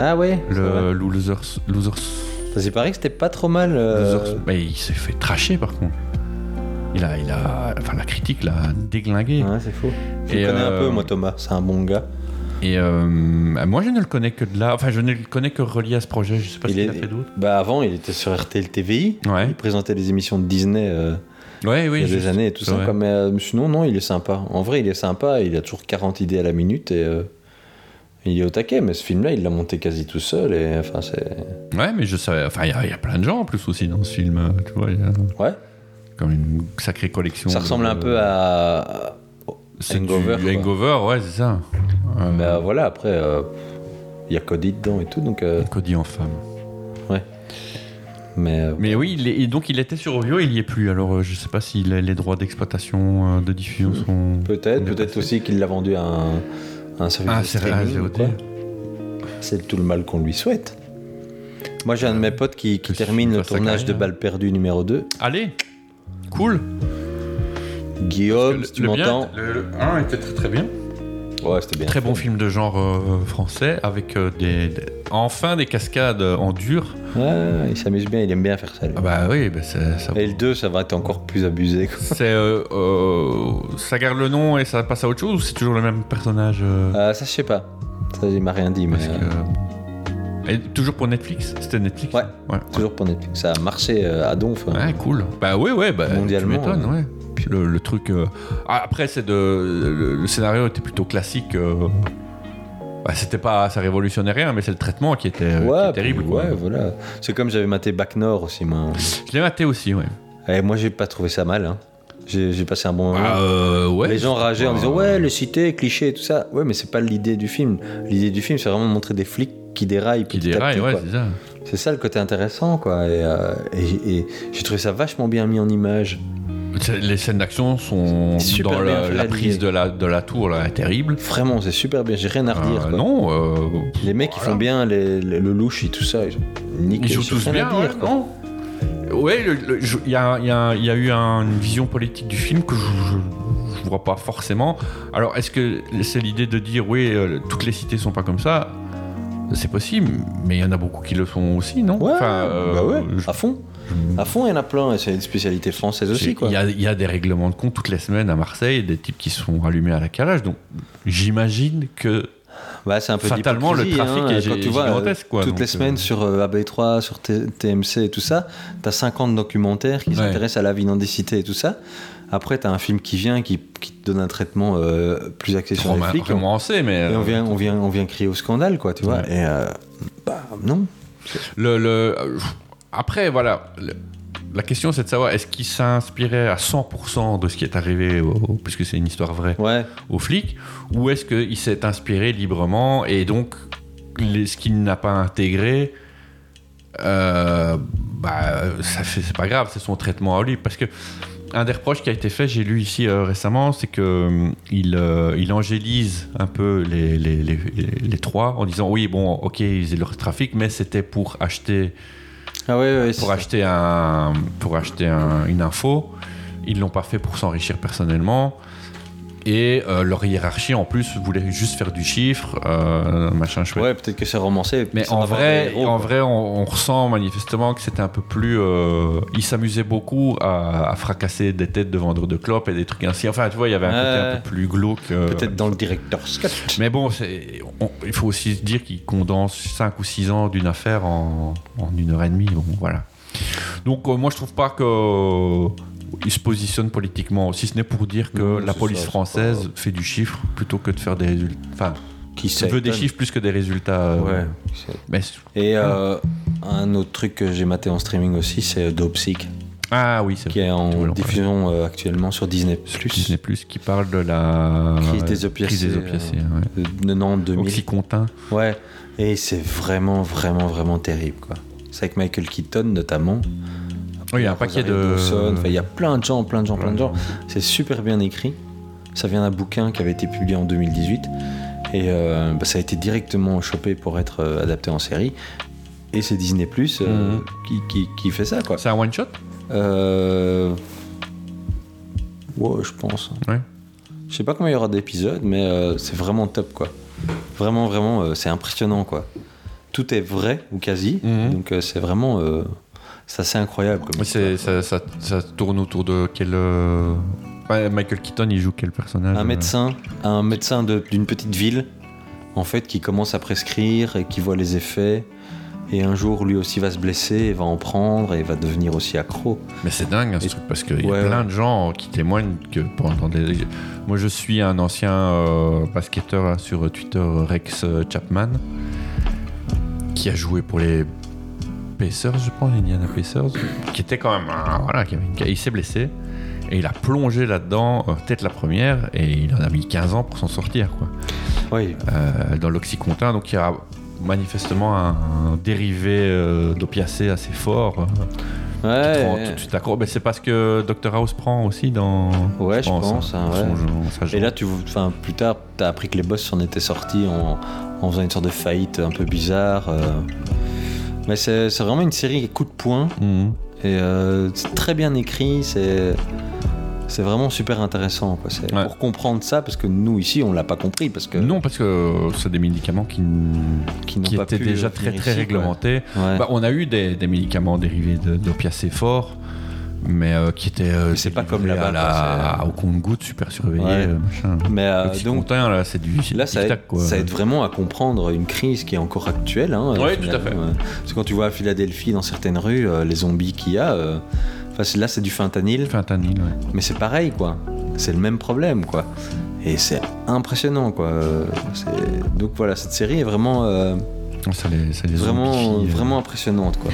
Ah ouais ça
le Losers. Losers,
va. Ça, C'est pareil que c'était pas trop mal. euh,
Losers- Mais il s'est fait tracher par contre. Il a, il a, enfin la critique l'a déglingué.
Ouais, c'est fou. Je
Et,
le connais
euh,
un peu, moi, Thomas. C'est un bon gars.
Et euh, moi je ne le connais que de là, enfin je ne le connais que relié à ce projet. Je sais pas
Il
ce qu'il
est-
a fait d'autre.
Bah, avant, il était sur RTL TVI.
Ouais.
Il présentait les émissions de Disney euh,
Ouais, oui.
il y a
je-
des années et tout ça.
ouais.
quoi. Mais euh, sinon, non, il est sympa. En vrai, il est sympa. Il a toujours 40 idées à la minute et euh, il est au taquet. Mais ce film-là, il l'a monté quasi tout seul. Et enfin, c'est.
Ouais, mais je savais. Enfin, il y a- il y, a plein de gens en plus aussi dans ce film. euh, Tu vois, il y a
Ouais.
comme une sacrée collection.
Ça
de-
ressemble un peu à.
C'est
Hangover,
du
quoi.
hangover, ouais, c'est ça. Euh,
Mais euh, voilà, après, euh, il y a Cody dedans et tout. Donc, euh,
Cody en femme.
mais euh,
Mais oui, il est- et donc il était sur Ovio, il y est plus. Alors euh, je sais pas si les, les droits d'exploitation euh, de diffusion
Hmm.
sont.
peut-être,
on est
peut-être
passé.
aussi qu'il l'a vendu à un, à un service.
Ah,
de
c'est vrai,
streaming
j'ai
ou
ôté.
quoi. C'est tout le mal qu'on lui souhaite. Moi, j'ai un de mes potes qui, qui
que c'est
termine
une
le
face à
tournage de
carrière.
Balle perdue numéro 2.
Allez, cool.
Guillaume, si tu
Le bien-
m'entends.
le, 1 était très très bien.
Ouais, c'était bien.
Très bon film de genre euh, français avec euh, des, des- enfin des cascades euh, en dur.
Ouais, il s'amuse bien, il aime bien faire ça. lui.
Ah bah oui, bah, c'est- ça.
Et le 2, ça va être encore plus abusé. quoi.
C'est euh, euh, ça garde le nom et ça passe à autre chose ou c'est toujours le même personnage euh,
Euh, ça, je sais pas. Ça, il m'a rien dit, mais.
parce que-
euh,
Et toujours pour Netflix C'était Netflix
Ouais.
ouais.
Toujours pour Netflix. Ça a marché euh, à donf. hein.
Ouais, cool. Bah ouais, ouais, bah,
Mondialement,
tu m'étonnes,
ouais.
ouais. Puis le, le truc. euh, ah, après, c'est de le, le scénario était plutôt classique. euh, bah, c'était pas, ça révolutionnait rien, mais c'est le traitement qui était, euh, qui
Ouais,
est terrible.
puis,
quoi.
Ouais, voilà. C'est comme j'avais maté Bac Nord aussi, moi.
Je l'ai maté aussi, ouais.
Eh, Et moi, j'ai pas trouvé ça mal. hein. J'ai j'ai passé un bon moment.
Ah, euh, ouais.
les gens rageaient en
Ah.
disant ouais le cité cliché et tout ça ouais mais c'est pas l'idée du film l'idée du film c'est vraiment de montrer des flics qui déraillent
Qui
petit à
déraille,
petit,
ouais,
quoi.
c'est ça.
c'est ça le côté intéressant quoi et, euh, et- et j'ai trouvé ça vachement bien mis en image
C'est- Les scènes d'action sont
Super
dans
bien
la, la
réalisé.
prise de la, de la tour, là, terrible.
vraiment c'est super bien j'ai rien à redire
Euh,
quoi.
non, euh,
les mecs ils font bien les- les- le louche et tout ça ils, sont nickel,
ils jouent
j'ai rien
tous
à
bien,
dire,
ouais,
quoi.
non Ouais, le- le- je- il y a, il y a- il y a eu un- une vision politique du film que je, je- je vois pas forcément. Alors, est-ce que c'est l'idée de dire, oui, euh, toutes les cités sont pas comme ça C'est possible, mais il y en a beaucoup qui le sont aussi, non
ouais,
Enfin, euh,
bah ouais,
je-
à fond à fond il y en a plein et c'est une spécialité française aussi quoi
Il y, a- il y a des règlements de compte toutes les semaines à Marseille, des types qui sont allumés à la calage. Donc j'imagine que
Bah, c'est un peu
Fatalement, le
d'hypocrisie, hein,
trafic est
Quand
gé-
tu vois,
gigantesque, quoi,
toutes
donc,
les
euh,
semaines sur euh, AB3, sur T- TMC et tout ça, t'as 50 documentaires qui
Ouais.
s'intéressent à la vie dans des cités et tout ça. Après, t'as un film qui vient, qui, qui te donne un traitement euh, plus axé sur les
Romain-
flics.
Romain sait, mais
Et on
euh,
vient, on, vient, on vient crier au scandale, quoi, tu vois.
Ouais.
Et euh, bah, non.
le, le- euh, après voilà. le- la question c'est de savoir est-ce qu'il s'inspirait à 100% de ce qui est arrivé, au- au- puisque c'est une histoire vraie,
Ouais,
aux flics, ou est-ce qu'il s'est inspiré librement et donc les- ce qu'il n'a pas intégré, euh, bah, ça fait- c'est pas grave, c'est son traitement à lui. Parce que un des reproches qui a été fait, j'ai lu ici euh, récemment, c'est que hum, il, euh, il angélise un peu les, les, les- les- les trois en disant oui, bon, ok, ils faisaient leur trafic, mais c'était pour acheter,
ah ouais, ouais,
pour
c'est-
acheter, un, pour acheter un- une info. Ils l'ont pas fait pour s'enrichir personnellement. Et euh, leur hiérarchie, en plus, voulait juste faire du chiffre, euh, machin chouette.
ouais, peut-être que c'est romancé.
Mais
ça
en
va avoir
vrai,
des héros,
en
quoi.
vrai, on, on ressent manifestement que c'était un peu plus. euh, ils s'amusaient beaucoup à, à fracasser des têtes de vendeurs de clopes et des trucs ainsi. Enfin, tu vois, il y avait un
Ouais.
côté un peu plus glauque. euh,
Peut-être dans le directeur Scott.
Mais bon, c'est- on- il faut aussi se dire qu'ils condensent 5 ou 6 ans d'une affaire en, en une heure et demie. Bon, voilà. Donc, euh, moi, je trouve pas que. euh, ils se positionnent politiquement, si ce n'est pour dire que
Non,
la
c'est
police
ça, c'est
française fait du chiffre plutôt que de faire des résultats. Enfin,
Qui
ça veut des
s'étonne.
chiffres plus que des résultats. euh,
Ouais, qui s'étonne.
Mais c'est-
Et euh, un autre truc que j'ai maté en streaming aussi, c'est Dope Sick,
ah oui, c'est
qui est
Tu voulais
en
en parler.
diffusion euh, actuellement sur Disney+.
Disney Plus qui parle de la
Crise des opiacés, hein.
crise des opiacés, ouais.
de 90 2000.
Oxycontin.
Ouais. Et c'est vraiment, vraiment, vraiment terrible, quoi. C'est avec Michael Keaton, notamment.
Oui, il y a un
Après,
paquet
Rosario
de-
Dawson. Enfin, il y a plein de gens, plein de gens, plein de gens. C'est super bien écrit. Ça vient d'un bouquin qui avait été publié en 2018. Et euh, bah, ça a été directement chopé pour être euh, adapté en série. Et c'est Disney Plus euh,
Mhm.
qui, qui- qui fait ça, quoi.
C'est un one shot
Euh... Ouais, je pense.
Ouais.
Je sais pas combien il y aura d'épisodes, mais euh, c'est vraiment top, quoi. Vraiment, vraiment, euh, c'est impressionnant, quoi. Tout est vrai, ou quasi.
Mhm.
Donc, euh, c'est vraiment... euh, c'est assez incroyable. Comme
C'est
histoire.
ça, ça, ça tourne autour de quel euh, ouais, Michael Keaton il joue quel personnage
Un
euh,
médecin, un médecin de- d'une petite ville, en fait, qui commence à prescrire et qui voit les effets. Et un jour, lui aussi va se blesser et va en prendre et va devenir aussi accro.
Mais c'est dingue hein, ce
Et-
truc parce qu'il y a
Ouais,
plein
ouais.
de gens qui témoignent que pendant des. Moi je suis un ancien euh, basketteur là, sur Twitter Rex euh, Chapman qui a joué pour les Pacers je pense, Indiana Pacers, qui était quand même un- voilà, qui avait une- il s'est blessé et il a plongé là-dedans euh, tête la première et il en a mis 15 ans pour s'en sortir quoi.
Oui,
Euh, dans l'oxycontin donc il y a manifestement un, un dérivé euh, d'opiacé assez fort. euh, qui te rend tout de suite accro. Mais c'est parce que Dr House prend aussi dans.
Ouais, je pense, hein,
dans son
ouais.
jeu- dans sa
Et
genre.
là, tu, enfin, plus tard, t'as appris que les boss s'en étaient sortis en, en faisant une sorte de faillite un peu bizarre. euh. Mais c'est c'est vraiment une série coup de poing.
Mhm.
Et euh, c'est très bien écrit. C'est c'est vraiment super intéressant. Quoi. C'est
Ouais.
Pour comprendre ça, parce que nous, ici, on l'a pas compris. Parce que,
Non, parce que c'est des médicaments qui, n-
euh, qui n'ont
qui
pas
étaient
pu
déjà
venir
très
ici,
très
quoi.
réglementés.
Ouais.
Bah, on a eu des, des médicaments dérivés de- d'opiacés forts, mais euh, qui étaient. euh,
Mais c'est pas comme
délivrés
là-bas,
à la-
quoi, c'est- euh,
Au compte-goutte, super surveillé,
Ouais.
euh, machin.
Mais euh, donc,
L'oxycontin, là, c'est du. c'est
Là,
du
ça aide,
tic-tac, quoi.
ça aide vraiment à comprendre une crise qui est encore actuelle. Hein,
Ouais,
finalement.
tout à fait.
Euh, Parce que quand tu vois à Philadelphie, dans certaines rues, euh, les zombies qu'il y a, euh, enfin, c'est- là, c'est du fentanyl,
Fentanyl, ouais.
mais c'est pareil, quoi. C'est le même problème, quoi. Et c'est impressionnant, quoi. Euh, c'est- Donc voilà, cette série est vraiment, euh,
Ça les, ça les
vraiment,
zombifie, euh.
vraiment impressionnante, quoi.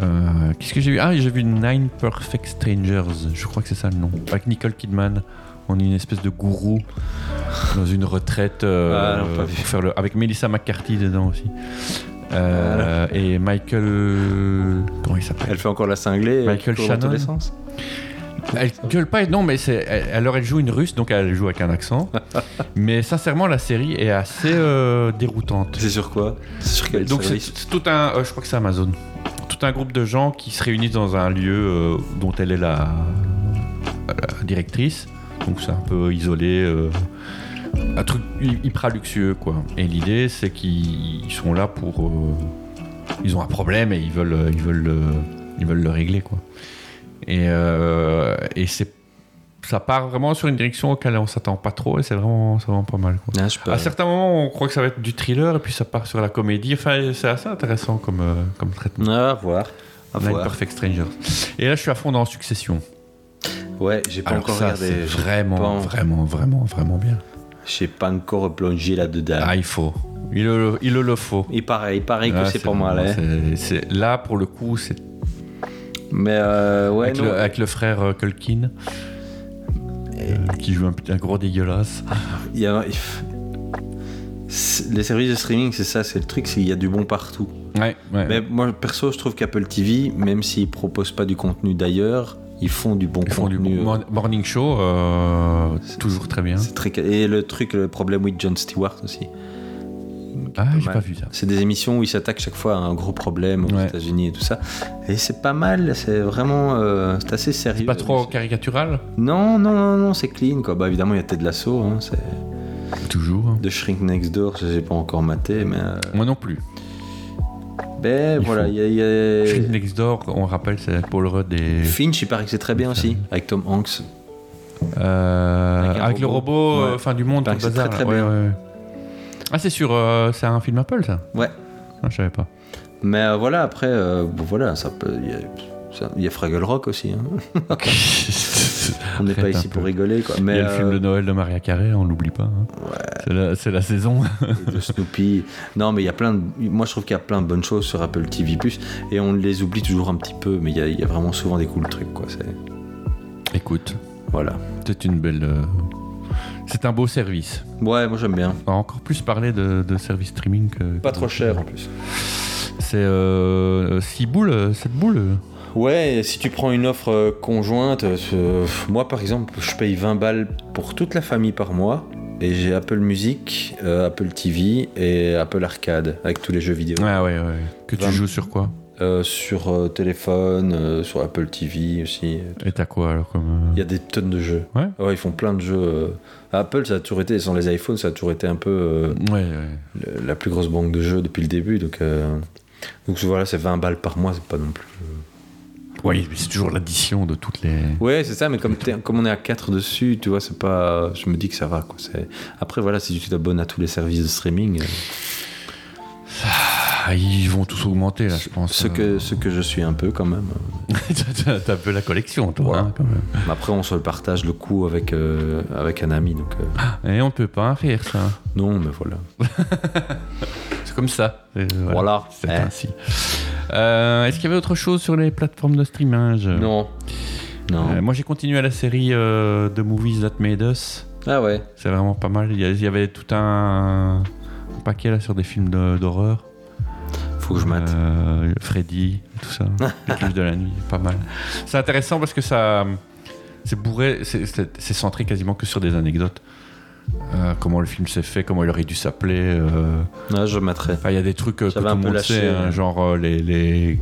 Euh, Qu'est-ce que j'ai vu Ah, j'ai vu Nine Perfect Strangers. Je crois que c'est ça le nom. Avec Nicole Kidman. On est une espèce de gourou dans une retraite euh,
Ah, non, pas vu.
pour faire le, avec Melissa McCarthy dedans aussi. Euh, et Michael. Comment il s'appelle
Elle fait encore la cinglée.
Michael
court dans
Shannon.
tous les sens.
Elle gueule pas, non, mais c'est. elle- Alors elle joue une russe, donc elle joue avec un accent. mais sincèrement, la série est assez euh, déroutante.
C'est sur quoi C'est sur quel
Donc c'est
service
c'est tout un, euh, je crois que c'est Amazon, tout un groupe de gens qui se réunissent dans un lieu euh, dont elle est la, la directrice. Donc c'est un peu isolé, euh, un truc hy- hyper luxueux quoi. Et l'idée c'est qu'ils ils sont là pour, euh, ils ont un problème et ils veulent, euh, ils veulent, euh, ils veulent le régler quoi. Et, euh, et c'est ça part vraiment sur une direction auquel on s'attend pas trop et c'est vraiment, c'est vraiment pas mal. Quoi.
Ah, je peux-
À certains moments, on croit que ça va être du thriller, et puis ça part sur la comédie. Enfin, c'est assez intéressant comme, euh, comme traitement.
Ah, à voir. À
Nine
voir.
Perfect Strangers. Et là, je suis à fond dans Succession.
Ouais, j'ai pas
Alors
encore
ça, c'est
regardé. j'ai
vraiment,
pas en-
vraiment, vraiment, vraiment bien.
J'ai pas encore plongé là-dedans.
Ah, il faut. Il le, il le faut.
Il paraît, il paraît que
Ah,
c'est pas mal.
vraiment-
hein.
c'est- c'est- là, pour le coup, c'est
Mais euh, ouais,
avec,
non.
le- avec le frère euh, Culkin, euh, qui joue un, putain- un gros dégueulasse.
Il y a- il f- c'est- Les services de streaming, c'est ça, c'est le truc, c'est qu'il y a du bon partout.
Ouais, ouais.
Mais moi, perso, je trouve qu'Apple TV, même s'ils proposent pas du contenu d'ailleurs, ils font du bon
Ils font
contenu.
du bon- Morning Show, euh, toujours très bien.
C'est très... Et le truc, le problème with John Stewart aussi.
Ah, j'ai
mal.
pas vu ça.
C'est des émissions où ils s'attaquent chaque fois à un gros problème aux
Ouais.
États-Unis et tout ça. Et c'est pas mal, c'est vraiment. euh, c'est assez sérieux.
Pas trop caricatural
Non, non, non, non, c'est clean quoi. Bah évidemment, il y a Ted Lasso, hein, c'est.
Toujours. hein.
De Shrink Next Door, je j'ai pas encore maté, mais. euh,
Moi non plus.
ben
Il
voilà,
faut.
il y a. il y a-
Shrink Next Door, on rappelle, c'est Paul Rudd et.
Finch, il paraît que c'est très bien aussi, avec Tom Hanks.
Euh,
Avec
avec,
un
le
robot.
robot, euh,
Ouais.
fin du monde,
Enfin,
tout
c'est
le bazar,
très,
là.
très
Ouais, ouais, ouais. Ah, c'est sur. euh, c'est un film Apple, ça
Ouais.
Ah, je savais pas.
Mais euh, voilà, après, euh, bon, voilà, ça peut. Il y a, ça- il y a Fraggle Rock aussi. hein. On n'est pas
Arrête un
ici pour
peu.
rigoler, quoi. Mais
Il y a le
euh,
film de Noël de Maria Carré, on l'oublie pas. hein. C'est la- C'est la, saison.
de Snoopy. Non, mais il y a plein. De, moi, je trouve qu'il y a plein de bonnes choses sur Apple TV et on les oublie toujours un petit peu. Mais il y a, il y a vraiment souvent des cool trucs, quoi. C'est
Écoute,
voilà.
c'est une belle. euh, C'est un beau service.
Ouais, moi j'aime bien.
On va encore plus parler de, de service streaming que.
Pas
que-
trop cher en plus.
C'est 6 boules, 7 boules. euh.
Ouais, et si tu prends une offre euh, conjointe, euh, euh, moi par exemple, je paye 20 balles pour toute la famille par mois. Et j'ai Apple Music, euh, Apple TV et Apple Arcade avec tous les jeux vidéo.
Ah, ouais, ouais, ouais. Que tu
Vingt-
joues sur quoi
Euh, sur euh, téléphone, euh, sur Apple TV aussi.
Et t'as quoi alors comme. euh,
Il y a des tonnes de jeux.
Ouais.
ils font plein de jeux. euh. Apple, ça a toujours été, sans les iPhones, ça a toujours été un peu euh,
Ouais, ouais.
le- la plus grosse banque de jeux depuis le début. Donc, euh, donc voilà, c'est 20 balles par mois, c'est pas non plus.
Oui, mais c'est toujours l'addition de toutes les.
Ouais, c'est ça, mais comme, t'es- comme on est à 4 dessus, tu vois, c'est pas. Je me dis que ça va, quoi. c'est- Après, voilà, si tu t'abonnes à tous les services de streaming, euh,
Ah, ils vont tous augmenter là, je pense. euh.
ce, que, ce que je suis un peu quand même.
T'as- T'as un peu la collection, toi.
Ouais.
hein, quand même.
Mais après, on se le partage le coup avec, euh, avec un ami, donc. euh,
Et on peut pas faire ça.
Non, mais voilà.
C'est comme ça. Euh,
Voilà.
C'est
Eh.
ainsi. Euh, Est-ce qu'il y avait autre chose sur les plateformes de streamage
Non. Non.
Euh, moi, j'ai continué à la série euh, The Movies That Made Us.
Ah ouais.
C'est vraiment pas mal. Il y a- il y avait tout un, un paquet là sur des films de- d'horreur.
Faut que je mate.
Euh, Freddy, tout ça. Les cuves de la nuit, pas mal. C'est intéressant parce que ça. C'est bourré, c'est- c'est c'est centré quasiment que sur des anecdotes. Euh, comment le film s'est fait, comment il aurait dû s'appeler. euh.
Ah, je materai.
Enfin, il y a des trucs euh, que tout
J'avais un
le
peu
monde
lâché,
sait, hein,
ouais.
genre euh, les. les-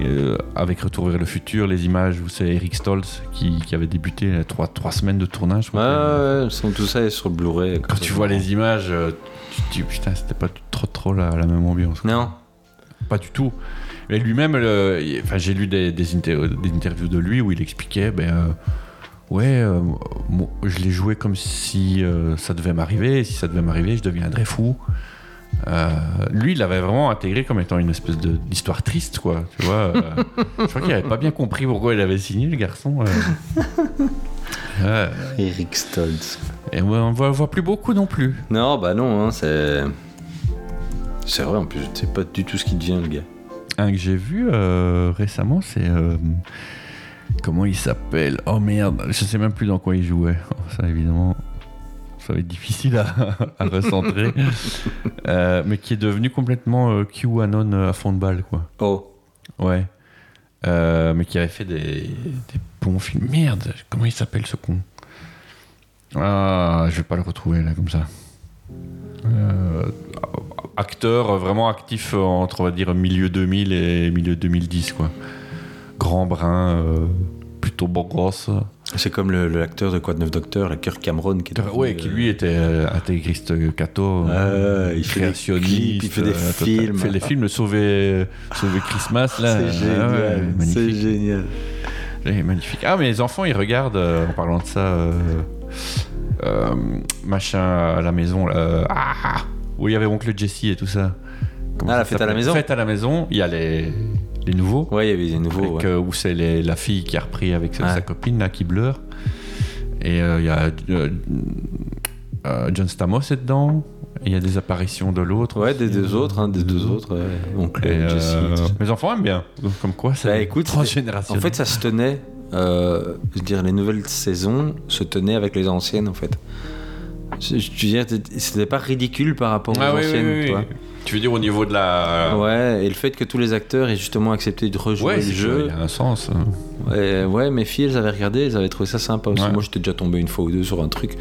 euh, avec Retour vers le futur, les images où c'est Eric Stoltz qui, qui avait débuté euh, trois, trois semaines de tournage. je crois
Ouais,
que-
Ah, ouais, ouais, son- tout ça est sur Blu-ray.
Quand tu vois les images, euh, tu te dis putain, c'était pas trop trop la, la même ambiance. quoi.
Non.
Pas du tout. Mais lui-même, le- il- enfin, j'ai lu des, des inter- des interviews de lui où il expliquait, ben euh, ouais, euh, moi, je l'ai joué comme si euh, ça devait m'arriver. et Si ça devait m'arriver, je deviendrais fou. Euh, lui, il l'avait vraiment intégré comme étant une espèce de- d'histoire triste, quoi. Tu vois, euh, je crois qu'il avait pas bien compris pourquoi il avait signé le garçon. euh. Ouais.
Eric Stoltz.
et ouais, on voit, voit plus beaucoup non plus.
Non, bah non, hein, c'est. C'est vrai, en plus, je ne sais pas du tout ce qu'il devient, le gars.
un que j'ai vu euh, récemment, c'est. euh, comment il s'appelle Oh merde, je sais même plus dans quoi il jouait. Oh, ça, évidemment, ça va être difficile à, à recentrer. Euh, mais qui est devenu complètement euh, QAnon à fond de balle, quoi.
Oh.
Ouais. Euh, mais qui avait fait des, des bons films. Merde, comment il s'appelle ce con Ah, je vais pas le retrouver là comme ça. Euh, acteur euh, vraiment actif euh, entre on va dire milieu 2000 et milieu 2010 quoi. Grand brun, euh, plutôt beau gosse.
C'est comme le, le acteur de Quoi de Neuf Docteur, la Kirk Cameron, qui est devenu,
Ouais, qui
euh,
lui était euh, intégriste cato,
Ouais, il fait des clips, il fait des
total.
films.
Il fait des films, sauver, sauver Christmas là. Ah Ouais,
C'est génial,
ouais, magnifique.
c'est génial.
Eh, magnifique. Ah, mais les enfants, ils regardent, euh, en parlant de ça, euh, euh, machin à la maison. là, euh, ah, où il y avait Oncle Jesse et tout ça. Comment
Ah,
ça
la fête à la
s'appelle
maison.
Fête à la maison, il y a les, les nouveaux.
Ouais, il y avait des
avec,
nouveaux. ouais.
euh, où c'est les- la fille qui a repris avec sa,
Ouais.
sa copine, là, qui pleure. Et euh, il y a euh, euh, John Stamos est dedans. Et Il y a des apparitions de l'autre.
Ouais,
aussi. Mhm.
des deux autres, hein, des deux autres. ouais. Donc,
Mm-hmm. Et,
euh,
euh,
Jesse, tout ça.
mes enfants aiment bien. Donc, Comme quoi, c'est
Bah, écoute, c'était-
transgénérationnel.
En fait, ça se tenait. euh, je veux dire, les nouvelles saisons se tenaient avec les anciennes, en fait. Je, je veux dire, c'était pas ridicule par rapport aux
Ah oui, oui,
anciennes,
oui,
tu vois.
oui. Tu veux dire au niveau de la.
Ouais, et le fait que tous les acteurs aient justement accepté de rejouer
Ouais,
le
c'est que, il
jeu.
y a un sens. hein.
Ouais, ouais, mes filles, elles avaient regardé, elles avaient trouvé ça sympa aussi.
Ouais.
Moi, j'étais déjà tombé une fois ou deux sur un truc.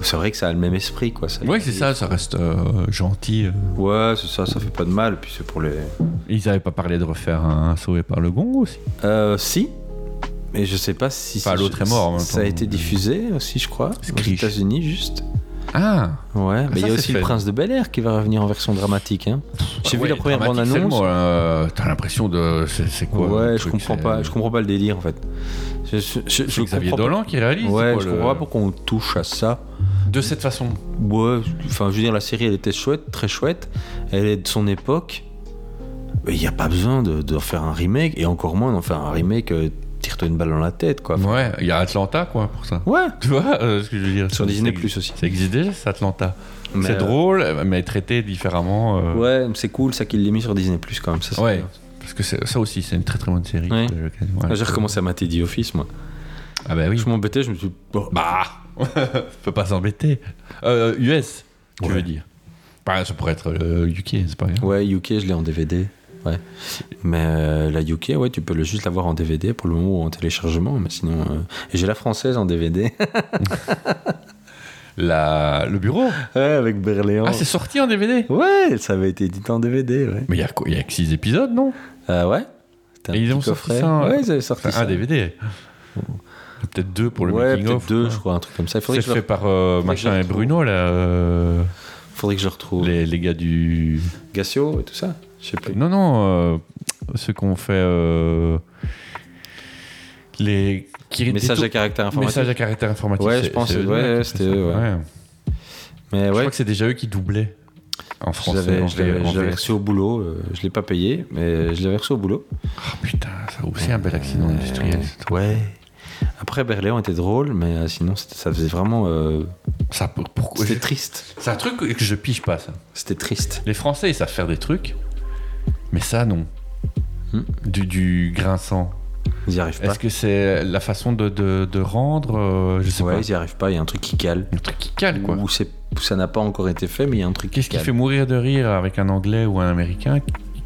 C'est vrai que ça a le même esprit, quoi. Ça,
Ouais, c'est ça, ça reste euh, gentil.
Ouais, c'est ça, ça fait pas de mal. Puis c'est pour les.
Ils avaient pas parlé de refaire un sauvé par le gong aussi.
Euh, si. Mais je sais pas si.
Enfin,
si-
l'autre est mort en même
Ça a
temps.
été diffusé aussi, je crois. Aux
Screech.
États-Unis, juste.
Ah
Ouais, mais il y
ça,
a
c'est
aussi le
fait.
Prince de Bel Air qui va revenir en version dramatique. hein. J'ai vu la première bande annonce.
euh, T'as l'impression de. C'est c'est quoi
Ouais,
le
je
truc,
comprends
c'est-
pas. Je comprends pas le délire en fait. Je, je, je- je
C'est Xavier
comprends pas-
Dolan qui réalise
Ouais,
c'est quoi,
je
le-
comprends pas pourquoi on touche à ça.
De cette façon.
Ouais, enfin, je veux dire, la série, elle était chouette, très chouette. Elle est de son époque. Mais il n'y a pas besoin de, de faire un remake, et encore moins d'en faire un remake, euh, tire-toi une balle dans la tête, quoi.
Ouais, il y a Atlanta, quoi, pour ça.
Ouais,
Tu vois euh, ce que je veux dire
Sur
ça-
Disney
ça-
Plus aussi.
Ça existe déjà, c'est Atlanta.
Mais,
C'est
euh,
drôle, mais traité différemment. euh,
ouais, mais c'est cool ça qu'il l'ait mis sur Disney Plus quand même. Ça, c'est
Ouais.
bien.
Parce que c'est- ça aussi, c'est une très très bonne série.
Ouais. Ah,
Euh,
J'ai recommencé à mater The Office, moi.
Ah bah oui.
Je m'embêtais, je me suis dit, bon, bah,
Bah, faut pas s'embêter. Euh, US, tu
Ouais.
veux dire. Bah, ça pourrait être le UK, c'est pas grave.
ouais, UK, je l'ai en DVD. Ouais. Mais euh, la UK, ouais, tu peux le juste l'avoir en DVD pour le moment ou en téléchargement, mais sinon. euh, Et j'ai la française en DVD.
La... Le bureau.
ouais, avec Berléand.
Ah, c'est sorti en DVD.
ouais, ça avait été édité en DVD, ouais.
Mais il y a quoi Il y a que 6 épisodes, non
Euh, ouais. C'était un
Et ils
petit
ont sorti
coffret.
ça, hein.
Ouais, ils avaient sorti
Enfin,
ça.
un DVD. Peut-être deux pour le
ouais,
making
peut-être
of.
deux,
quoi.
je crois, un truc comme ça. Il faudrait
C'est
que, je
fait
le...
par euh,
faudrait que je
machin
le
et
retrouve.
Bruno là, euh,
faudrait que je le retrouve.
les, les gars du
Gassio et tout ça Je sais plus.
non non euh, ceux qu'on fait euh, les qui
Message à
détour-
caractère informatique.
message à caractère informatique
Ouais, je
c'est-
pense,
c'est eux,
ouais,
là,
c'était
c'est ça.
eux, ouais.
Je
Mais ouais,
crois que c'est déjà eux qui doublaient en
je
français.
l'avais
en
je l'avais-
V- en
je l'avais
VF.
reçu au boulot. euh, Je l'ai pas payé, mais je l'avais reçu au boulot.
Ah putain, ça a aussi un bel accident industriel.
Euh, ouais. Après, Berléon était drôle, mais euh, sinon, c'était- ça faisait vraiment. euh,
Ça, pour- pourquoi
C'était triste.
C'est un truc que je pige pas, ça.
C'était triste.
Les Français, ils savent faire des trucs, mais ça, non.
Hmm.
Du, du grinçant.
Ils n'y arrivent pas.
Est-ce que c'est la façon de, de- de rendre euh, Je sais
Ouais,
pas.
ils n'y arrivent pas. Il y a un truc qui cale.
Un truc qui cale, quoi.
Ou c'est- ou ça n'a pas encore été fait, mais il y a un truc
Qu'est-ce qui
cale.
fait mourir de rire avec un Anglais ou un Américain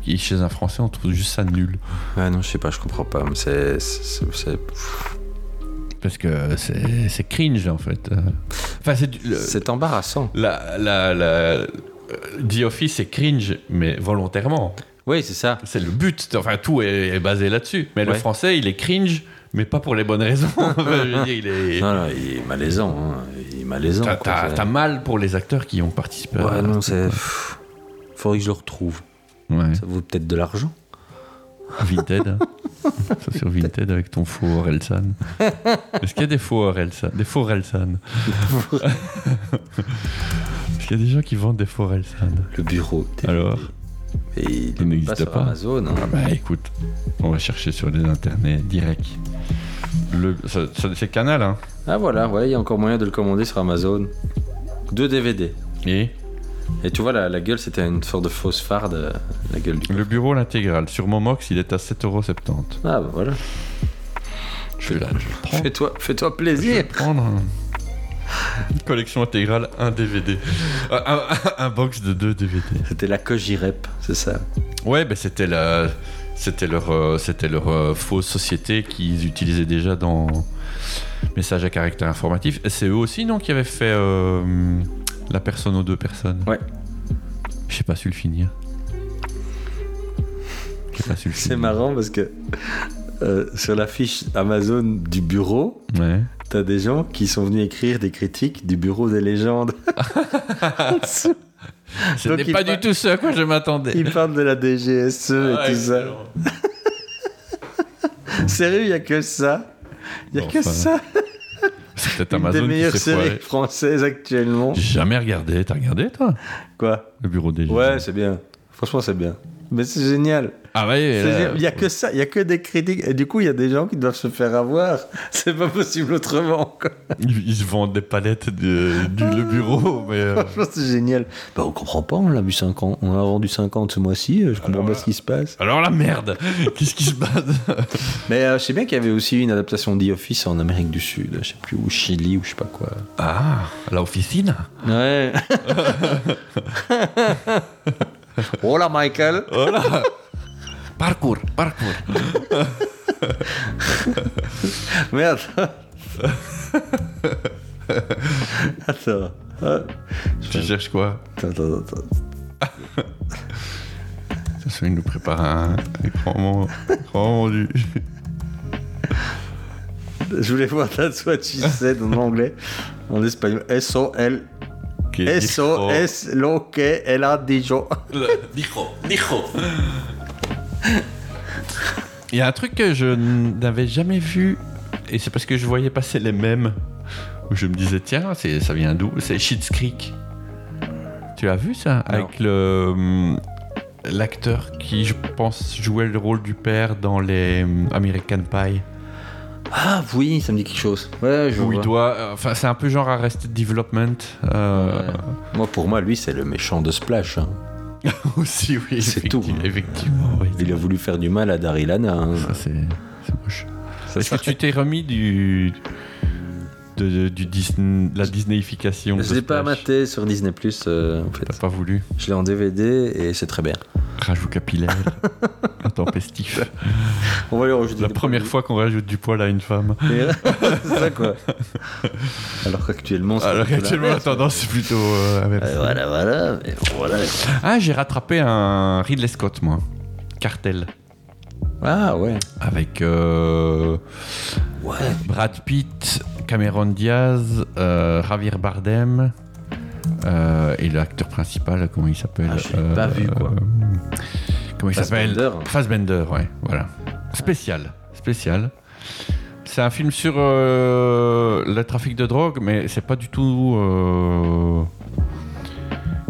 et chez un Français, on trouve juste ça nul.
Ouais, Ah non, je sais pas, je comprends pas. mais C'est. c'est- c'est-
Parce que c'est c'est cringe, en fait. Euh, Enfin, c'est du- le-
C'est embarrassant.
La, la, la, euh, The Office est cringe, mais volontairement.
Oui, c'est ça.
C'est le but. Enfin, tout est, est basé là-dessus. Mais le
Ouais.
français, il est cringe, mais pas pour les bonnes raisons. Enfin, je veux dire, il est.
Non, non, il est malaisant. hein. Il est malaisant.
T'as-
quoi.
T'as
C'est-
t'as mal pour les acteurs qui ont participé.
Ouais,
à...
non, c'est. pff, Faudrait que je le retrouve.
Ouais.
Ça vaut peut-être de l'argent.
Vinted. hein. Ça, sur Vinted avec ton faux Orelsan. Est-ce qu'il y a des faux Orelsan Des faux Orelsan Est-ce qu'il y a des gens qui vendent des faux Orelsan
Le bureau. t'es-
Alors
Et il
il
est
n'existe
sur
pas.
Amazon. hein.
Ah bah écoute, on va chercher sur les internets direct. Le, ça, ça- c'est Canal, hein
Ah voilà, ouais, il y a encore moyen de le commander sur Amazon. Deux DVD.
Et
Et tu vois, la, la gueule, c'était une sorte de fausse farde, euh, la gueule du.
Le bureau l'intégrale sur Momox, il est à 7,70€.
Ah, bah voilà.
Je vais, là, je vais le prendre.
Fais-toi fais-toi
Je vais
plaisir.
le prendre. hein. Une collection intégrale, un DVD. Euh, un, un- un box de deux DVD.
C'était la Cogirep, c'est ça.
Ouais, ben c'était la. C'était leur, euh, c'était leur euh, fausse société qu'ils utilisaient déjà dans Messages à caractère informatif. Et C'est eux aussi, non, qui avaient fait euh, la personne aux deux personnes
Ouais.
J'ai pas su le finir. J'ai pas su le
C'est
finir.
marrant parce que euh, sur la fiche Amazon du bureau,
Ouais.
t'as des gens qui sont venus écrire des critiques du bureau des légendes.
Ce
Donc
n'est
il
pas
fa-
du tout ce à quoi je m'attendais.
Ils parlent de la DGSE
Ah,
E et tout
excellent.
ça. Sérieux, il y a que ça. Il y a
Bon,
que
enfin,
ça.
C'est peut-être
Une
Amazon
des meilleures
qui s'est
séries
foirée.
françaises actuellement.
J'ai jamais regardé. T'as regardé, toi
Quoi
Le bureau des
Ouais,
légendes.
c'est bien. Franchement, c'est bien. Mais c'est génial.
Ah ouais,
C'est
là-
génial. Il y a que ça. Il y a que des critiques. Et du coup, il y a des gens qui doivent se faire avoir. C'est pas possible autrement. quoi.
Ils ils se vendent des palettes de, du le bureau, mais euh,
Franchement, c'est génial. Bah, on comprend pas. On l'a vu 50. On a vendu 50 ce mois-ci. euh, Je comprends pas ce qui se passe.
alors la merde, qu'est-ce qui se passe
Mais euh, je sais bien qu'il y avait aussi une adaptation de The Office en Amérique du Sud. Je sais plus ou Chili ou je sais pas quoi.
Ah, la officine.
Ouais. oh là, Michael.
Voilà. parcours, parcours.
Merde. attends. Ah,
Tu cherches quoi
Attends, attends, attends.
Ça il nous prépare un, un grand moment, un grand moment du.
Je voulais voir That's What She Said en anglais, en espagnol. S-O-L.
Qui est Dijo.
S-O-S, lo que elle a dit.
Le- Dijo, Dijo. Il y a un truc que je n'avais jamais vu, et c'est parce que je voyais passer les mêmes où je me disais tiens, c'est, ça vient d'où C'est Schitt's Creek. Tu l'as vu ça Avec le hum, l'acteur qui, je pense, jouait le rôle du père dans les hum, American Pie.
Ah oui, ça me dit quelque chose. Ouais, je
Où il
vois.
doit, euh, enfin, c'est un peu genre Arrested Development euh,
Moi, pour moi, lui, c'est le méchant de Splash. hein.
aussi, oui.
C'est tout,
effectivement,
hein.
Effectivement, oui.
Il a voulu faire du mal à Daryl Hannah. hein.
Ça, c'est, c'est moche.
Ça
Est-ce que
s'arrête.
tu t'es remis du. de, de- du Disney, la Disneyification de
Je l'ai pas
Splash
maté sur Disney Plus euh, en fait.
T'as pas voulu
Je l'ai en DVD et c'est très bien.
Rajout capillaire, intempestif.
On va lui rajouter
La
des
première fois qu'on rajoute du poil à une femme.
produits. c'est ça quoi. Alors qu'actuellement, c'est
Alors
plutôt la
actuellement, la
merde.
tendance c'est plutôt. euh, inverse.
Euh, Voilà, voilà, mais voilà.
Ah, j'ai rattrapé un Ridley Scott, moi. Cartel.
Ah ouais.
Avec. euh,
Ouais.
Brad Pitt, Cameron Diaz, euh, Javier Bardem euh, et l'acteur principal, comment il s'appelle euh,
Ah, je l'ai pas vu, quoi.
Comment il s'appelle
Fassbender.
Fassbender, ouais, voilà. Spécial, spécial. C'est un film sur euh, le trafic de drogue, mais c'est pas du tout. euh,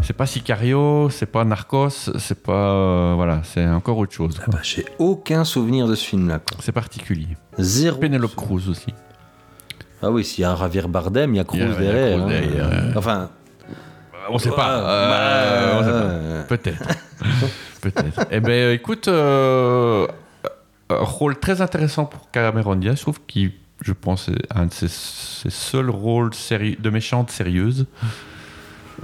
c'est pas Sicario, c'est pas Narcos, c'est pas. euh, voilà, c'est encore autre chose. quoi.
Bah, j'ai aucun souvenir de ce film-là. quoi.
C'est particulier.
Zéro.
Penelope Cruz aussi.
Ah oui, s'il y a Javier Bardem, il y a Cruz
Il y a- il y a
derrière.
Cruz
hein.
derrière, ouais.
Enfin,
On sait
Ouais,
pas. euh,
bah,
on sait pas.
Ah, euh,
Peut-être. Peut-être. Eh ben, écoute, euh, un rôle très intéressant pour Cameron Diaz, je trouve qu'il, je pense, est un de ses, ses seuls rôles séri- de méchante sérieuse.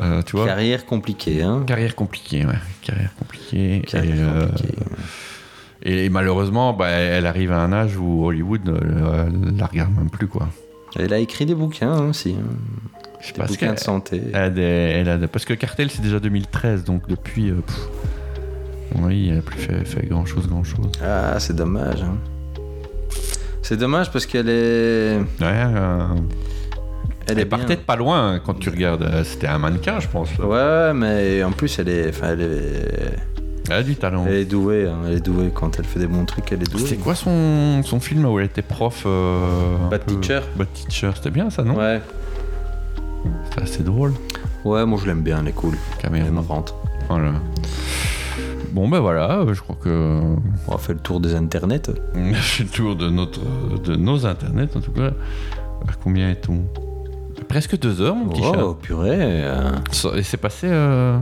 Euh, tu vois
carrière compliquée. Hein.
Carrière compliquée, ouais. Carrière compliquée.
Carrière
et, euh,
compliquée.
et malheureusement, bah, elle arrive à un âge où Hollywood euh, la regarde même plus, quoi.
Elle a écrit des bouquins hein, aussi. hein.
Je sais
Des
pas ce
bouquins
qu'elle-
de santé.
elle a des- elle a des- parce que Cartel, c'est déjà 2013, donc depuis. euh, pff, oui, elle a plus fait, fait grand chose, grand chose.
Ah, c'est dommage. hein. C'est dommage parce qu'elle est.
Ouais, euh,
Elle
elle
est
est partait
bien.
de pas loin hein, quand tu regardes. euh, C'était un mannequin, je pense. là.
Ouais, mais en plus, elle est. Enfin, elle est.
Elle a du talent.
Elle est douée, hein, elle est douée quand elle fait des bons trucs, elle est douée.
C'était quoi son, son film où elle était prof euh, un
Bad
peu-
Teacher.
Bad Teacher, c'était bien ça, non
Ouais,
C'était assez drôle.
ouais, moi je l'aime bien, elle est cool. Elle est
Cameron.
marrante.
Voilà. Bon, ben voilà, euh, je crois que.
On a fait le tour des internets.
On a fait le tour de, notre, de nos internets, en tout cas. À combien Euh, est-on presque deux heures, mon petit
Oh, purée. euh,
chat. Et c'est passé. euh,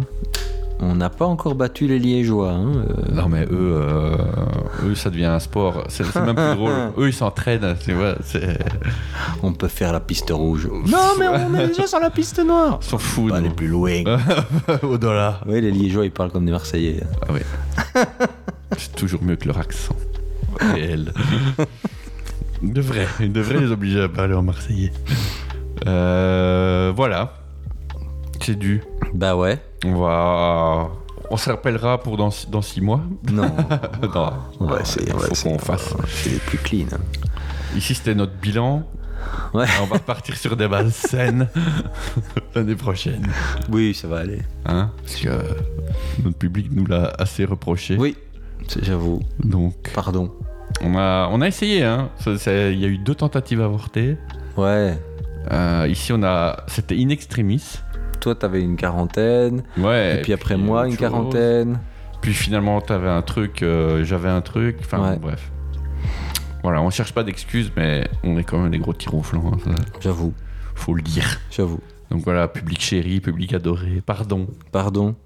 on n'a pas encore battu les Liégeois. hein, euh.
Non, mais eux, euh, eux, ça devient un sport. C'est c'est même plus drôle. Eux, ils s'entraînent. Tu vois, c'est-
On peut faire la piste rouge. Non, mais on est déjà sur la piste noire.
ils s'en foutent.
Pas aller plus loin.
Au dollar.
Oui, les Liégeois, ils parlent comme des Marseillais.
Ah oui. C'est toujours mieux que leur accent. Réel. Ils devraient, ils devraient les obliger à parler en marseillais. Euh, voilà. C'est dû.
Bah ouais.
On va. On se rappellera pour dans, six- dans six mois.
Non.
non.
On va essayer. on va
Faut
essayer.
qu'on fasse.
C'est les plus clean. hein.
Ici, c'était notre bilan.
Ouais.
Et on va partir sur des bases saines l'année prochaine.
Oui, ça va aller.
Hein Parce que notre public nous l'a assez reproché.
Oui, c'est- j'avoue.
Donc,
Pardon.
on a, on a essayé. hein. Ça- ça- Il y a eu deux tentatives avortées.
Ouais.
Euh, ici, on a. C'était in extremis.
Toi, t'avais une quarantaine.
Ouais.
Et, puis après moi,
autre
une
chose.
quarantaine.
Puis finalement, t'avais un truc, euh, j'avais un truc. Enfin,
Ouais.
bon, bref. Voilà, on cherche pas d'excuses, mais on est quand même des gros tironflants. Hein, ça,
J'avoue.
faut le dire.
J'avoue.
Donc voilà, public chéri, public adoré. Pardon.
Pardon.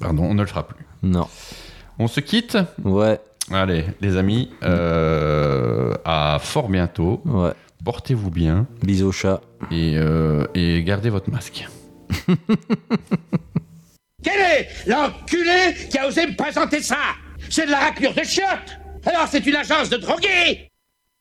Pardon, on ne le fera plus.
Non.
On se quitte.
Ouais.
Allez, les amis, euh, à fort bientôt.
Ouais.
Portez-vous bien
Bisous, chat.
et, euh, et gardez votre masque.
Quel est l'enculé qui a osé me présenter ça C'est de la raclure de chiottes Alors c'est une agence de drogués